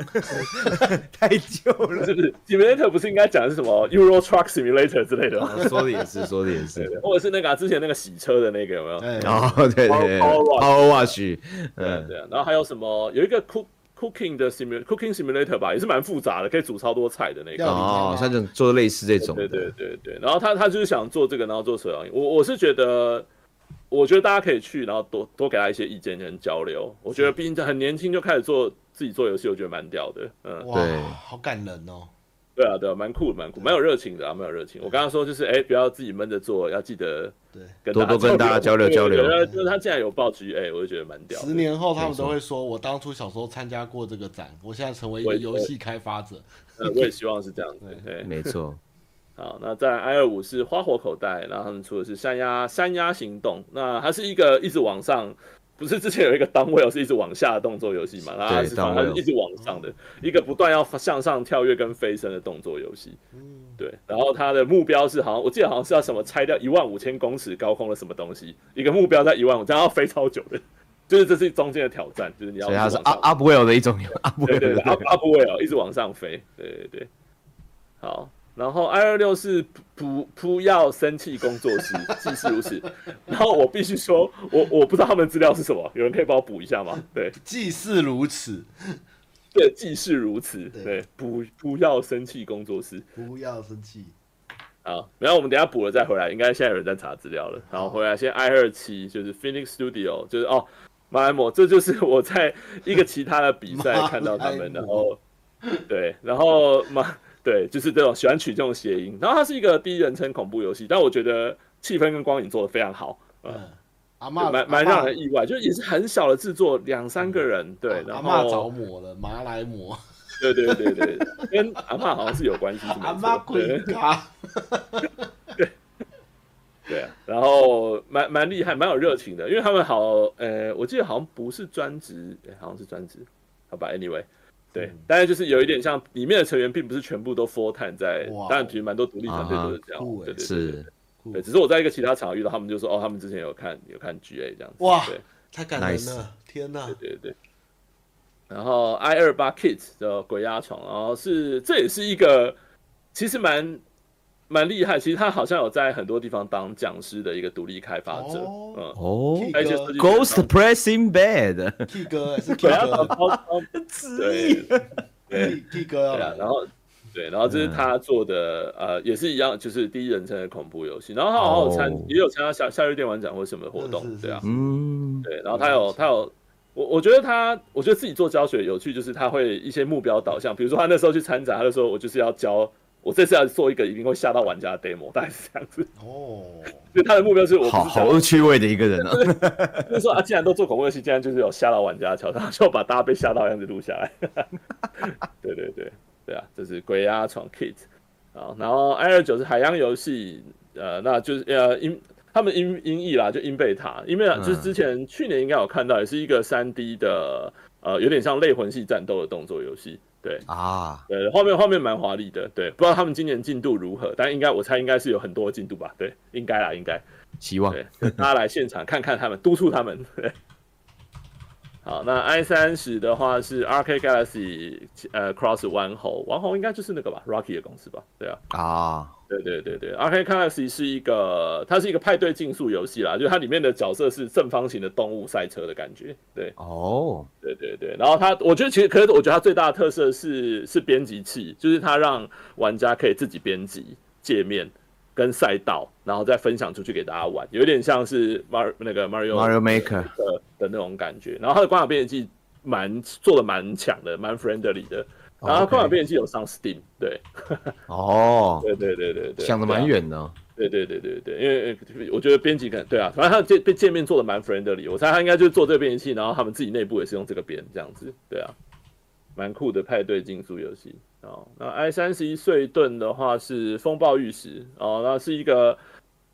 Speaker 3: 太久了。
Speaker 2: 是不是 simulator 不是应该讲的是什么 Euro Truck Simulator 之类的吗？
Speaker 3: 说的也是，说的也是。
Speaker 2: 或者是那个、啊、之前那个洗车的那个有没有？
Speaker 1: 哎，
Speaker 3: 哦，对对
Speaker 2: Power-
Speaker 3: 对
Speaker 2: Power
Speaker 3: ，Power Wash，
Speaker 2: 对啊
Speaker 3: 嗯，
Speaker 2: 对啊，然后还有什么？有一个 cook cooking 的 simul cooking simulator 吧，也是蛮复杂的，可以煮超多菜的那
Speaker 1: 料理
Speaker 2: 个。
Speaker 3: 哦，像这种做类似这种
Speaker 2: 对
Speaker 3: 的，
Speaker 2: 对对对，然后他他就是想做这个，然后做手摇饮。我我是觉得，我觉得大家可以去，然后多多给他一些意见跟交流。我觉得毕竟很年轻就开始做自己做游戏，我觉得蛮屌的。嗯，
Speaker 1: 哇
Speaker 3: 对，
Speaker 1: 好感人哦。
Speaker 2: 对啊对啊，蛮酷的蛮酷，蛮有热情的啊，蛮有热情。我刚刚说就是，哎，不要自己闷着做，要记得
Speaker 1: 对，
Speaker 2: 跟
Speaker 3: 多多跟大家交流交流
Speaker 2: 对对对就是他竟然有报 GA，我就觉得蛮屌的。
Speaker 1: 十年后他们都会说，我当初小时候参加过这个展，我现在成为一个游戏开发者。
Speaker 2: 嗯，我也希望是这样子。对，
Speaker 3: 没错。
Speaker 2: 好，那在 i 二五是花火口袋，然后他们出的是山鸭山鸭行动，那它是一个一直往上，不是之前有一个单位哦，是一直往下的动作游戏嘛，然后它
Speaker 3: 对
Speaker 2: 是它
Speaker 3: 单
Speaker 2: 是
Speaker 3: 位
Speaker 2: 一直往上的，一个不断要向上跳跃跟飞升的动作游戏。
Speaker 1: 嗯，
Speaker 2: 对，然后它的目标是好像我记得好像是要什么拆掉一万五千公尺高空的什么东西，一个目标在一万五，这样要飞超久的，就是这是中间的挑战，就是你要
Speaker 3: 所以它是
Speaker 2: 一直
Speaker 3: 阿
Speaker 2: 往上
Speaker 3: 阿布尔的一种，阿布
Speaker 2: 对
Speaker 3: 尔
Speaker 2: 对对，
Speaker 3: 的
Speaker 2: 阿阿布威尔一直往上飞，对对对，好。然后 I 二六是扑扑药生气工作室，既是如此。然后我必须说，我我不知道他们资料是什么，有人可以帮我补一下吗？对
Speaker 1: 既是如此，
Speaker 2: 对，既是如此，
Speaker 1: 对
Speaker 2: 对扑扑药生气工作室。
Speaker 1: 不要生气。
Speaker 2: 好，然后我们等一下补了再回来，应该现在有人在查资料了。然后回来先 I 二七，就是 Phoenix Studio，就是哦，马来姆，这就是我在一个其他的比赛
Speaker 1: 马来姆
Speaker 2: 看到他们，然后对，然后马对，就是这种喜欢取这种谐音。然后它是一个第一人称恐怖游戏，但我觉得气氛跟光影做的非常好，
Speaker 1: 嗯，阿
Speaker 2: 对
Speaker 1: 妈
Speaker 2: 蛮蛮让人意外，就是也是很小的制作，两三个人对，然
Speaker 1: 哦阿妈着
Speaker 2: 后
Speaker 1: 魔了，麻来魔，
Speaker 2: 对对对对，跟阿妈好像是有关系，是没错
Speaker 1: 阿妈
Speaker 2: 对
Speaker 1: 鬼咖。
Speaker 2: 对啊，然后蛮蛮厉害，蛮有热情的，因为他们好，呃，我记得好像不是专职，诶好像是专职，好吧，anyway，对
Speaker 1: 嗯，
Speaker 2: 但是就是有一点像里面的成员并不是全部都 full time 在
Speaker 1: 哇哦，
Speaker 2: 当然其实蛮多独立团队都是这
Speaker 1: 啊哈酷欸
Speaker 2: 样，对对对
Speaker 3: 是
Speaker 2: 对，只是我在一个其他场合遇到他们就说，哦，他们之前有看有看 GA 这样子，
Speaker 1: 哇
Speaker 2: 对
Speaker 1: 太感人了！天哪，
Speaker 2: 对对对。然后 i 二八 Kids 的鬼压床，然后是这也是一个其实蛮蛮厉害，其实他好像有在很多地方当讲师的一个独立开发者，
Speaker 1: 哦
Speaker 2: 嗯。
Speaker 3: 哦
Speaker 1: 屁
Speaker 2: 还有一些设计
Speaker 3: ，Ghost Pressing Bed，
Speaker 1: T 哥哎是 T
Speaker 2: 鬼压床
Speaker 1: 哥
Speaker 2: 超超 对
Speaker 1: 啊
Speaker 2: 对
Speaker 1: ，T T 哥要
Speaker 2: 对啊，
Speaker 1: 来
Speaker 2: 然后对，然后
Speaker 1: 嗯
Speaker 2: 这是他做的，呃，也是一样，就是第一人称的恐怖游戏。然后他好像有参
Speaker 3: 哦
Speaker 2: 也有参加夏夏日电玩展或什么活
Speaker 1: 是
Speaker 2: 动
Speaker 1: 是，
Speaker 2: 对啊，
Speaker 3: 嗯，
Speaker 2: 对，然后他有他有。我我觉得他，我觉得自己做教学有趣，就是他会一些目标导向，比如说他那时候去参展，他就说我就是要教，我这次要做一个一定会吓到玩家的 demo，大概是这样子。
Speaker 1: 哦，
Speaker 2: 就他的目标是我不
Speaker 3: 好
Speaker 2: 是想
Speaker 3: 好恶趣味的一个人啊，
Speaker 2: 就是说啊，既然都做恐怖游戏，既然就是有吓到玩家的桥段，就把大家被吓到的样子录下来。 对对对对啊，这是鬼压床 Kid 好，然后 I 二九是海洋游戏，呃，那就是呃音他们音音译啦，就音贝塔，音贝塔就是
Speaker 3: 嗯
Speaker 2: 之前、去年应该有看到，也是一个三 D 的呃，有点像类魂系战斗的动作游戏，对。
Speaker 3: 啊，
Speaker 2: 对，画面画面蛮华丽的，对，不知道他们今年进度如何，但应该我猜应该是有很多进度吧，对，应该啦，应该，
Speaker 3: 希望
Speaker 2: 对，大家来现场看看他们，督促他们。对 好，那 i 三十的话是 RK Galaxy 呃 Cross 玩猴，玩猴应该就是那个吧，Rocky 的公司吧？对啊，
Speaker 3: 啊，
Speaker 2: 对对对对，RK Galaxy 是一个，它是一个派对竞速游戏啦，就是它里面的角色是正方形的动物赛车的感觉，对
Speaker 3: 哦，
Speaker 2: 对对对。然后它，我觉得其实，可是我觉得它最大的特色是是编辑器，就是它让玩家可以自己编辑界面跟赛道，然后再分享出去给大家玩，有点像是 Mar 那个 Mario
Speaker 3: Mario Maker
Speaker 2: 的的那种感觉。然后它的官网编辑器蛮做的蛮强的，蛮 friendly 的。然后它
Speaker 3: 哦 OK
Speaker 2: 官网编辑器有上 Steam，对
Speaker 3: 哦，
Speaker 2: 对对对对对，
Speaker 3: 想的
Speaker 2: 对啊
Speaker 3: 蛮远呢。
Speaker 2: 对对对对对，因为呃我觉得编辑可能对啊，反正他界被界面做的蛮 friendly，我猜他应该就是做这个编辑器，然后他们自己内部也是用这个编这样子，对啊，蛮酷的派对竞速游戏。哦，那 i 三十一岁盾的话是风暴玉石哦，那是一个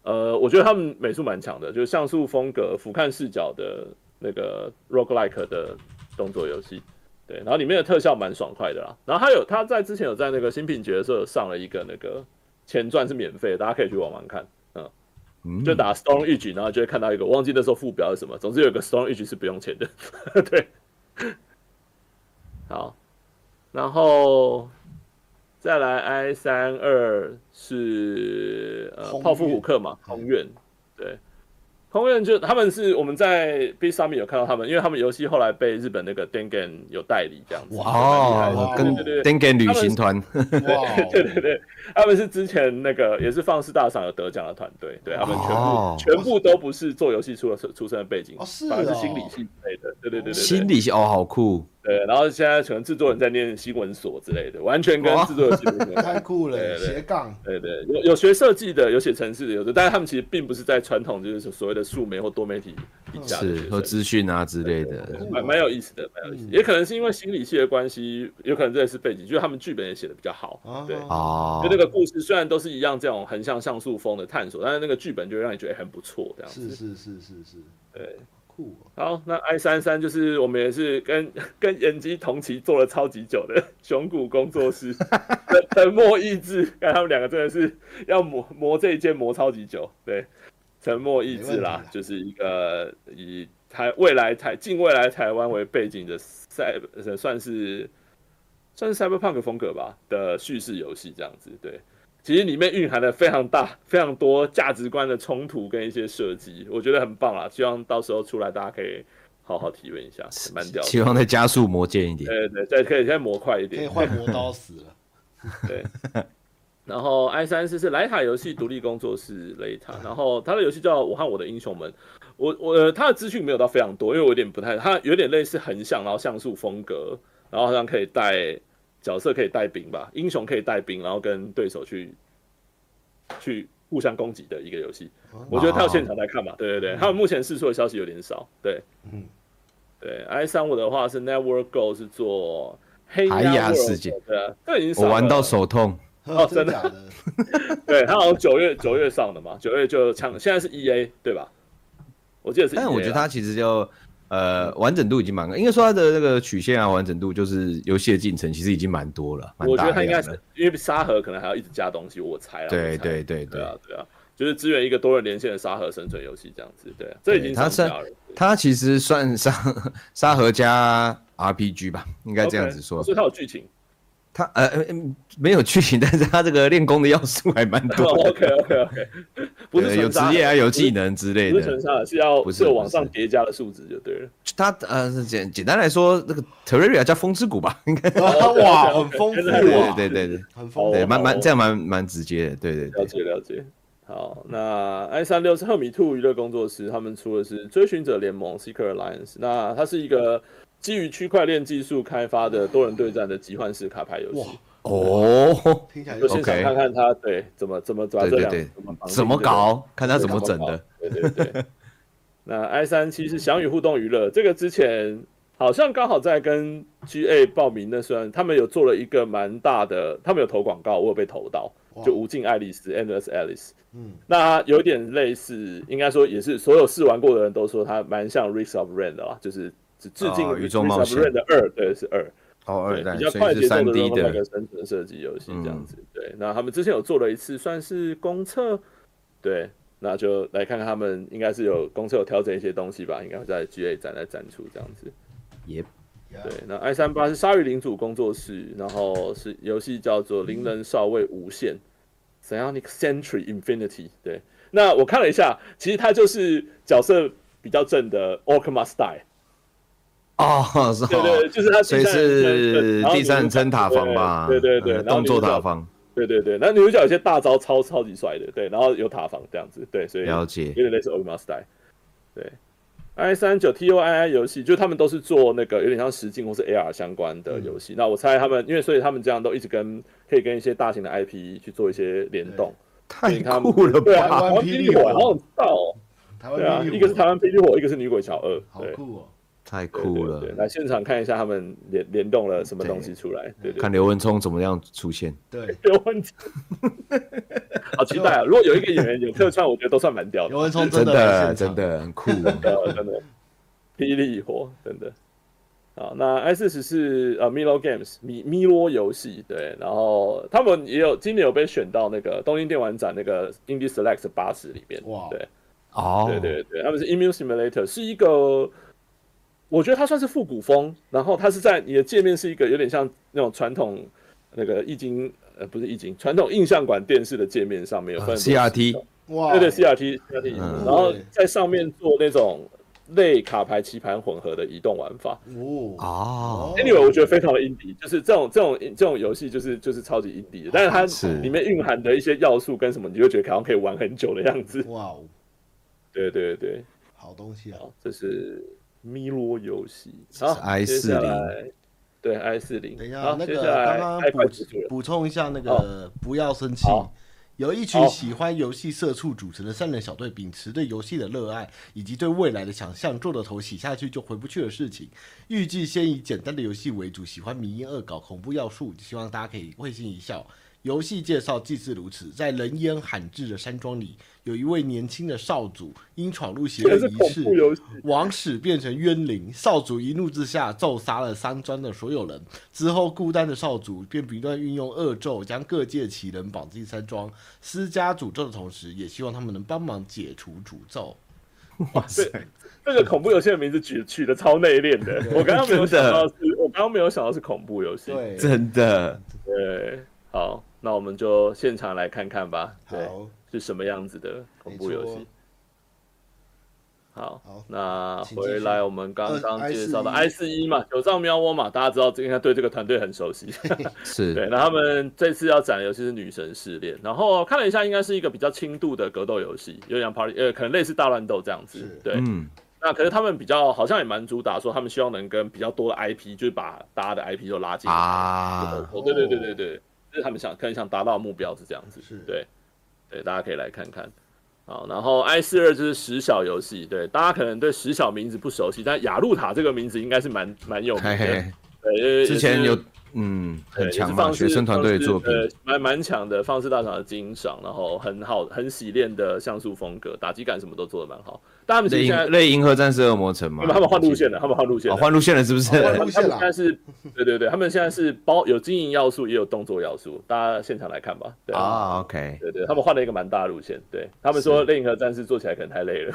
Speaker 2: 呃，我觉得他们美术蛮强的，就是像素风格、俯瞰视角的那个 roguelike 的动作游戏。对，然后里面的特效蛮爽快的啦。然后他有他在之前有在那个新品节的时候有上了一个那个前传是免费的，大家可以去玩玩看。
Speaker 3: 嗯，
Speaker 2: 就打 Stone Age，然后就会看到一个，我忘记那时候副标是什么，总之有一个 Stone Age 是不用钱的，对。好，然后再来 I 三二是呃
Speaker 1: 宏愿
Speaker 2: 泡芙虎克嘛，空院对，空院就他们是我们在 B Summit 有看到他们，因为他们游戏后来被日本那个 Dengen 有代理这样子，蛮厉害
Speaker 3: 哦
Speaker 2: 的，
Speaker 3: 跟
Speaker 2: 对对对
Speaker 3: Dengen 旅行团
Speaker 1: 哇，
Speaker 2: 对对对， 他们是之前那个也是放肆大赏有得奖的团队，对他们全部、
Speaker 3: 哦
Speaker 2: 全部都不是做游戏出了出身的背景，
Speaker 1: 哦是
Speaker 2: 反而是
Speaker 1: 哦
Speaker 2: 心理系之类的，对对对对对，
Speaker 3: 心理系哦，好酷，
Speaker 2: 对，然后现在可能制作人在念新闻所之类的，完全跟
Speaker 3: 哇
Speaker 2: 制作游戏无关。
Speaker 1: 太酷了，
Speaker 2: 对对
Speaker 1: 斜杠，
Speaker 2: 对对，有有学设计的，有写程式的，有的，但是他们其实并不是在传统就是所谓的数媒或多媒体底下的
Speaker 3: 是
Speaker 2: 学
Speaker 3: 和
Speaker 2: 生
Speaker 3: 资讯啊之类的，
Speaker 2: 蛮蛮有意思的，蛮有意思
Speaker 1: 嗯
Speaker 2: 的。也可能是因为心理系的关系，有可能这也是背景，就是他们剧本也写的比较好
Speaker 1: 哦。
Speaker 2: 对，
Speaker 3: 哦
Speaker 2: 就那，个故事虽然都是一样这种横向像素风的探索，但是那个剧本就会让你觉得很不错这样
Speaker 1: 是
Speaker 2: 子。
Speaker 1: 是是是是，
Speaker 2: 对，
Speaker 1: 酷哦，
Speaker 2: 好，那 i 三三就是我们也是跟 跟延基同期做了超级久的熊谷工作室， 沉沉默意志，看他们两个真的是要磨磨这一件磨超级久，对，沉默意
Speaker 1: 没问
Speaker 2: 志啦
Speaker 1: 题啦，
Speaker 2: 就是一个以台未来台近未来台湾为背景的赛，呃算是算是 cyberpunk 风格吧的叙事游戏这样子，对。其实里面蕴含了非常大、非常多价值观的冲突跟一些设计，我觉得很棒啦。啊希望到时候出来大家可以好好体验一下，蛮屌
Speaker 3: 希
Speaker 2: 的。
Speaker 3: 望再加速魔剑一点。
Speaker 2: 对对，再可以再磨快一
Speaker 1: 可以
Speaker 2: 点。
Speaker 1: 换磨刀石了，
Speaker 2: 哦对。然后 i 三四是莱塔游戏独立工作室雷塔，
Speaker 1: 嗯
Speaker 2: 然后他的游戏叫《我和我的英雄们》，我我呃他的资讯没有到非常多，因为我有点不太，他有点类似横向，然后像素风格，然后好像可以带角色可以带兵吧，英雄可以带兵，然后跟对手去去互相攻击的一个游戏。我觉得他
Speaker 3: 哦
Speaker 2: 要现场来看嘛，对对
Speaker 3: 嗯
Speaker 2: 对，他们目前试出的消息有点少，对，
Speaker 1: 嗯，
Speaker 2: 对。i 三五的话是 Network Go 是做黑
Speaker 3: 海
Speaker 2: 鸭
Speaker 3: 亚
Speaker 2: World
Speaker 3: 世界
Speaker 2: 的，对啊，这已经上
Speaker 3: 我玩
Speaker 2: 了
Speaker 3: 到手痛，
Speaker 2: 哦
Speaker 1: 真
Speaker 2: 真
Speaker 1: 的
Speaker 2: 的
Speaker 1: 假的？
Speaker 2: 对他好像九月九月上的嘛，九月就抢，现在是 E A 对吧？我记得是 E 啊 EA 啦，
Speaker 3: 但我觉得它其实就呃完整度已经蛮高，应该说它的那个曲线啊完整度，就是游戏的进程其实已经蛮多了，蛮
Speaker 2: 我觉
Speaker 3: 大
Speaker 2: 得他应该
Speaker 3: 量
Speaker 2: 是
Speaker 3: 的。
Speaker 2: 因为沙盒可能还要一直加东西，我猜啊，
Speaker 3: 对
Speaker 2: 我猜
Speaker 3: 对
Speaker 2: 对
Speaker 3: 对对
Speaker 2: 啊，对啊，就是支援一个多人连线的沙盒生存游戏这样子，对啊，这已经上架了。
Speaker 3: 它其实算沙沙盒加 RPG 吧，应该这样子说
Speaker 2: OK，。所以它有哦剧情。
Speaker 3: 它呃呃嗯没有剧情，但是它这个练功的要素还蛮多的，
Speaker 2: OK OK OK，不是
Speaker 3: 呃有
Speaker 2: 纯
Speaker 3: 职
Speaker 2: 沙盒
Speaker 3: 业啊，有技，能之类
Speaker 2: 不是不是纯
Speaker 3: 的。
Speaker 2: 沙盒，是要
Speaker 3: 不是
Speaker 2: 是有往
Speaker 3: 不是
Speaker 2: 上叠加的数值就对了。
Speaker 3: 它呃简简单来说，那个 Terraria 叫风之谷吧，应该
Speaker 1: 哇，很丰富
Speaker 3: 对
Speaker 1: 啊，
Speaker 3: 对对对
Speaker 1: 很丰
Speaker 2: 哦
Speaker 3: 对，
Speaker 1: 富，啊
Speaker 3: 蛮蛮这样蛮蛮直接的，对对
Speaker 2: 了
Speaker 3: 对。
Speaker 2: 解了解。好，那 i 三六是赫米兔娱乐工作室，他们出的是《追寻者联盟》（Seeker Alliance）。那它是一个基于区块链技术开发的多人对战的集幻式卡牌游
Speaker 1: 哇
Speaker 2: 戏。，
Speaker 3: 哦，
Speaker 1: 听起来
Speaker 2: 就
Speaker 1: 就
Speaker 2: 现场
Speaker 3: OK
Speaker 2: 看看它对怎么怎么抓
Speaker 3: 对
Speaker 2: 这
Speaker 3: 对
Speaker 2: 两
Speaker 3: 对
Speaker 2: 么，绑定
Speaker 3: 怎么
Speaker 2: 这个
Speaker 3: 搞？看他怎么整的。
Speaker 2: 对对 对。那 i 三七是翔宇互动娱乐，这个之前好像刚好在跟 GA 报名那时候，他们有做了一个蛮大的，他们有投广告，我有被投到，
Speaker 1: 哇
Speaker 2: 就无尽爱丽丝 （Endless Alice）。
Speaker 1: 啊嗯，
Speaker 2: 那有点类似，应该说也是所有试玩过的人都说它蛮像《Risk of Rain》的啦，就是只致敬
Speaker 3: 哦
Speaker 2: 《
Speaker 3: 宇宙
Speaker 2: Risk
Speaker 3: 冒
Speaker 2: of
Speaker 3: 险
Speaker 2: Rain》的二，对，是二。
Speaker 3: 哦，
Speaker 2: 对，
Speaker 3: 二代，
Speaker 2: 比较
Speaker 3: 所
Speaker 2: 快
Speaker 3: 以
Speaker 2: 节
Speaker 3: 是
Speaker 2: 奏
Speaker 3: 三
Speaker 2: 的
Speaker 3: D
Speaker 2: 那
Speaker 3: 的嗯
Speaker 2: 个生存设计游戏这样子。对，那他们之前有做了一次，算是公测，对，那就来看看他们应该是有公测有调整一些东西吧，应该会在 GA 展来展出这样子。
Speaker 3: 也
Speaker 2: 对，那 i 三八是鲨鱼领主工作室，然后是游戏叫做《灵能少尉无限》（Psionic Century Infinity）。对，那我看了一下，其实它就是角色比较正的 Orkma Style。
Speaker 3: 哦，是哦，
Speaker 2: 对对，就是它
Speaker 3: 所以
Speaker 2: 第三人
Speaker 3: 是
Speaker 2: 称
Speaker 3: 第三人称塔防吧？
Speaker 2: 对对对，
Speaker 3: 呃
Speaker 2: 然后
Speaker 3: 动
Speaker 2: 女
Speaker 3: 作
Speaker 2: 主角
Speaker 3: 塔。防，
Speaker 2: 对对对，然后女主角有些大招超超级帅的，对，然后有塔防这样子，对，所以
Speaker 3: 了
Speaker 2: 有
Speaker 3: 解。
Speaker 2: 点类似 Ogma Style。对，i 三九 T O I I 游戏，就他们都是做那个有点像实境或是 AR 相关的
Speaker 3: 嗯
Speaker 2: 游戏。那我猜他们，因为所以他们这样都一直跟可以跟一些大型的 IP 去做一些联动。
Speaker 3: 太
Speaker 2: 对他们
Speaker 3: 酷了
Speaker 2: 对啊，
Speaker 1: 台
Speaker 3: 吧！
Speaker 1: 湾
Speaker 2: 台湾
Speaker 1: 霹
Speaker 2: 霹
Speaker 1: 雳
Speaker 2: 雳火
Speaker 1: 火
Speaker 2: 好想到哦，
Speaker 1: 台湾
Speaker 2: 对啊，
Speaker 1: 霹雳
Speaker 2: 一个是
Speaker 1: 舞
Speaker 2: 台湾霹雳火，一个是女鬼桥二，
Speaker 1: 好
Speaker 2: 对。
Speaker 1: 酷哦，
Speaker 3: 太
Speaker 2: 对
Speaker 3: 酷
Speaker 2: 对对，
Speaker 3: 了！
Speaker 2: 来现场看一下他们联联动了什么东西出来，对对对
Speaker 3: 看刘文聪怎么样出现。
Speaker 1: 对，
Speaker 2: 有问题， 好期待啊！如果有一个演员有客串，我觉得都算蛮屌的
Speaker 1: 尤。文聪
Speaker 3: 真
Speaker 1: 的
Speaker 3: 的真
Speaker 1: 的
Speaker 3: 的很酷，
Speaker 2: 呃，真的，霹雳火，真的。好，那 i 四十是呃 Milo Games 米米罗游戏对，然后他们也有今年有被选到那个东京电玩展那个 Indie Select 八十里面，
Speaker 1: 哇
Speaker 2: 对
Speaker 3: 哦，
Speaker 2: 对对对，他们是 Immune Simulator 是一个，我觉得它算是复古风，然后它是在你的界面是一个有点像那种传统那个易经呃不是易经传统印象馆电视的界面上面有分
Speaker 3: 啊
Speaker 2: 很多
Speaker 3: CRT
Speaker 1: 哇，
Speaker 2: 对对，CRT CRT，、
Speaker 3: 哦嗯
Speaker 2: 然后在上面做那种类卡牌棋盘混合的移动玩法。
Speaker 1: 哦，
Speaker 3: 哦，
Speaker 2: Anyway，我觉得非常的 indie，就是这种这种这种游戏就是就是超级 indie 的，但是它
Speaker 3: 是
Speaker 2: 里面蕴含的一些要素跟什么，你就觉得好像可以玩很久的样子。
Speaker 1: 哇哦，
Speaker 2: 对对对，
Speaker 1: 好东西啊，
Speaker 2: 好，这是米罗游戏，
Speaker 3: 这
Speaker 2: 好
Speaker 3: 是 I40
Speaker 2: 接下来对 I 四零，
Speaker 1: 等一
Speaker 2: 好
Speaker 1: 下，那
Speaker 2: 接
Speaker 1: 个
Speaker 2: 下
Speaker 1: 刚
Speaker 2: 来
Speaker 1: 刚
Speaker 2: i 快结束
Speaker 1: 补
Speaker 2: 了，
Speaker 1: 补充一下，那个
Speaker 2: 哦
Speaker 1: 不要生气
Speaker 2: 好。
Speaker 1: 有一群
Speaker 2: 好
Speaker 1: 喜欢游戏社畜组成的三人小队，秉持对游戏的热爱以及对未来的想象，做的头洗下去就回不去的事情。预计先以简单的游戏为主，喜欢迷因恶搞恐怖要素，希望大家可以会心一笑。游戏介绍既是如此，在人烟罕至的山庄里，有一位年轻的少主因闯入邪
Speaker 2: 这
Speaker 1: 恶
Speaker 2: 个是
Speaker 1: 仪
Speaker 2: 恐
Speaker 1: 式，
Speaker 2: 怖游戏，
Speaker 1: 王室变成冤灵，少主一怒之下咒杀了山庄的所有人。之后，孤单的少主便不断运用恶咒，将各界奇人绑进山庄，施加诅咒的同时，也希望他们能帮忙解除诅咒。
Speaker 3: 哇塞，
Speaker 2: 这个恐怖游戏的名字取取的超内敛的，我刚刚没有想到是，我刚刚没有想到是恐怖游戏。
Speaker 1: 对，
Speaker 3: 真的
Speaker 2: 对，好，那我们就现场来看看吧。对，
Speaker 1: 好，
Speaker 2: 是什么样子的恐怖游
Speaker 1: 没
Speaker 2: 戏？好，
Speaker 1: 好
Speaker 2: 那
Speaker 1: 请继续呃
Speaker 2: 回来我们刚刚介绍的
Speaker 1: I41
Speaker 2: I 四一嘛，九藏喵窝嘛，大家知道这应该对这个团队很熟悉。对，
Speaker 3: 是
Speaker 2: 那他们这次要展的游戏是《女神试炼》，然后看了一下，应该是一个比较轻度的格斗游戏，有点像 party，呃，可能类似大乱斗这样
Speaker 1: 是
Speaker 2: 子。对，
Speaker 3: 嗯，
Speaker 2: 那可是他们比较好像也蛮主打说，他们希望能跟比较多的 IP，就是把大家的 IP 都拉进来。
Speaker 3: 啊，
Speaker 2: 哦，对对对对对，这是他们想可能想达到的目标是这样子
Speaker 1: 是，
Speaker 2: 对对，大家可以来看看。好，然后 I 四二就是石小游戏，对，大家可能对石小名字不熟悉，但雅路塔这个名字应该是蛮蛮有名
Speaker 3: 嘿
Speaker 2: 的，
Speaker 3: 嘿，
Speaker 2: 对，因为也是
Speaker 3: 之前有嗯
Speaker 2: 对
Speaker 3: 很
Speaker 2: 也
Speaker 3: 强
Speaker 2: 是
Speaker 3: 嘛，
Speaker 2: 放
Speaker 3: 学生团队的作品
Speaker 2: 呃，蛮蛮强的，放肆大厂的经赏，然后很好很洗练的像素风格，打击感什么都做的蛮好，但他们其
Speaker 3: 类
Speaker 2: 实现在
Speaker 3: 银类银河战士恶魔 城嘛，
Speaker 2: 他们换路线了，他们换路线
Speaker 3: 哦，
Speaker 2: 了。
Speaker 3: 换路线了是不是？
Speaker 1: 换
Speaker 2: 他
Speaker 1: 路
Speaker 2: 们
Speaker 1: 线
Speaker 2: 现
Speaker 1: 啦
Speaker 2: 在是，对对对，他们现在是包有经营要素，也有动作要素，大家现场来看吧。对
Speaker 3: 啊，OK
Speaker 2: 对对，他们换了一个蛮大的路线。对他们说，《猎鹰和战士》做起来可能太累了，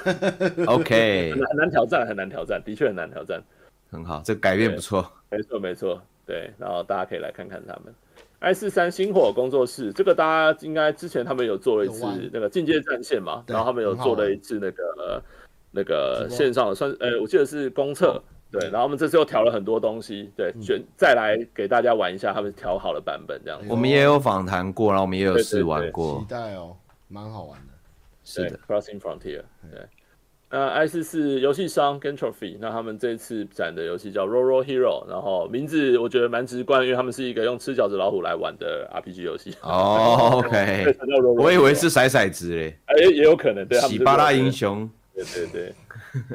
Speaker 3: OK，
Speaker 2: 很难很难挑战，很难挑战，的确很难挑战。
Speaker 3: 很好，这改变不错。
Speaker 2: 没错没错，对，然后大家可以来看看他们。i 四三星火工作室，这个大家应该之前他们有做了一次
Speaker 1: 有玩
Speaker 2: 那个进阶战线嘛，
Speaker 1: 对
Speaker 2: 然后他们有做了一次那个那个线上的算是，呃，我记得是公测，对，然后我们这次又调了很多东西，对，选再来给大家玩一下他们调好的版本这样子
Speaker 3: 我。们也有访谈过，然后我们也有
Speaker 2: 对对
Speaker 3: 试玩
Speaker 1: 期
Speaker 3: 过，
Speaker 1: 待哦，蛮好玩的。
Speaker 3: 是的，
Speaker 2: 对，Crossing Frontier，对。那 i 四四游戏商跟 Trophy，那他们这次展的游戏叫 Roro Hero，然后名字我觉得蛮直观，因为他们是一个用吃饺子老虎来玩的 RPG 游戏。
Speaker 3: 哦
Speaker 2: 对，
Speaker 3: ，OK，
Speaker 2: 它叫 Roro Hero
Speaker 3: 我以为是骰骰子嘞，
Speaker 2: 哎，也也有可能 对，他们
Speaker 3: 喜
Speaker 2: 是
Speaker 3: 巴拉
Speaker 2: Roro Hero
Speaker 3: 英，雄，
Speaker 2: 对对对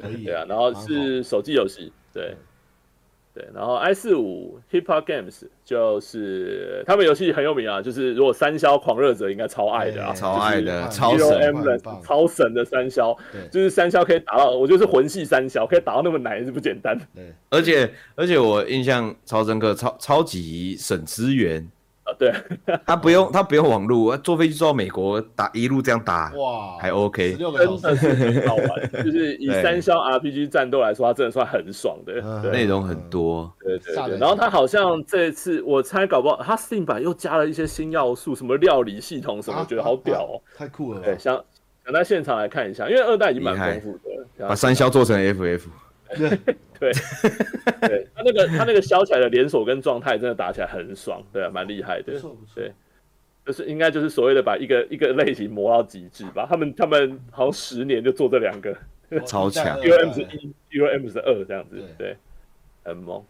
Speaker 1: 可 以
Speaker 2: 对啊，然后
Speaker 1: 蛮好
Speaker 2: 是手机游戏，对对，然后 i 四五 Hip Hop Games 就是他们游戏很有名啊，就是如果三消狂热者应该超爱的啊，
Speaker 1: 对
Speaker 3: 超爱的
Speaker 1: 就是
Speaker 3: 超神
Speaker 2: Hero
Speaker 1: 很
Speaker 2: Emblem
Speaker 1: 棒
Speaker 2: 超神的三消，
Speaker 1: 对
Speaker 2: 就是三消可以打到，我就是魂系三消可以打到那么难，是不简单。
Speaker 1: 对
Speaker 3: 而且而且我印象超深刻，超超级省资源，
Speaker 2: 呃， 对，
Speaker 3: 啊他不用他不用网路，坐飞机坐到美国打一路这样打，
Speaker 1: 哇，
Speaker 3: 还
Speaker 1: 十
Speaker 3: OK。
Speaker 1: 六个
Speaker 2: 真
Speaker 1: 小
Speaker 2: 的
Speaker 1: 时，
Speaker 2: 是很好玩，就是以
Speaker 3: 对
Speaker 2: 三消 RPG 战斗来说，它真的算很爽的。
Speaker 1: 嗯
Speaker 2: 对
Speaker 3: 内容很多，
Speaker 2: 对对
Speaker 1: 吓人
Speaker 2: 对，然后它好像这次我猜搞不好，它 Steam 版又加了一些新要素，什么料理系统什么，
Speaker 1: 啊
Speaker 2: 我觉得好屌哦。
Speaker 1: 太酷了吧
Speaker 2: 对，？想想在现场来看一下，因为二代已经蛮
Speaker 3: 厉害
Speaker 2: 丰富的啊了。想
Speaker 3: 把三消做成 FF，
Speaker 2: 对，它那个它那个消起来的连锁跟状态真的打起来很爽，对啊，蛮厉害
Speaker 1: 不
Speaker 2: 的。
Speaker 1: 错不错，
Speaker 2: 对就是应该就是所谓的把一个一个类型磨到极致吧。他们他们好像十年就做这两个
Speaker 1: 哦
Speaker 3: 超强
Speaker 1: 一代
Speaker 2: U M
Speaker 1: 二
Speaker 2: 是
Speaker 1: 代
Speaker 2: 一，U M 是二这样子，
Speaker 1: 对
Speaker 2: 对，很猛。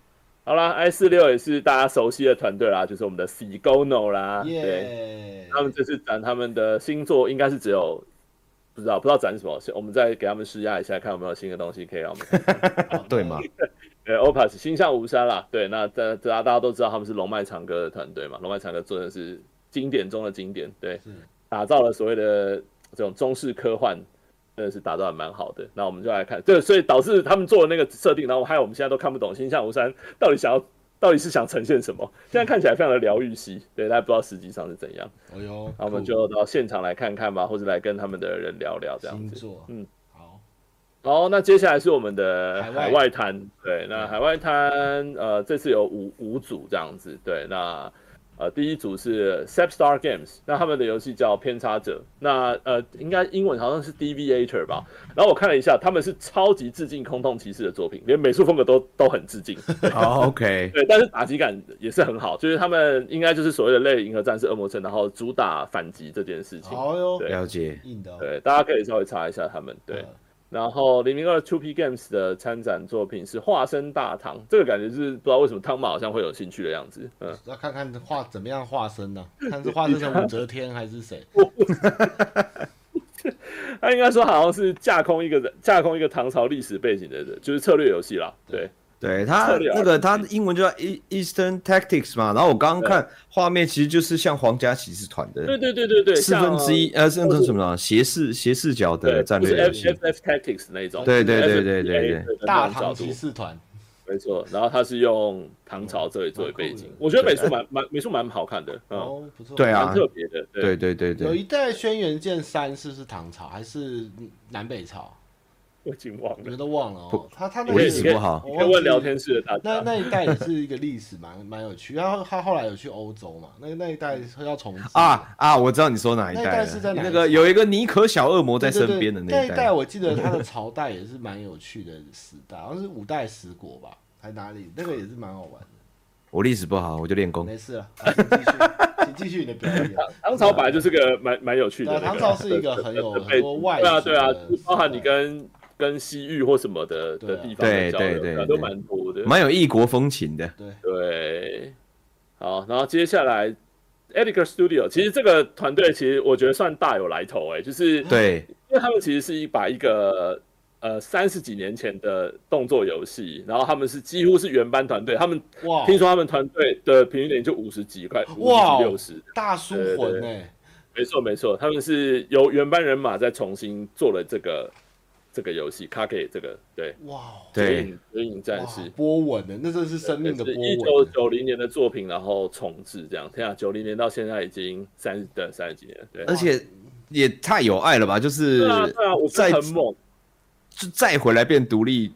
Speaker 2: 好啦，i 四六也是大家熟悉的团队啦，就是我们的 C Gono 啦，啊对，
Speaker 1: 耶，
Speaker 2: 他们这次展他们的新作应该是只有不知道不知道展什么，是我们再给他们施压一下，看有没有新的东西可以让我们看。
Speaker 3: 对嘛？
Speaker 2: 对，OPUS 星象无山啦，对，那大大家大家都知道他们是龙脉长歌的团队嘛，龙脉长歌做的是经典中的经典，对
Speaker 1: 是，
Speaker 2: 打造了所谓的这种中式科幻，真的是打造的蛮好的。那我们就来看，对，所以导致他们做的那个设定，然后还有我们现在都看不懂星象无山到底想要到底是想呈现什么，现在看起来非常的疗愈系，对，大家不知道实际上是怎样，
Speaker 1: 哎呦，
Speaker 2: 那我们
Speaker 1: 酷
Speaker 2: 就到现场来看看吧，或者来跟他们的人聊聊这样
Speaker 1: 星
Speaker 2: 子。
Speaker 1: 座，
Speaker 2: 嗯，
Speaker 1: 好，
Speaker 2: 好，那接下来是我们的
Speaker 1: 海外嗯
Speaker 2: 海外摊，对，那海外摊，呃，这次有五五组这样子，对，那呃，第一组是 s e p Star Games，那他们的游戏叫《偏差者》，那呃，应该英文好像是 Deviator 吧，然后我看了一下，他们是超级致敬空洞骑士的作品，连美术风格都都很 致敬，
Speaker 3: 好哦 OK，
Speaker 2: 对，但是打击感也是很好，就是他们应该就是所谓的类银河战士恶魔城，然后主打反击这件事情，
Speaker 1: 好哟，
Speaker 2: 对
Speaker 3: 了解。
Speaker 1: 硬的哦，
Speaker 2: 对，大家可以稍微查一下他们，
Speaker 3: 嗯
Speaker 2: 对。
Speaker 1: 呃
Speaker 2: 然后零零二 Two P Games 的参展作品是《化身大唐》，这个感觉是不知道为什么汤马好像会有兴趣的样子。嗯，
Speaker 1: 要看看化怎么样化身 呢？看是化身成武则天还是谁？
Speaker 2: 他应该说好像是架空一个人，架空一个唐朝历史背景的人，就是策略游戏啦。对，
Speaker 3: 对他
Speaker 2: 策略嗯
Speaker 3: 那个，他英文就叫 E- Eastern Tactics 嘛。然后我刚刚看画面，其实就是像皇家骑士团
Speaker 2: 对
Speaker 3: 的
Speaker 2: 对对对对，
Speaker 3: 四分之一，呃，是那
Speaker 2: 或
Speaker 3: 种
Speaker 2: 是
Speaker 3: 什么啊斜视斜视角的
Speaker 2: 对，
Speaker 3: 战
Speaker 2: 就是
Speaker 3: 略游
Speaker 2: F
Speaker 3: 戏
Speaker 2: F。F Tactics 那一种。
Speaker 3: 对对对
Speaker 2: FFA
Speaker 3: 对对对
Speaker 2: 对，
Speaker 1: 大
Speaker 2: 那种角
Speaker 1: 唐
Speaker 2: 度
Speaker 1: 骑士团，
Speaker 2: 没错。然后他是用唐朝这里作为背
Speaker 1: 蛮
Speaker 2: 景
Speaker 1: 酷，的
Speaker 2: 我觉得美术蛮蛮美术蛮好看的，嗯，
Speaker 1: 哦，不错，
Speaker 3: 对啊
Speaker 2: 蛮特别的。对
Speaker 3: 对对对
Speaker 1: 有
Speaker 3: 对，
Speaker 1: 一代《轩辕剑三》是不是唐朝还是南北朝？
Speaker 2: 我已经忘
Speaker 1: 我
Speaker 2: 了
Speaker 1: 觉。得忘了哦
Speaker 3: 不。
Speaker 1: 他他那
Speaker 2: 我
Speaker 1: 个
Speaker 2: 一
Speaker 1: 是
Speaker 2: 直不
Speaker 3: 好
Speaker 2: 你可以问聊天室的大
Speaker 1: 那
Speaker 2: 家。
Speaker 1: 那一代也是一个历史蛮蛮有趣，然后他后来有去欧洲嘛，那那一代要重置
Speaker 3: 啊啊，我知道你说哪一
Speaker 1: 那一代
Speaker 3: 代
Speaker 1: 是
Speaker 3: 了
Speaker 1: 在哪一代
Speaker 3: 那个有一个尼可小恶魔在
Speaker 1: 对对
Speaker 3: 身
Speaker 1: 对
Speaker 3: 边的
Speaker 1: 那
Speaker 3: 那
Speaker 1: 一
Speaker 3: 一
Speaker 1: 代，
Speaker 3: 代。
Speaker 1: 我记得他的朝代也是蛮有趣的时代，好像是五代十国吧，还哪里？那个也是蛮好玩的。
Speaker 3: 我历史不好，我就练功。
Speaker 1: 没事了，好请继续，请继续你的表 演。
Speaker 2: 唐朝本来就是个蛮蛮有趣的
Speaker 1: 对，啊
Speaker 2: 那个，
Speaker 1: 唐朝是一个很有
Speaker 2: 的的
Speaker 1: 很多外
Speaker 2: 对啊
Speaker 1: 族
Speaker 2: 对啊
Speaker 1: 的，
Speaker 2: 包含你跟跟西域或什么的
Speaker 1: 对
Speaker 2: 的
Speaker 1: 啊
Speaker 2: 地方的
Speaker 3: 对
Speaker 2: 交流，
Speaker 3: 对
Speaker 2: 啊
Speaker 3: 对
Speaker 2: 都
Speaker 3: 对
Speaker 2: 蛮多的。
Speaker 3: 蛮有异国风情的，
Speaker 1: 对，
Speaker 2: 对，好，然后接下来 Edgar Studio，其实这个团队其实我觉得算大有来头哎、就是
Speaker 3: 对，
Speaker 2: 因为他们其实是一把一个呃三十几年前的动作游戏，然后他们是几乎是原班团队，他们
Speaker 1: 哇，
Speaker 2: 听说他们团队的平均点就五十几块，五
Speaker 1: 哇哦
Speaker 2: 十六十。
Speaker 1: 大叔魂欸呢、
Speaker 2: 没错没错，他们是由原班人马再重新做了这个这个游戏《卡给这个对
Speaker 1: 哇，
Speaker 2: 绝
Speaker 3: 对
Speaker 2: 影绝影战士
Speaker 1: 哇》波纹欸的，那真是生命的波
Speaker 2: 是一九
Speaker 1: 纹欸。
Speaker 2: 九零年的作品，然后重置这样。天啊，九零年到现在已经三十对三十几年了，对
Speaker 3: 而且也太有爱了吧！就是
Speaker 2: 对啊对啊，我觉
Speaker 3: 在
Speaker 2: 得很猛，
Speaker 3: 就再回来变独立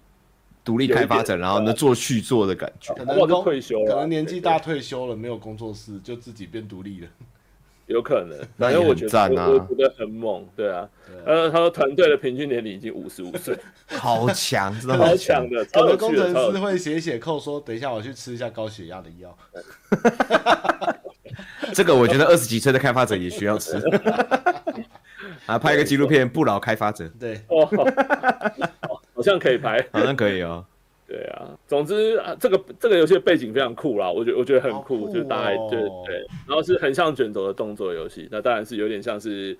Speaker 3: 独立开发者，然后
Speaker 2: 呃
Speaker 3: 呢做续作的感觉。
Speaker 1: 可能
Speaker 2: 搞不好
Speaker 1: 工
Speaker 2: 就退休了，
Speaker 1: 可能年纪
Speaker 2: 对
Speaker 1: 大退休了，没有工作室，就自己变独立了。
Speaker 2: 有可能，
Speaker 3: 那
Speaker 2: 反
Speaker 3: 也
Speaker 2: 正我
Speaker 3: 很
Speaker 2: 觉得
Speaker 3: 赞啊
Speaker 2: 我我觉得很猛，对啊。
Speaker 1: 对啊
Speaker 2: 呃，他说团队的平均年龄已经五十五岁，
Speaker 3: 好强，真的
Speaker 2: 超
Speaker 3: 好
Speaker 2: 强
Speaker 3: 强！
Speaker 2: 的，
Speaker 1: 可
Speaker 2: 超有
Speaker 1: 能工
Speaker 2: 趣的，
Speaker 1: 程
Speaker 2: 超有
Speaker 1: 师
Speaker 2: 趣
Speaker 1: 会写写扣说，等一下我去吃一下高血压的药。
Speaker 3: 这个我觉得二十几岁的开发者也需 要吃。啊，拍一个纪录片，不老开发者
Speaker 1: 对，
Speaker 2: 哦，好好像可以拍。
Speaker 3: 好像可以哦。
Speaker 2: 对啊，总之啊，这个这个游戏的背景非常酷啦，我觉得我觉得很酷，
Speaker 1: 好酷
Speaker 2: 就是大概
Speaker 1: 哦
Speaker 2: 对对，然后是横向卷轴的动作游戏，那当然是有点像是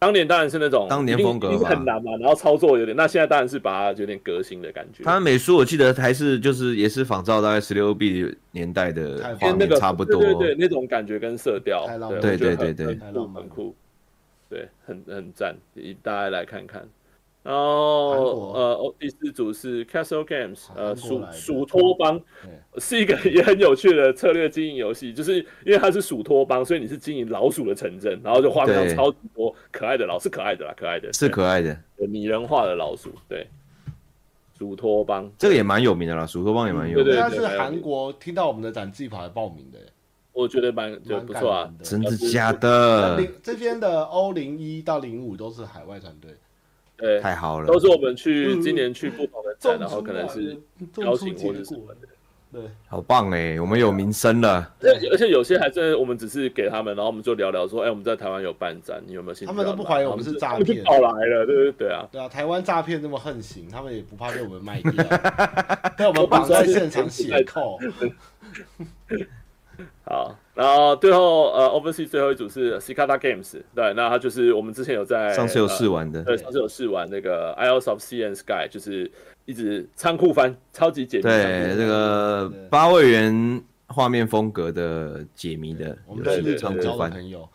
Speaker 2: 当年当然是那种
Speaker 3: 当年
Speaker 2: 一定
Speaker 3: 风格吧
Speaker 2: 一定是很难嘛，然后操作有点，那现在当然是把它有点革新的感觉，
Speaker 3: 他们美术我记得还是就是也是仿照大概十六 B 年代的画
Speaker 2: 跟那
Speaker 3: 面
Speaker 2: 个
Speaker 3: 差不多
Speaker 2: 对，对对那种感觉跟色调
Speaker 1: 太，浪漫
Speaker 2: 对我觉得
Speaker 3: 对
Speaker 1: 对
Speaker 2: 很
Speaker 3: 对对
Speaker 2: 很
Speaker 1: 太
Speaker 2: 酷
Speaker 1: 浪漫
Speaker 2: 很酷，对，很很赞，大家来看看。然
Speaker 1: 韩
Speaker 2: 后
Speaker 1: 国啊
Speaker 2: 呃，哦第四组是 Castle Games，
Speaker 1: 韩
Speaker 2: 呃，
Speaker 1: 国
Speaker 2: 鼠
Speaker 1: 来的
Speaker 2: 鼠托邦
Speaker 1: 对
Speaker 2: 是一个也很有趣的策略经营游戏，就是因为它是鼠托邦，所以你是经营老鼠的城镇，然后就画面上
Speaker 3: 对
Speaker 2: 超级多可爱的老，是可爱的啦，可爱的，
Speaker 3: 是可爱的，
Speaker 2: 对拟人化的老鼠，对，鼠托邦，
Speaker 3: 这个也蛮有名的啦，鼠头棒也蛮有
Speaker 2: 对
Speaker 3: 名
Speaker 1: 应
Speaker 3: 的，
Speaker 1: 该是
Speaker 2: 对对
Speaker 1: 韩国听到我们的展技跑来报名的耶，
Speaker 2: 我觉得蛮就
Speaker 1: 蛮
Speaker 2: 不错啊
Speaker 1: 感人，
Speaker 3: 真
Speaker 2: 要
Speaker 3: 的
Speaker 2: 是
Speaker 3: 假
Speaker 1: 那
Speaker 3: 的？
Speaker 1: 零这边的欧零一到零五都是海外团队，
Speaker 2: 对，
Speaker 3: 太好了，
Speaker 2: 都是我们去
Speaker 1: 嗯
Speaker 2: 今年去不同的
Speaker 1: 种啊
Speaker 2: 站，然后可能是
Speaker 1: 出来
Speaker 2: 邀
Speaker 1: 种出
Speaker 2: 请或者
Speaker 1: 结
Speaker 2: 是
Speaker 1: 果，对，
Speaker 3: 好棒哎，我们有名声了，
Speaker 2: 而且而且有些还真的，我们只是给他们，然后我们就聊聊说，哎、我们在台湾有办展，你有没有兴趣要
Speaker 1: 他
Speaker 2: 来？
Speaker 1: 们都不怀疑我们是诈骗
Speaker 2: 他们就跑来了，对对对啊，
Speaker 1: 对啊，台湾诈骗那么横行，他们也不怕被我们卖掉，被我们绑在现场血扣。
Speaker 2: 好，然后最后呃，Oversea 最后一组是 Cicada Games，对，那它就是我们之前有在
Speaker 3: 上次有
Speaker 2: 呃
Speaker 3: 试玩的，
Speaker 2: 对，上次有试玩那个 Isles of Sea and Sky，就是一直仓库翻超级解密，
Speaker 3: 对，这个八位元画面风格的解谜的
Speaker 1: 我们
Speaker 3: 游戏
Speaker 1: 在
Speaker 2: 对
Speaker 1: 日
Speaker 3: 仓
Speaker 1: 本
Speaker 3: 库
Speaker 1: 交的
Speaker 3: 番，
Speaker 1: 朋友，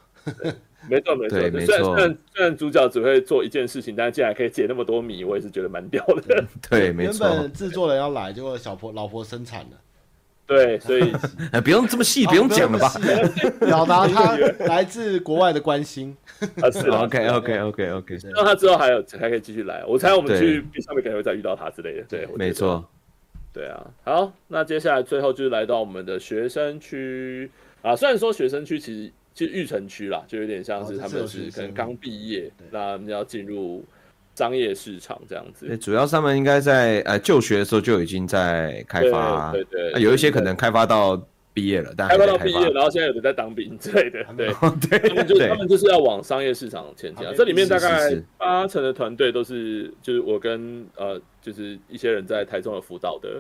Speaker 2: 没错没错，
Speaker 3: 对没
Speaker 2: 虽然
Speaker 3: 错
Speaker 2: 虽然虽然主角只会做一件事情，但竟然可以解那么多谜，我也是觉得蛮屌
Speaker 1: 嗯
Speaker 2: 的，
Speaker 3: 对，没
Speaker 1: 原
Speaker 3: 错，
Speaker 1: 本制作人要来，结果小婆老婆生产了，
Speaker 2: 对，所以
Speaker 3: 哎不用这么细，不用讲 了吧
Speaker 1: 啊不用这么细啊表达他来自国外的关心。
Speaker 2: 啊是啦
Speaker 3: ？OK OK OK OK，
Speaker 1: 对
Speaker 2: 让他之后还有还可以继续来，我猜我们
Speaker 3: 对
Speaker 2: 去冰上面可能会再遇到他之类的。对，我觉得
Speaker 3: 没，错，
Speaker 2: 对啊。好，那接下来最后就是来到我们的学生区啊，虽然说学生区其实其实育成区啦，就有点像是
Speaker 1: 哦
Speaker 2: 他
Speaker 1: 这是
Speaker 2: 们
Speaker 1: 有
Speaker 2: 是
Speaker 1: 学
Speaker 2: 可
Speaker 1: 生
Speaker 2: 能刚毕业
Speaker 1: 对，
Speaker 2: 那他们要进入商业市场这样子
Speaker 3: 对，。主要他们应该在呃就学的时候就已经在开发，啊
Speaker 2: 对对对
Speaker 3: 那有一些可能开发到毕业了，但还
Speaker 2: 开发
Speaker 3: 啊在
Speaker 2: 到
Speaker 3: 开
Speaker 2: 毕
Speaker 3: 发
Speaker 2: 业，然后现在有的在当兵之类的，对，
Speaker 3: 对
Speaker 2: 他们就
Speaker 3: 对
Speaker 2: 他们就是要往商业市场前进啊。这里面大
Speaker 3: 是是
Speaker 2: 概
Speaker 3: 是
Speaker 2: 八成的团队都是，就是我跟呃，就是一些人在台中有辅导的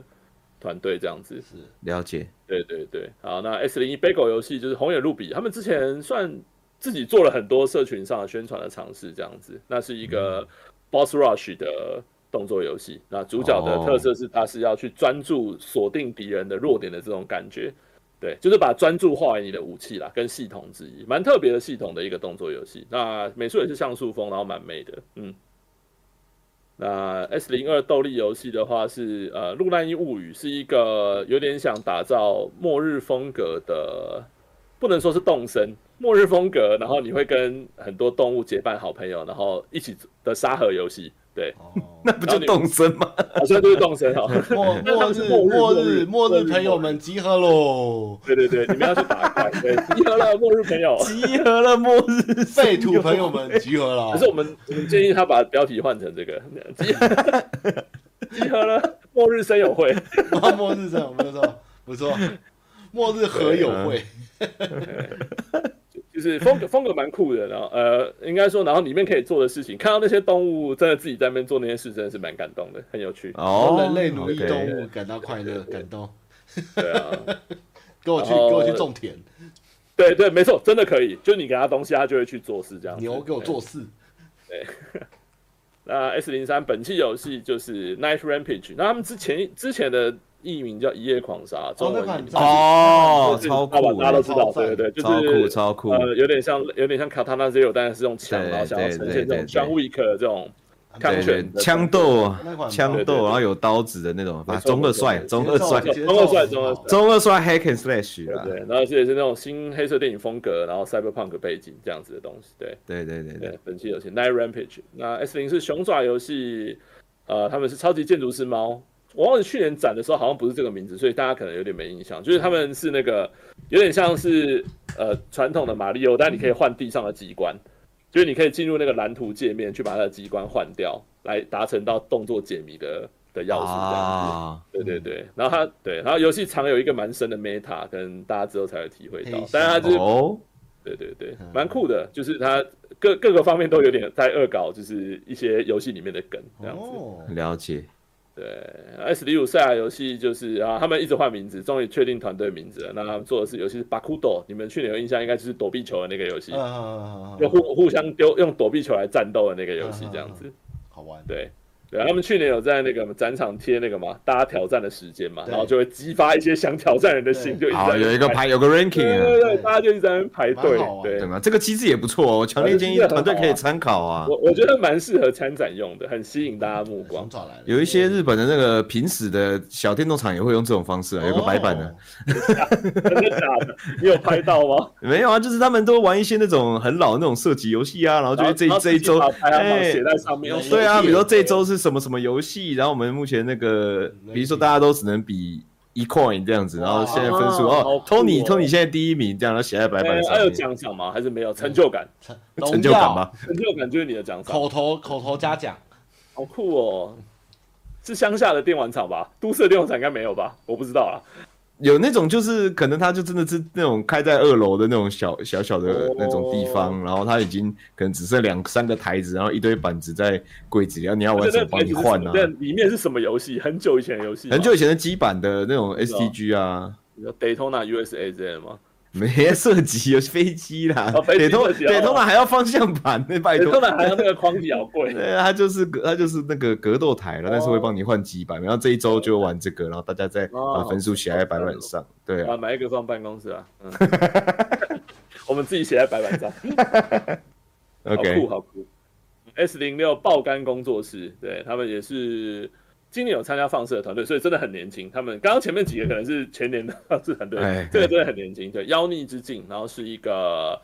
Speaker 2: 团队这样子。
Speaker 1: 是
Speaker 3: 了 解，
Speaker 2: 对对对，好，那 S 零一 Bagel 游戏就是红野路比，他们之前算自己做了很多社群上的宣传的尝试，这样子，那是一个 Boss Rush 的动作游戏，那主角的特色是他是要去专注锁定敌人的弱点的这种感觉，对，就是把专注化为你的武器啦，跟系统之一，蛮特别的系统的一个动作游戏。那美术也是像素风，然后蛮美的，嗯。那 S 零二斗笠游戏的话是呃《陆难一物语》，是一个有点想打造末日风格的，不能说是动身末日风格，然后你会跟很多动物结伴好朋友，然后一起的沙盒游戏， 对，
Speaker 1: 哦，
Speaker 3: 那不就动身吗？
Speaker 2: 好像就是 动身哦。
Speaker 1: 末末日
Speaker 2: 末
Speaker 1: 末
Speaker 2: 日
Speaker 1: 日末
Speaker 2: 末日
Speaker 1: 日朋友们集合 喽！
Speaker 2: 对对对，你们要去打怪，对， 集合了末日朋友。
Speaker 3: 集合了末
Speaker 2: 哦
Speaker 3: 日
Speaker 1: 废土朋友们集合了
Speaker 2: 可 是，我们我们建议他把标题换成这个，集合集合了末日生友会。
Speaker 1: 末日这样不错不错，末日合友会，
Speaker 2: 就是风格 风格蛮酷的，然后呃，应该说，然后里面可以做的事情，看到那些动物真的自己在那边做那些事，真的是蛮感动的，很有趣。
Speaker 3: 哦，
Speaker 1: 人类奴役动
Speaker 3: OK
Speaker 1: 物感到快乐感动，
Speaker 2: 对啊，
Speaker 1: 跟我去
Speaker 2: 然
Speaker 3: 哦
Speaker 2: 后
Speaker 1: 跟我去种田，
Speaker 2: 对对，没错，真的可以，就你给他东西，他就会去做事这样子。
Speaker 1: 牛给我做事。
Speaker 2: 那 S 零三本期游戏就是 Night Rampage，那他们之前之前的译名叫《一夜狂杀》，中文
Speaker 1: 那款
Speaker 2: 译名
Speaker 1: 很
Speaker 3: 哦，
Speaker 2: 就是
Speaker 3: 超
Speaker 2: 大家
Speaker 3: 酷
Speaker 2: 大家都
Speaker 3: 的，
Speaker 2: 知道，
Speaker 1: 超赞
Speaker 2: 对对对，就
Speaker 3: 超酷
Speaker 2: 是
Speaker 3: 超酷，
Speaker 2: 呃，有点像有点像 Katana Zero，但是用枪，
Speaker 3: 对
Speaker 2: 然后想要
Speaker 3: 对
Speaker 2: 呈
Speaker 3: 对
Speaker 2: 现这种
Speaker 3: 对
Speaker 2: John Wick 这种
Speaker 3: 对
Speaker 2: 康
Speaker 3: 对
Speaker 2: 拳，的
Speaker 3: 枪斗啊
Speaker 1: 那款很棒
Speaker 3: 枪
Speaker 2: 对对对
Speaker 3: 斗，然后有刀子的那种，
Speaker 2: 没
Speaker 3: 把
Speaker 2: 错
Speaker 3: 中二帅
Speaker 2: 没错
Speaker 3: 中二帅
Speaker 1: 节奏
Speaker 2: 中二帅
Speaker 1: 节奏
Speaker 2: 中二帅
Speaker 1: 好
Speaker 3: 中二帅 hack and slash
Speaker 2: 对
Speaker 3: 啦
Speaker 2: 不，对，然后这也是那种新黑色电影风格，然后 cyberpunk 背景这样子的东西。对
Speaker 3: 对对对对
Speaker 2: 对，本期游戏 Night Rampage，那 S 零是熊爪游戏，呃，他们是超级建筑师猫。我忘记去年展的时候好像不是这个名字，所以大家可能有点没印象。就是他们是那个有点像是呃传统的马里奥，但你可以换地上的机关，就是你可以进入那个蓝图界面去把它的机关换掉，来达成到动作解谜的的要素这样子。
Speaker 3: 啊，
Speaker 2: 对对对，然后它对，然后游戏常有一个蛮深的 meta，可能大家之后才会体会到
Speaker 1: 黑。
Speaker 2: 但是它就是、
Speaker 3: 哦，
Speaker 2: 对对对，蛮酷的，就是它各各个方面都有点在恶搞，就是一些游戏里面的梗这样子。
Speaker 1: 哦，
Speaker 3: 了解，
Speaker 2: 对，S 啊零五赛亚游戏就是啊，他们一直换名字，终于确定团队名字了。那他们做的是游戏是 Bakudo，你们去年有印象，应该就是躲避球的那个游戏，
Speaker 1: 嗯，
Speaker 2: 就互互相丢用躲避球来战斗的那个游戏这样子。
Speaker 1: 好玩，
Speaker 2: 对，对啊，他们去年有在那个展场贴那个嘛，大家挑战的时间嘛，
Speaker 1: 对
Speaker 2: 然后就会激发一些想挑战人的心，就一直在那
Speaker 3: 好，
Speaker 2: 边
Speaker 3: 有一个排有个
Speaker 2: 对
Speaker 3: ranking
Speaker 2: 对
Speaker 3: 啊，
Speaker 2: 对，大家就一直在那边排队
Speaker 1: 蛮好，玩的
Speaker 2: 对
Speaker 3: 对。吗？这个机制也不错哦，我强烈建议团队可以参考啊
Speaker 2: 我。我觉得蛮适合参展用的，很吸引大家目 光
Speaker 1: 从。早来了
Speaker 3: 有一些日本的那个平时的小电动厂也会用这种方式啊，有个白板的、
Speaker 1: 哦
Speaker 2: 真的假的？你有拍到 吗？
Speaker 3: 没有啊，就是他们都玩一些那种很老的那种射击游戏啊，然后就
Speaker 2: 然后
Speaker 3: 是这
Speaker 2: 然后
Speaker 3: 这一
Speaker 2: 自己
Speaker 3: 周，
Speaker 2: 把排行榜
Speaker 3: 哎
Speaker 2: 写在上面。
Speaker 1: 有
Speaker 2: 用手
Speaker 3: 对啊，
Speaker 1: 游戏
Speaker 3: 比
Speaker 2: 写
Speaker 3: 如说这一周是什么什么游戏，然后我们目前那个，比如说大家都只能比一 coin 这样子，然后现在分数
Speaker 2: 哇
Speaker 3: 哦
Speaker 2: 好酷哦
Speaker 3: ，Tony Tony 现在第一名这样，然后写在白板
Speaker 2: 哎
Speaker 3: 上
Speaker 2: 还有
Speaker 3: 面，
Speaker 2: 奖赏吗？还是没有？成就感，
Speaker 1: 成
Speaker 3: 成就感
Speaker 1: 荣
Speaker 3: 吧
Speaker 1: 耀，
Speaker 2: 成就感就是你的奖赏。
Speaker 1: 口头口头嘉奖，
Speaker 2: 好酷哦！是乡下的电玩厂吧？都市的电玩厂应该没有吧？我不知道啊。
Speaker 3: 有那种就是可能他就真的是那种开在二楼的那种小小小的
Speaker 2: 哦
Speaker 3: 那种地方，然后他已经可能只剩两三个台子，然后一堆板子在柜子里，然后你要玩什么帮你换啊
Speaker 2: 那。里面是什么游戏？很久以前的游戏吗，
Speaker 3: 很久以前的基板的那种
Speaker 2: 道
Speaker 3: STG 啊，
Speaker 2: 你说 Daytona USA 之类的吗？
Speaker 3: 没涉及有飞机啦
Speaker 2: 哦，飞机
Speaker 3: 得通
Speaker 2: 涉及哦
Speaker 3: 得通了还要方向盘，那拜托
Speaker 2: Daytona 还有那个框体好贵。
Speaker 3: 对啊，他就是格他就是那个格斗
Speaker 2: 哦
Speaker 3: 台了，但是会帮你换几板，然后这一周就玩这个，然后大家再
Speaker 2: 哦
Speaker 3: 把分数写在白板上。对啊
Speaker 2: 啊，，买一个放办公室啊。嗯， 我们自己写在白板上。哦好
Speaker 3: OK，
Speaker 2: 酷好啊酷。S 零六爆肝工作室，对他们也是今年有参加放射的团队，所以真的很年轻。他们刚刚前面几个可能是全年的放射团队
Speaker 3: 哎，
Speaker 2: 这个真的很年轻。对，妖孽之境，然后是一个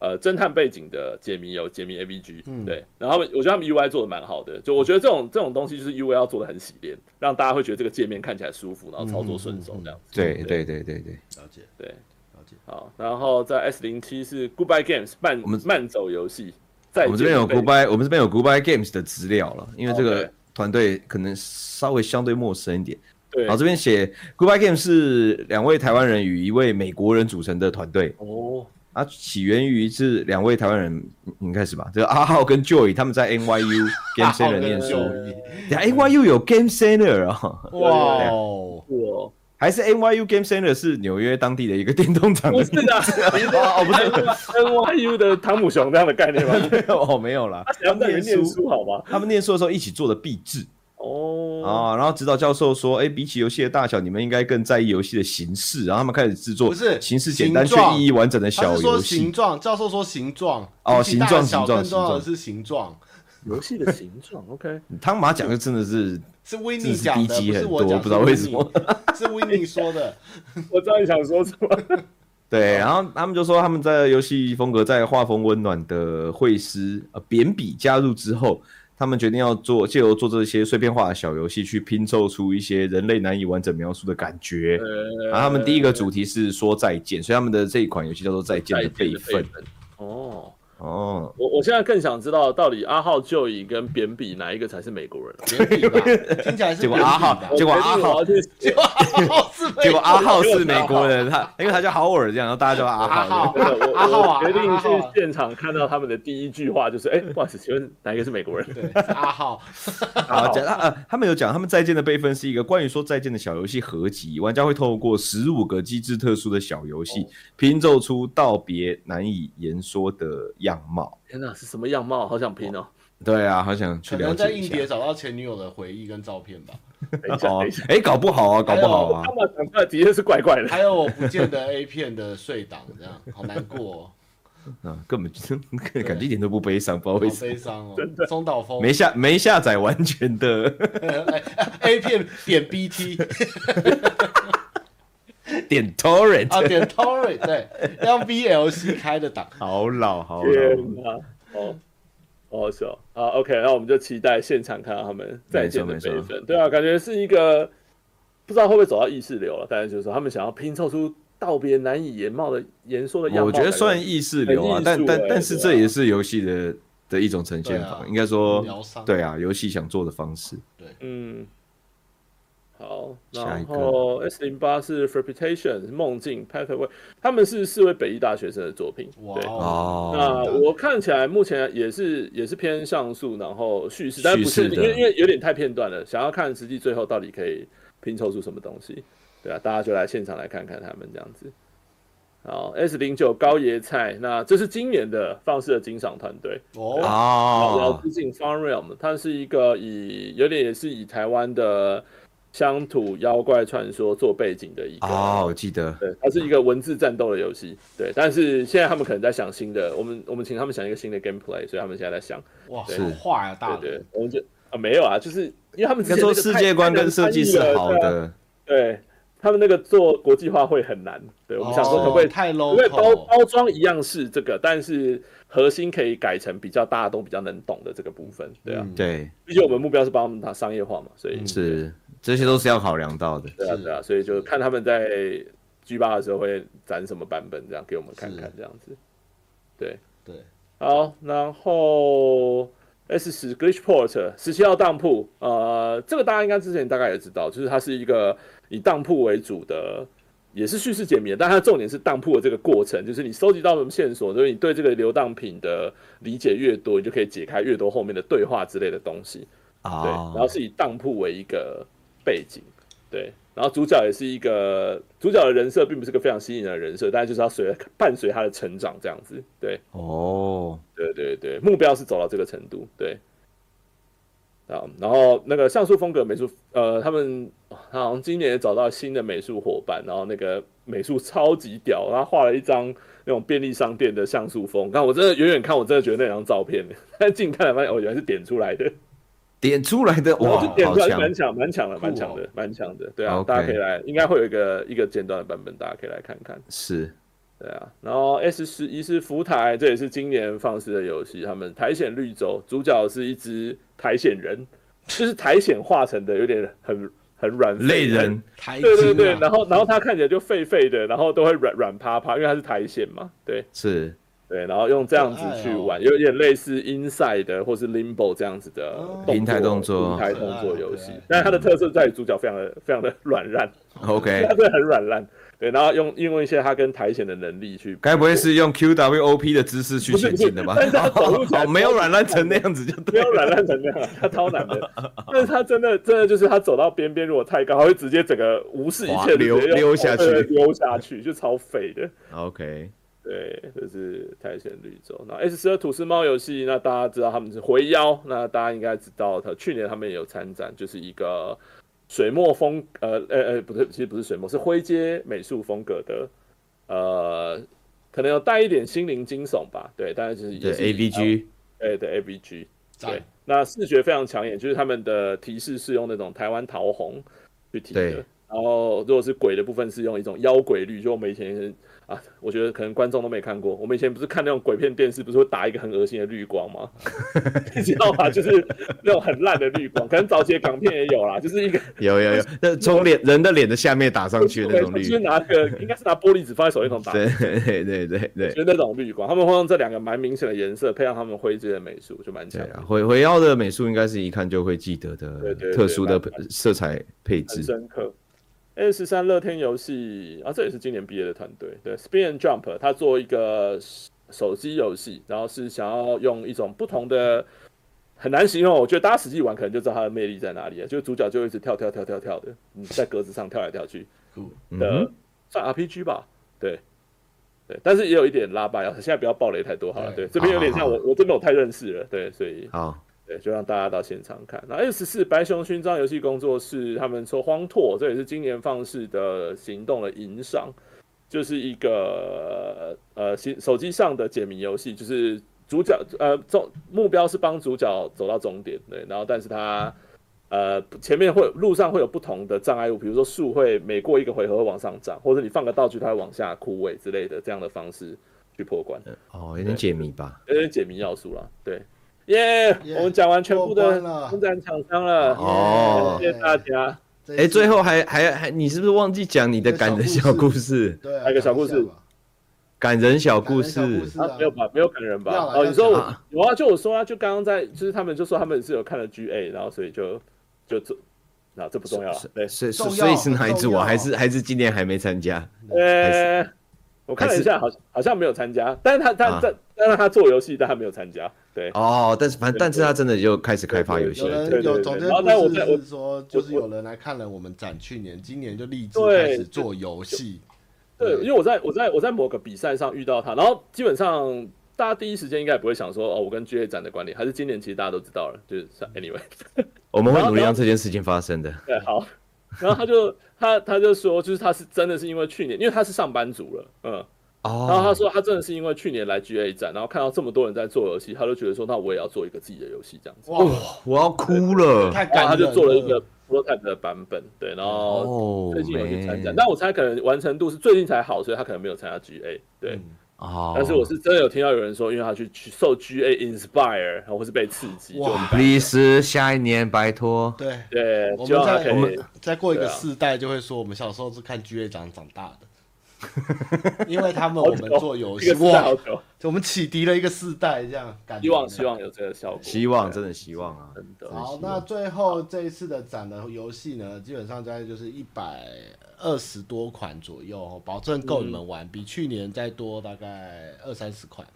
Speaker 2: 呃侦探背景的解谜游，解谜 AVG，、
Speaker 1: 嗯
Speaker 2: 对。然后他们我觉得他们 UI 做的蛮好的，就我觉得这种这种东西就是 UI 要做的很洗练，让大家会觉得这个界面看起来舒服，然后操作顺手这样子。
Speaker 3: 嗯对对对对对，
Speaker 1: 了解
Speaker 2: 对，
Speaker 1: 了解。
Speaker 2: 好。然后在 S 零七是 Goodbye Games 慢
Speaker 3: 我们
Speaker 2: 慢走游戏，再
Speaker 3: 我们这边有
Speaker 2: 见
Speaker 3: Goodbye，我们这边有 Goodbye Games 的资料了，因为这个
Speaker 2: 哦 OK
Speaker 3: 团队可能稍微相对陌生一点。
Speaker 2: 对
Speaker 3: 然后这边写 Goodbye Games 是两位台湾人与一位美国人组成的团队，
Speaker 2: 哦。
Speaker 3: 它起源于是两位台湾人，嗯应该是吧？这个阿浩跟 Joy 他们 在 NYU Game
Speaker 2: 啊
Speaker 3: Center 念书。等一下 NYU 有 Game Center 哦。
Speaker 1: 哇哦，
Speaker 2: 我
Speaker 3: 还是 NYU Game Center 是纽约当地的一个电动厂
Speaker 2: 不
Speaker 3: 的
Speaker 2: 是 的，
Speaker 3: 哦，不是
Speaker 2: NYU 的汤姆熊这样的概念吗？
Speaker 3: 哦，没有啦，
Speaker 2: 他想要在里面念书好吗？
Speaker 3: 他们念书的时候一起做的壁纸
Speaker 2: 哦，
Speaker 3: 啊，然后指导教授说，哎，比起游戏的大小，你们应该更在意游戏的形式，然后他们开始制作
Speaker 1: 不是
Speaker 3: 形式简单
Speaker 1: 形
Speaker 3: 却
Speaker 1: 状
Speaker 3: 意义完整的
Speaker 1: 他
Speaker 3: 小
Speaker 1: 是说
Speaker 3: 游
Speaker 1: 形
Speaker 3: 戏。
Speaker 1: 状，教授说形状
Speaker 3: 哦
Speaker 1: 比起大
Speaker 3: 形状
Speaker 1: 小
Speaker 3: 形状
Speaker 1: 更重要的
Speaker 3: 形
Speaker 1: 是形状，
Speaker 2: 游戏的形状，OK，
Speaker 3: 汤马讲的真的是
Speaker 1: 是维
Speaker 3: 真
Speaker 1: 尼
Speaker 3: 的是
Speaker 1: 讲
Speaker 3: 低
Speaker 1: 的，不
Speaker 3: 级很
Speaker 1: 是
Speaker 3: 多，
Speaker 1: 我讲，
Speaker 3: 不知道为什么。
Speaker 1: 是 Winnie，是 Winnie 说的，
Speaker 2: 我知道你想说什么。
Speaker 3: 对，然后他们就说他们在游戏风格在画风温暖的绘师呃扁笔加入之后，他们决定要做借由做这些碎片化的小游戏，去拼凑出一些人类难以完整描述的感觉。然后他们第一个主题是说再见，所以他们的这一款游戏叫做《再见》的备份。
Speaker 2: 哦，
Speaker 3: 哦，
Speaker 2: 我我现在更想知道到底阿浩、就以跟扁比哪一个才是美国人？
Speaker 1: 扁笔吧，听起来是
Speaker 3: 结果
Speaker 1: 扁
Speaker 3: 阿
Speaker 1: 笔
Speaker 3: 浩
Speaker 1: 吧
Speaker 3: 结果阿浩
Speaker 2: 我决定我
Speaker 1: 阿浩是
Speaker 3: 结果阿浩
Speaker 2: 我觉得
Speaker 3: 是美国人，他因为他叫豪尔这样，然后大家叫他阿
Speaker 1: 阿浩
Speaker 3: 浩。
Speaker 2: 要去，
Speaker 1: 阿浩啊
Speaker 2: 我我决定
Speaker 1: 阿浩啊
Speaker 2: 去现场看到他们的第一句话就是，哎，不好意思，请问哪一个是美国人？
Speaker 1: 对，是阿浩，
Speaker 3: 啊，讲他呃，他们有讲，他们再见的备份是一个关于说再见的小游戏合集，玩家会透过十五个机制特殊的小游戏，拼凑出道别难以言说的样貌。
Speaker 2: 天哪，是什么样貌？好想拼哦！
Speaker 3: 对啊，好想 去
Speaker 1: 可
Speaker 3: 了
Speaker 1: 能在
Speaker 3: 解一
Speaker 1: 硬
Speaker 3: 下。
Speaker 1: 碟找到前女友的回忆跟照片吧，
Speaker 2: 等一下，
Speaker 3: 哦
Speaker 2: 等一下，，
Speaker 3: 哎，搞不好啊，搞不好啊
Speaker 2: 他，们讲出来的确是怪怪的。
Speaker 1: 还有我不见的 A 片的睡党，这 样好难过、哦，
Speaker 3: 嗯，根本就 感觉一点都不悲伤，不知道为
Speaker 1: 好
Speaker 3: 什么。
Speaker 1: 悲伤哦，松岛枫
Speaker 3: 没下没下载完全的
Speaker 1: A 片点 BT
Speaker 3: 点
Speaker 1: 啊
Speaker 3: torrent，
Speaker 1: 点 Torrent 对，让 VLC 开的档，
Speaker 3: 好老好老
Speaker 2: 天。哪！哦，好好笑啊！OK，那我们就期待现场看到他们再见的
Speaker 3: 没错
Speaker 2: 备
Speaker 3: 没错
Speaker 2: 份。对啊，感觉是一个不知道会不会走到意识流了，但是就是说他们想要拼凑出道别难以言貌的言说的样貌。
Speaker 3: 我觉得算意识流
Speaker 2: 很
Speaker 3: 啊，
Speaker 2: 艺术
Speaker 3: 但但
Speaker 2: 欸
Speaker 3: 但是
Speaker 2: 对啊
Speaker 3: 这也是游戏的的一种呈现
Speaker 1: 对
Speaker 3: 法
Speaker 1: 啊，
Speaker 3: 应该说
Speaker 1: 疗伤
Speaker 3: 对啊，游戏想做的方式。
Speaker 2: 嗯。好，
Speaker 3: 下一
Speaker 2: 然
Speaker 3: 个
Speaker 2: 后 S 零八是 Reputation 梦境 Pathway，他们是四位北医大学生的作品。
Speaker 1: 哇
Speaker 2: 对，
Speaker 3: 哦，
Speaker 2: 那我看起来目前也是也是偏上诉，然后叙事，但不
Speaker 3: 叙
Speaker 2: 是
Speaker 3: 事的
Speaker 2: 因为因为有点太片段了，想要看实际最后到底可以拼凑出什么东西，对啊，大家就来现场来看看他们这样子。好，S 零九高野菜，那这是今年的放肆的金赏团队，啊
Speaker 1: 哦，
Speaker 2: 然
Speaker 3: 哦
Speaker 2: 后，致敬 Fun Realm，它是一个以有点也是以台湾的乡土妖怪传说做背景的一个
Speaker 3: 哦，我记得，
Speaker 2: 对，它是一个文字战斗的游戏，对。但是现在他们可能在想新的，我们我们请他们想一个新的 gameplay，所以他们现在在想，
Speaker 1: 哇，
Speaker 2: 对
Speaker 1: 好画呀，大
Speaker 2: 对
Speaker 1: 人
Speaker 2: 对，我们就啊没有啊，就是因为他们之
Speaker 3: 应
Speaker 2: 前
Speaker 3: 该说
Speaker 2: 那个
Speaker 3: 世
Speaker 2: 太
Speaker 3: 界观跟设计是好，
Speaker 2: 太难参与了
Speaker 3: 的，
Speaker 2: 对啊对他们那个做国际化会很难，对我们想说可不可以
Speaker 1: 哦太
Speaker 2: 因为包
Speaker 1: low？
Speaker 2: 包装一样是这个，但是核心可以改成比较大家都比较能懂的这个部分，对啊
Speaker 1: 嗯，
Speaker 3: 对，
Speaker 2: 毕竟我们目标是帮他们打商业化嘛，所以
Speaker 1: 嗯
Speaker 3: 是这些都是要考量到的。
Speaker 2: 对啊
Speaker 1: 是
Speaker 2: 对啊，所以就看他们在 G 八的时候会展什么版本，这样给我们看看这样子。对，
Speaker 1: 对，
Speaker 2: 好，然后 S 十 Glitchport 十七号当铺，呃，这个大家应该之前大概也知道，就是它是一个以当铺为主的。也是叙事解谜，但它的重点是当铺的这个过程，就是你收集到什么线索，就是你对这个流当品的理解越多，你就可以解开越多后面的对话之类的东西。对，然后
Speaker 3: 哦，
Speaker 2: 是以当铺为一个背景，对，然后主角也是一个主角的人设，并不是个非常吸引人的人设，但是就是要随伴随他的成长这样子，对，
Speaker 3: 哦，
Speaker 2: 对对对，目标是走到这个程度，对。啊，然后那个像素风格美术，呃，他们他好像今年也找到新的美术伙伴，然后那个美术超级屌，然后画了一张那种便利商店的像素风，看我真的远远看，我真的觉得那张照片， 但近看来发现哦，原来是点出来的。
Speaker 3: 点出来的
Speaker 2: 然
Speaker 3: 哇，
Speaker 2: 后就点
Speaker 3: 好
Speaker 2: 出来
Speaker 3: 强
Speaker 2: 蛮！强，蛮强的，
Speaker 1: 酷哦
Speaker 2: 蛮强的，蛮强的。对啊，
Speaker 3: OK
Speaker 2: 大家可以来，应该会有一个一个简短的版本，大家可以来看看。
Speaker 3: 是
Speaker 2: 对啊，然后 S 十一是浮台，这也是今年放肆的游戏。他们苔藓绿洲主角是一只苔藓人，就是苔藓化成的，有点很很软
Speaker 3: 类人，
Speaker 1: 台
Speaker 2: 对对
Speaker 1: 金
Speaker 2: 对
Speaker 1: 啊，
Speaker 2: 然后然后它看起来就狒狒的，然后都会软软趴趴，因为它是苔藓嘛，对。
Speaker 3: 是
Speaker 2: 对，然后用这样子去玩，
Speaker 1: 可爱哦
Speaker 2: 有点类似 Inside 的或是 Limbo 这样子的
Speaker 1: 哦
Speaker 2: 动
Speaker 3: 平台动作
Speaker 2: 作、平台动作游戏
Speaker 1: 可爱可爱。
Speaker 2: 但是它的特色在于主角非常的、非常的软烂，
Speaker 3: OK
Speaker 2: 它。真的很软烂。对，然后用运用一些他跟苔藓的能力去，
Speaker 3: 该不会是用 QWOP 的姿势去
Speaker 2: 不是
Speaker 3: 前进的吧？
Speaker 2: 不是但是他走路起来
Speaker 3: 哦，没有软烂成那样子就
Speaker 2: 没
Speaker 3: 对
Speaker 2: 有
Speaker 3: 了。
Speaker 2: 软烂成那样，它超难 的。但是它真的真的就是它走到边边，如果太高，它会直接整个无视一
Speaker 3: 滑
Speaker 2: 切的
Speaker 3: 溜
Speaker 2: 直接用
Speaker 3: 溜下去
Speaker 2: 对溜下去就超废的。
Speaker 3: OK，
Speaker 2: 对，这是苔藓绿洲。然后 S 十二吐司猫游戏，那大家知道他们是回妖，那大家应该知道他去年他们也有参展，就是一个水墨风，呃呃呃，不是，其实不是水墨，是灰阶美术风格的，呃，可能有带一点心灵惊悚吧，对，但是就是也
Speaker 3: 对
Speaker 2: 是
Speaker 3: AVG
Speaker 2: 对对 AVG，对
Speaker 1: 赞，
Speaker 2: 那视觉非常抢眼，就是他们的提示是用那种台湾桃红去提
Speaker 3: 对
Speaker 2: 的，然后如果是鬼的部分是用一种妖鬼绿，就我们以前啊，我觉得可能观众都没看过，我们以前不是看那种鬼片电视，不是会打一个很恶心的绿光 吗？你知道吗？就是那种很烂的绿光，可能早期的港片也有啦，就是一个
Speaker 3: 有有有，那从脸人的脸的下面打上去的那种 绿
Speaker 2: 就是，拿个应该是拿玻璃纸放在手电筒打
Speaker 3: 对对对对对
Speaker 2: 就是那种绿光，他们会用这两个蛮明显的颜色配上他们灰阶的美术，就蛮
Speaker 3: 对
Speaker 2: 强
Speaker 3: 啊，
Speaker 2: 的，
Speaker 3: 回回妖的美术应该是一看就会记得
Speaker 2: 对
Speaker 3: 的
Speaker 2: 对对
Speaker 3: 特殊的
Speaker 2: 蛮
Speaker 3: 色彩配置
Speaker 2: 很。深刻。A 十三乐天游戏啊，这也是今年毕业的团队，对 Spin and Jump，它做一个手机游戏，然后是想要用一种不同的，很难形容，我觉得大家实际玩可能就知道它的魅力在哪里了，啊就是主角就一直跳跳跳跳跳的，你在格子上跳来跳去，
Speaker 1: 酷
Speaker 2: 的、
Speaker 3: 嗯
Speaker 2: 算 RPG 吧，对，对，但是也有一点拉巴啊呀，现在不要暴雷太多好了，
Speaker 1: 对
Speaker 2: 对，这边有点像
Speaker 3: 哎好
Speaker 2: 我
Speaker 3: 好
Speaker 2: 我真的我太认识了，对，所以
Speaker 3: 哼，好，
Speaker 2: 对，就让大家到现场看。那 S 四白熊勋章游戏工作室，他们说荒拓，这也是今年放式的行动的影赏，就是一个呃手手机上的解谜游戏，就是主角呃终目标是帮主角走到终点，对，然后但是他呃前面会有路上会有不同的障碍物，比如说树会每过一个回合会往上长，或者你放个道具它会往下枯萎之类的这样的方式去破关。
Speaker 1: 嗯
Speaker 3: 哦，有点解谜吧。
Speaker 2: 有点解谜要素啦。对，耶、
Speaker 1: Yeah，
Speaker 2: 我们讲完全部
Speaker 1: 过
Speaker 2: 的
Speaker 1: 关了
Speaker 2: 参展厂商了，
Speaker 3: 哦
Speaker 2: 谢谢大家。
Speaker 1: 哎
Speaker 3: 哎、最后还还还，你是不是忘记讲你的感人小故事？
Speaker 1: 对啊，
Speaker 2: 还有个小故事
Speaker 1: 讲一下吧
Speaker 3: 感人小
Speaker 1: 感
Speaker 3: 故
Speaker 1: 人小故
Speaker 3: 事
Speaker 1: 事
Speaker 2: 啊，没有吧？没有感人吧
Speaker 1: 哦要啦？要
Speaker 2: 哦，你说我
Speaker 3: 讲
Speaker 2: 有啊？就我说啊，就刚刚在，就是他们就说他们是有看了 GA，然后所以就就这，那这不重要了
Speaker 3: 是。
Speaker 2: 对，
Speaker 3: 是是，
Speaker 1: 重要
Speaker 3: 所以是哪一支？
Speaker 1: 重要
Speaker 3: 我还是还是今年还没参加。
Speaker 2: 呃、我看了一下，好像好像没有参加，但是他他
Speaker 3: 啊
Speaker 2: 在，但是他做游戏，但他没有参加。对，
Speaker 3: 哦，但是反正
Speaker 2: 对
Speaker 3: 但是他真的就开始开发
Speaker 2: 啊
Speaker 3: 游戏
Speaker 1: 有
Speaker 3: 了。
Speaker 1: 人
Speaker 2: 对对
Speaker 1: 有
Speaker 2: 对
Speaker 1: 总
Speaker 2: 然后但我
Speaker 1: 监
Speaker 2: 在
Speaker 1: 故
Speaker 2: 我
Speaker 1: 事是说，就是
Speaker 2: 我
Speaker 1: 有人来看了我们展去年，今年就立志
Speaker 2: 对
Speaker 1: 开始做游戏，
Speaker 2: 对，因为我在我在我在某个比赛上遇到他，然后基本上大家第一时间应该也不会想说哦，我跟 GA 展的关联，还是今年其实大家都知道了，就是 anyway，
Speaker 3: 我们会努力让这件事情发生的。
Speaker 2: 对，好， 然后他就他他就说，就是他是真的是因为去年，因为他是上班族了，嗯，然后
Speaker 3: 哦，
Speaker 2: 他说他真的是因为去年来 GA 展，然后看到这么多人在做游戏，他就觉得说那我也要做一个自己的游戏这样子，
Speaker 1: 哇，
Speaker 3: 我要哭了。
Speaker 1: 太
Speaker 2: 然
Speaker 1: 感
Speaker 2: 后他
Speaker 1: 人
Speaker 2: 就做了一个 prototype 的版本，对，然后
Speaker 3: 哦，
Speaker 2: 最近有去参加，
Speaker 3: man
Speaker 2: 但我猜可能完成度是最近才好，所以他可能没有参加 GA。对，
Speaker 1: 嗯
Speaker 3: 哦，
Speaker 2: 但是我是真的有听到有人说，因为他去去受 GA inspire，然后是被刺激，
Speaker 1: 哇
Speaker 2: 就
Speaker 3: please 下一年拜托。
Speaker 1: 对。
Speaker 2: 对，
Speaker 1: 我
Speaker 2: 希望他
Speaker 1: 们再我
Speaker 2: 可以
Speaker 1: 们再过一个
Speaker 2: 对啊
Speaker 1: 世代，就会说我们小时候是看 G A 长长大的， 因为他们
Speaker 2: 好
Speaker 1: 我们
Speaker 2: 久
Speaker 1: 做游
Speaker 2: 这
Speaker 1: 戏
Speaker 2: 个世
Speaker 1: 哇
Speaker 2: 代好，久，
Speaker 1: 我们启迪了一个世代，这样感觉
Speaker 2: 希望希望有这个效果，
Speaker 3: 希望
Speaker 2: 对
Speaker 3: 真的希望啊！
Speaker 2: 真的
Speaker 1: 好，那最后这一次的展的游戏呢，基本上大概就是一百二十多款左右哦，保证够你们玩，比去年再多大概二三十款。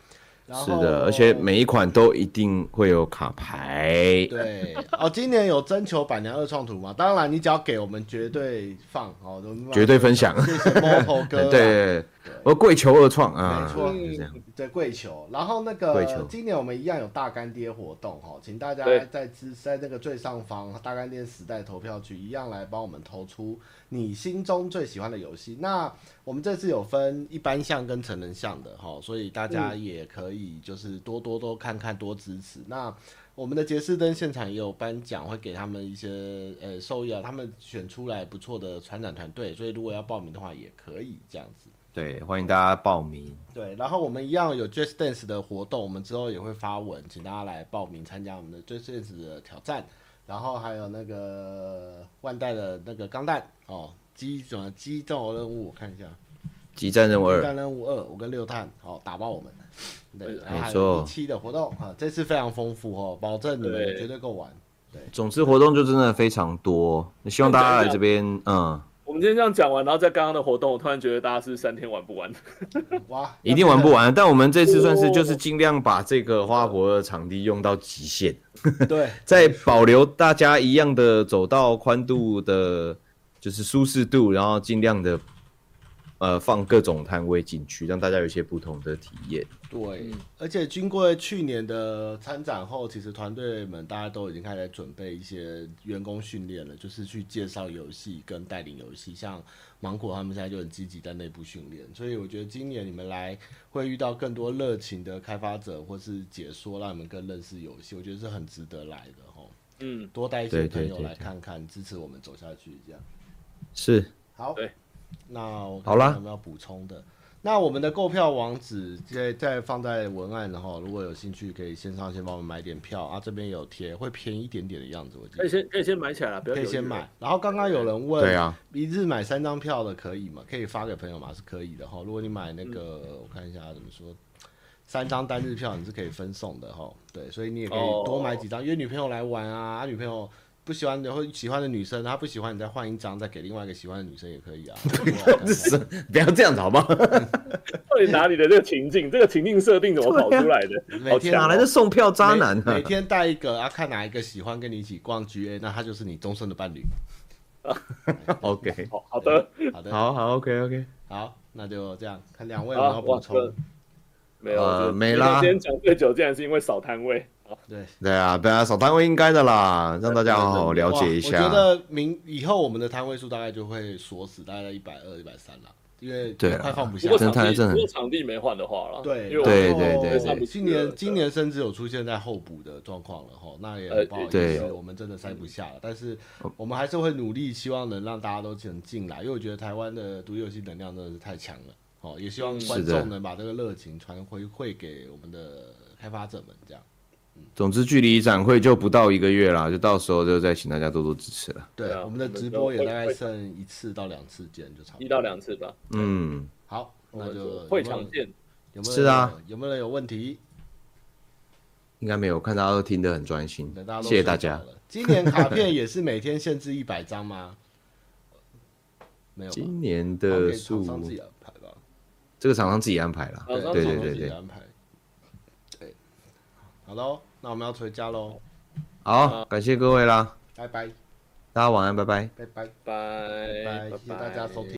Speaker 1: 然后
Speaker 3: 是的，而且每一款都一定会有卡牌。
Speaker 1: 对哦，今年有征求板娘二创图嘛？当然，你只要给我们绝对放哦，我们
Speaker 3: 绝对分享
Speaker 1: 谢谢 Moto 哥
Speaker 3: 对
Speaker 1: 啊，
Speaker 3: 对，我跪求二创啊，
Speaker 1: 没错
Speaker 3: 就这样。
Speaker 1: 嗯对跪求，然后那
Speaker 3: 跪求
Speaker 1: 个今年我们一样有大干爹活动哦，请大家
Speaker 2: 对
Speaker 1: 在支在那个最上方大干爹时代投票区一样来帮我们投出你心中最喜欢的游戏。那我们这次有分一般项跟成人项的哈、哦，所以大家也可以就是多多多看看多支持。那我们的杰士登现场也有颁奖，会给他们一些呃受益啊，他们选出来不错的传染团队，所以如果要报名的话也可以这样子。
Speaker 3: 对，欢迎大家报名。
Speaker 1: 对，然后我们一样有 Just Dance 的活动，我们之后也会发文，请大家来报名参加我们的 Just Dance 的挑战。然后还有那个万代的那个钢弹哦，机什么机动任务，我看一下，
Speaker 3: 激战任务
Speaker 1: 机
Speaker 3: 二，
Speaker 1: 弹任务二，我跟六探哦打爆我们。对，然后还
Speaker 3: 哎没错
Speaker 1: 有一期的活动啊，这次非常丰富哦，保证你们
Speaker 2: 对
Speaker 1: 绝对够玩。
Speaker 3: 总之活动就真的非常多，希望大家来这边，嗯，
Speaker 2: 我们今天这样讲完，然后在刚刚的活动，我突然觉得大家是三天玩不完，
Speaker 1: 哇，
Speaker 3: 一定
Speaker 1: 要
Speaker 3: 玩
Speaker 1: 记
Speaker 3: 不完。但我们这次算是就是尽量把这个花博的场地用到极限，
Speaker 1: 得。对，
Speaker 3: 在保留大家一样的走道宽度的，就是舒适度，然后尽量的呃放各种摊位进去，让大家有一些不同的体验。
Speaker 1: 对，而且经过去年的参展后，其实团队们大家都已经开始准备一些员工训练了，就是去介绍游戏跟带领游戏。像芒果他们现在就很积极在内部训练，所以我觉得今年你们来会遇到更多热情的开发者或是解说，让你们更认识游戏，我觉得是很值得来的吼。
Speaker 2: 嗯，
Speaker 1: 多带一
Speaker 3: 对
Speaker 1: 些
Speaker 3: 对
Speaker 1: 朋友
Speaker 3: 对
Speaker 1: 来
Speaker 3: 对
Speaker 1: 看看，支持我们走下去，这样。
Speaker 3: 是，
Speaker 1: 好，
Speaker 2: 对，
Speaker 1: 那我
Speaker 3: 好啦
Speaker 1: 看有没有补充的？那我们的购票网址再再放在文案，然后如果有兴趣，可以线上先帮我们买点票啊，这边有贴，会便宜一点点的样子，我记
Speaker 2: 可以
Speaker 1: 得。
Speaker 2: 先可以先买起来了，不要
Speaker 1: 可以
Speaker 2: 犹豫
Speaker 1: 先
Speaker 2: 了
Speaker 1: 买，，然后刚刚有人问，
Speaker 3: 对啊，
Speaker 1: 一日买三张票的可以吗？可以发给朋友吗？是可以的哈。如果你买那个，我看一下怎么说，三张单日票你是可以分送的哈。对，所以你也可以
Speaker 2: 哦
Speaker 1: 多买几张，约女朋友来玩啊。啊女朋友不喜欢的或喜欢的女生，她不喜欢你再换一张，再给另外一个喜欢的女生也可以啊。
Speaker 3: 是，不要这样子好吗？
Speaker 2: 到底哪里的这个情 境，这个情境设定怎么跑出来的？
Speaker 1: 每
Speaker 2: 好
Speaker 1: 天
Speaker 2: 强
Speaker 3: 哪
Speaker 2: 哦
Speaker 3: 来的送票渣男
Speaker 1: 每每
Speaker 3: 啊？
Speaker 1: 天带一个啊，看哪一个喜欢跟你一起逛 GA，那他就是你终身的伴侣。
Speaker 3: OK，
Speaker 2: 好好的，
Speaker 1: 好的，
Speaker 3: 好好 OK OK，
Speaker 1: 好，那就这样。看两位有没
Speaker 2: 好，
Speaker 1: 有
Speaker 2: 哇
Speaker 1: 补
Speaker 2: 这
Speaker 1: 充？
Speaker 2: 没有，
Speaker 3: 呃
Speaker 2: 这
Speaker 3: 没啦
Speaker 2: 今天讲最久，竟然是因为少摊位。
Speaker 1: 对。
Speaker 3: 对啊，本来少单位应该的啦，让大家好好哦了解一
Speaker 1: 哇我
Speaker 3: 下
Speaker 1: 觉。得明以后我们的摊位数大概就会锁死，大概在一百二、一百三了，因为
Speaker 3: 对啊
Speaker 1: 快放不
Speaker 2: 不
Speaker 1: 下
Speaker 2: 过。
Speaker 3: 真
Speaker 2: 场
Speaker 3: 的太
Speaker 2: 地，
Speaker 3: 真的很
Speaker 2: 不过场地没换的话了，
Speaker 1: 对
Speaker 2: 因为我
Speaker 3: 对
Speaker 1: 然后
Speaker 3: 对对对对
Speaker 1: 今年今年甚至有出现在候补的状况了吼，那也很不好意
Speaker 3: 对
Speaker 1: 思，我们真的塞不下了。但是我们还是会努力，希望能让大家都能进来，因为我觉得台湾的独立游戏能量真的是太强了哦，也希望
Speaker 2: 嗯
Speaker 1: 观
Speaker 3: 是的
Speaker 1: 众能把这个热情传回馈给我们的开发者们，这样。
Speaker 3: 总之，距离展会就不到一个月啦，就到时候就再请大家多多支持了。
Speaker 1: 对
Speaker 2: 对啊，
Speaker 1: 我们的
Speaker 2: 我们
Speaker 1: 直
Speaker 2: 就
Speaker 1: 播也
Speaker 2: 会
Speaker 1: 大概
Speaker 2: 会
Speaker 1: 剩一次到两次间就差不多。
Speaker 2: 一到两次吧，
Speaker 3: 嗯，
Speaker 1: 好，
Speaker 2: 我
Speaker 1: 那
Speaker 2: 们
Speaker 1: 就
Speaker 2: 会
Speaker 1: 有没有
Speaker 2: 场见。
Speaker 1: 有没有
Speaker 3: 是啊？
Speaker 1: 有没有人有问题？
Speaker 3: 应该没有，看大家都听得很专心
Speaker 1: 等大家，都
Speaker 3: 谢谢
Speaker 1: 睡着
Speaker 3: 大家。
Speaker 1: 了。今年卡片也是每天限制一百张吗？没有吧，
Speaker 3: 今年
Speaker 1: 好
Speaker 3: 的
Speaker 1: 给厂
Speaker 3: 数，
Speaker 1: 商自己安排吧。
Speaker 3: 这个厂商自己安排啦。
Speaker 2: 厂商
Speaker 3: 对
Speaker 2: 自己
Speaker 3: 对
Speaker 1: 厂
Speaker 3: 对
Speaker 1: 商自己
Speaker 3: 对，
Speaker 1: 安排。对，好喽，那我们要回家喽，
Speaker 3: 好，感谢各位啦，
Speaker 1: 拜拜，
Speaker 3: 大家晚安，拜拜。
Speaker 1: 拜拜，
Speaker 2: 哎拜
Speaker 1: 拜拜，谢谢大家收听。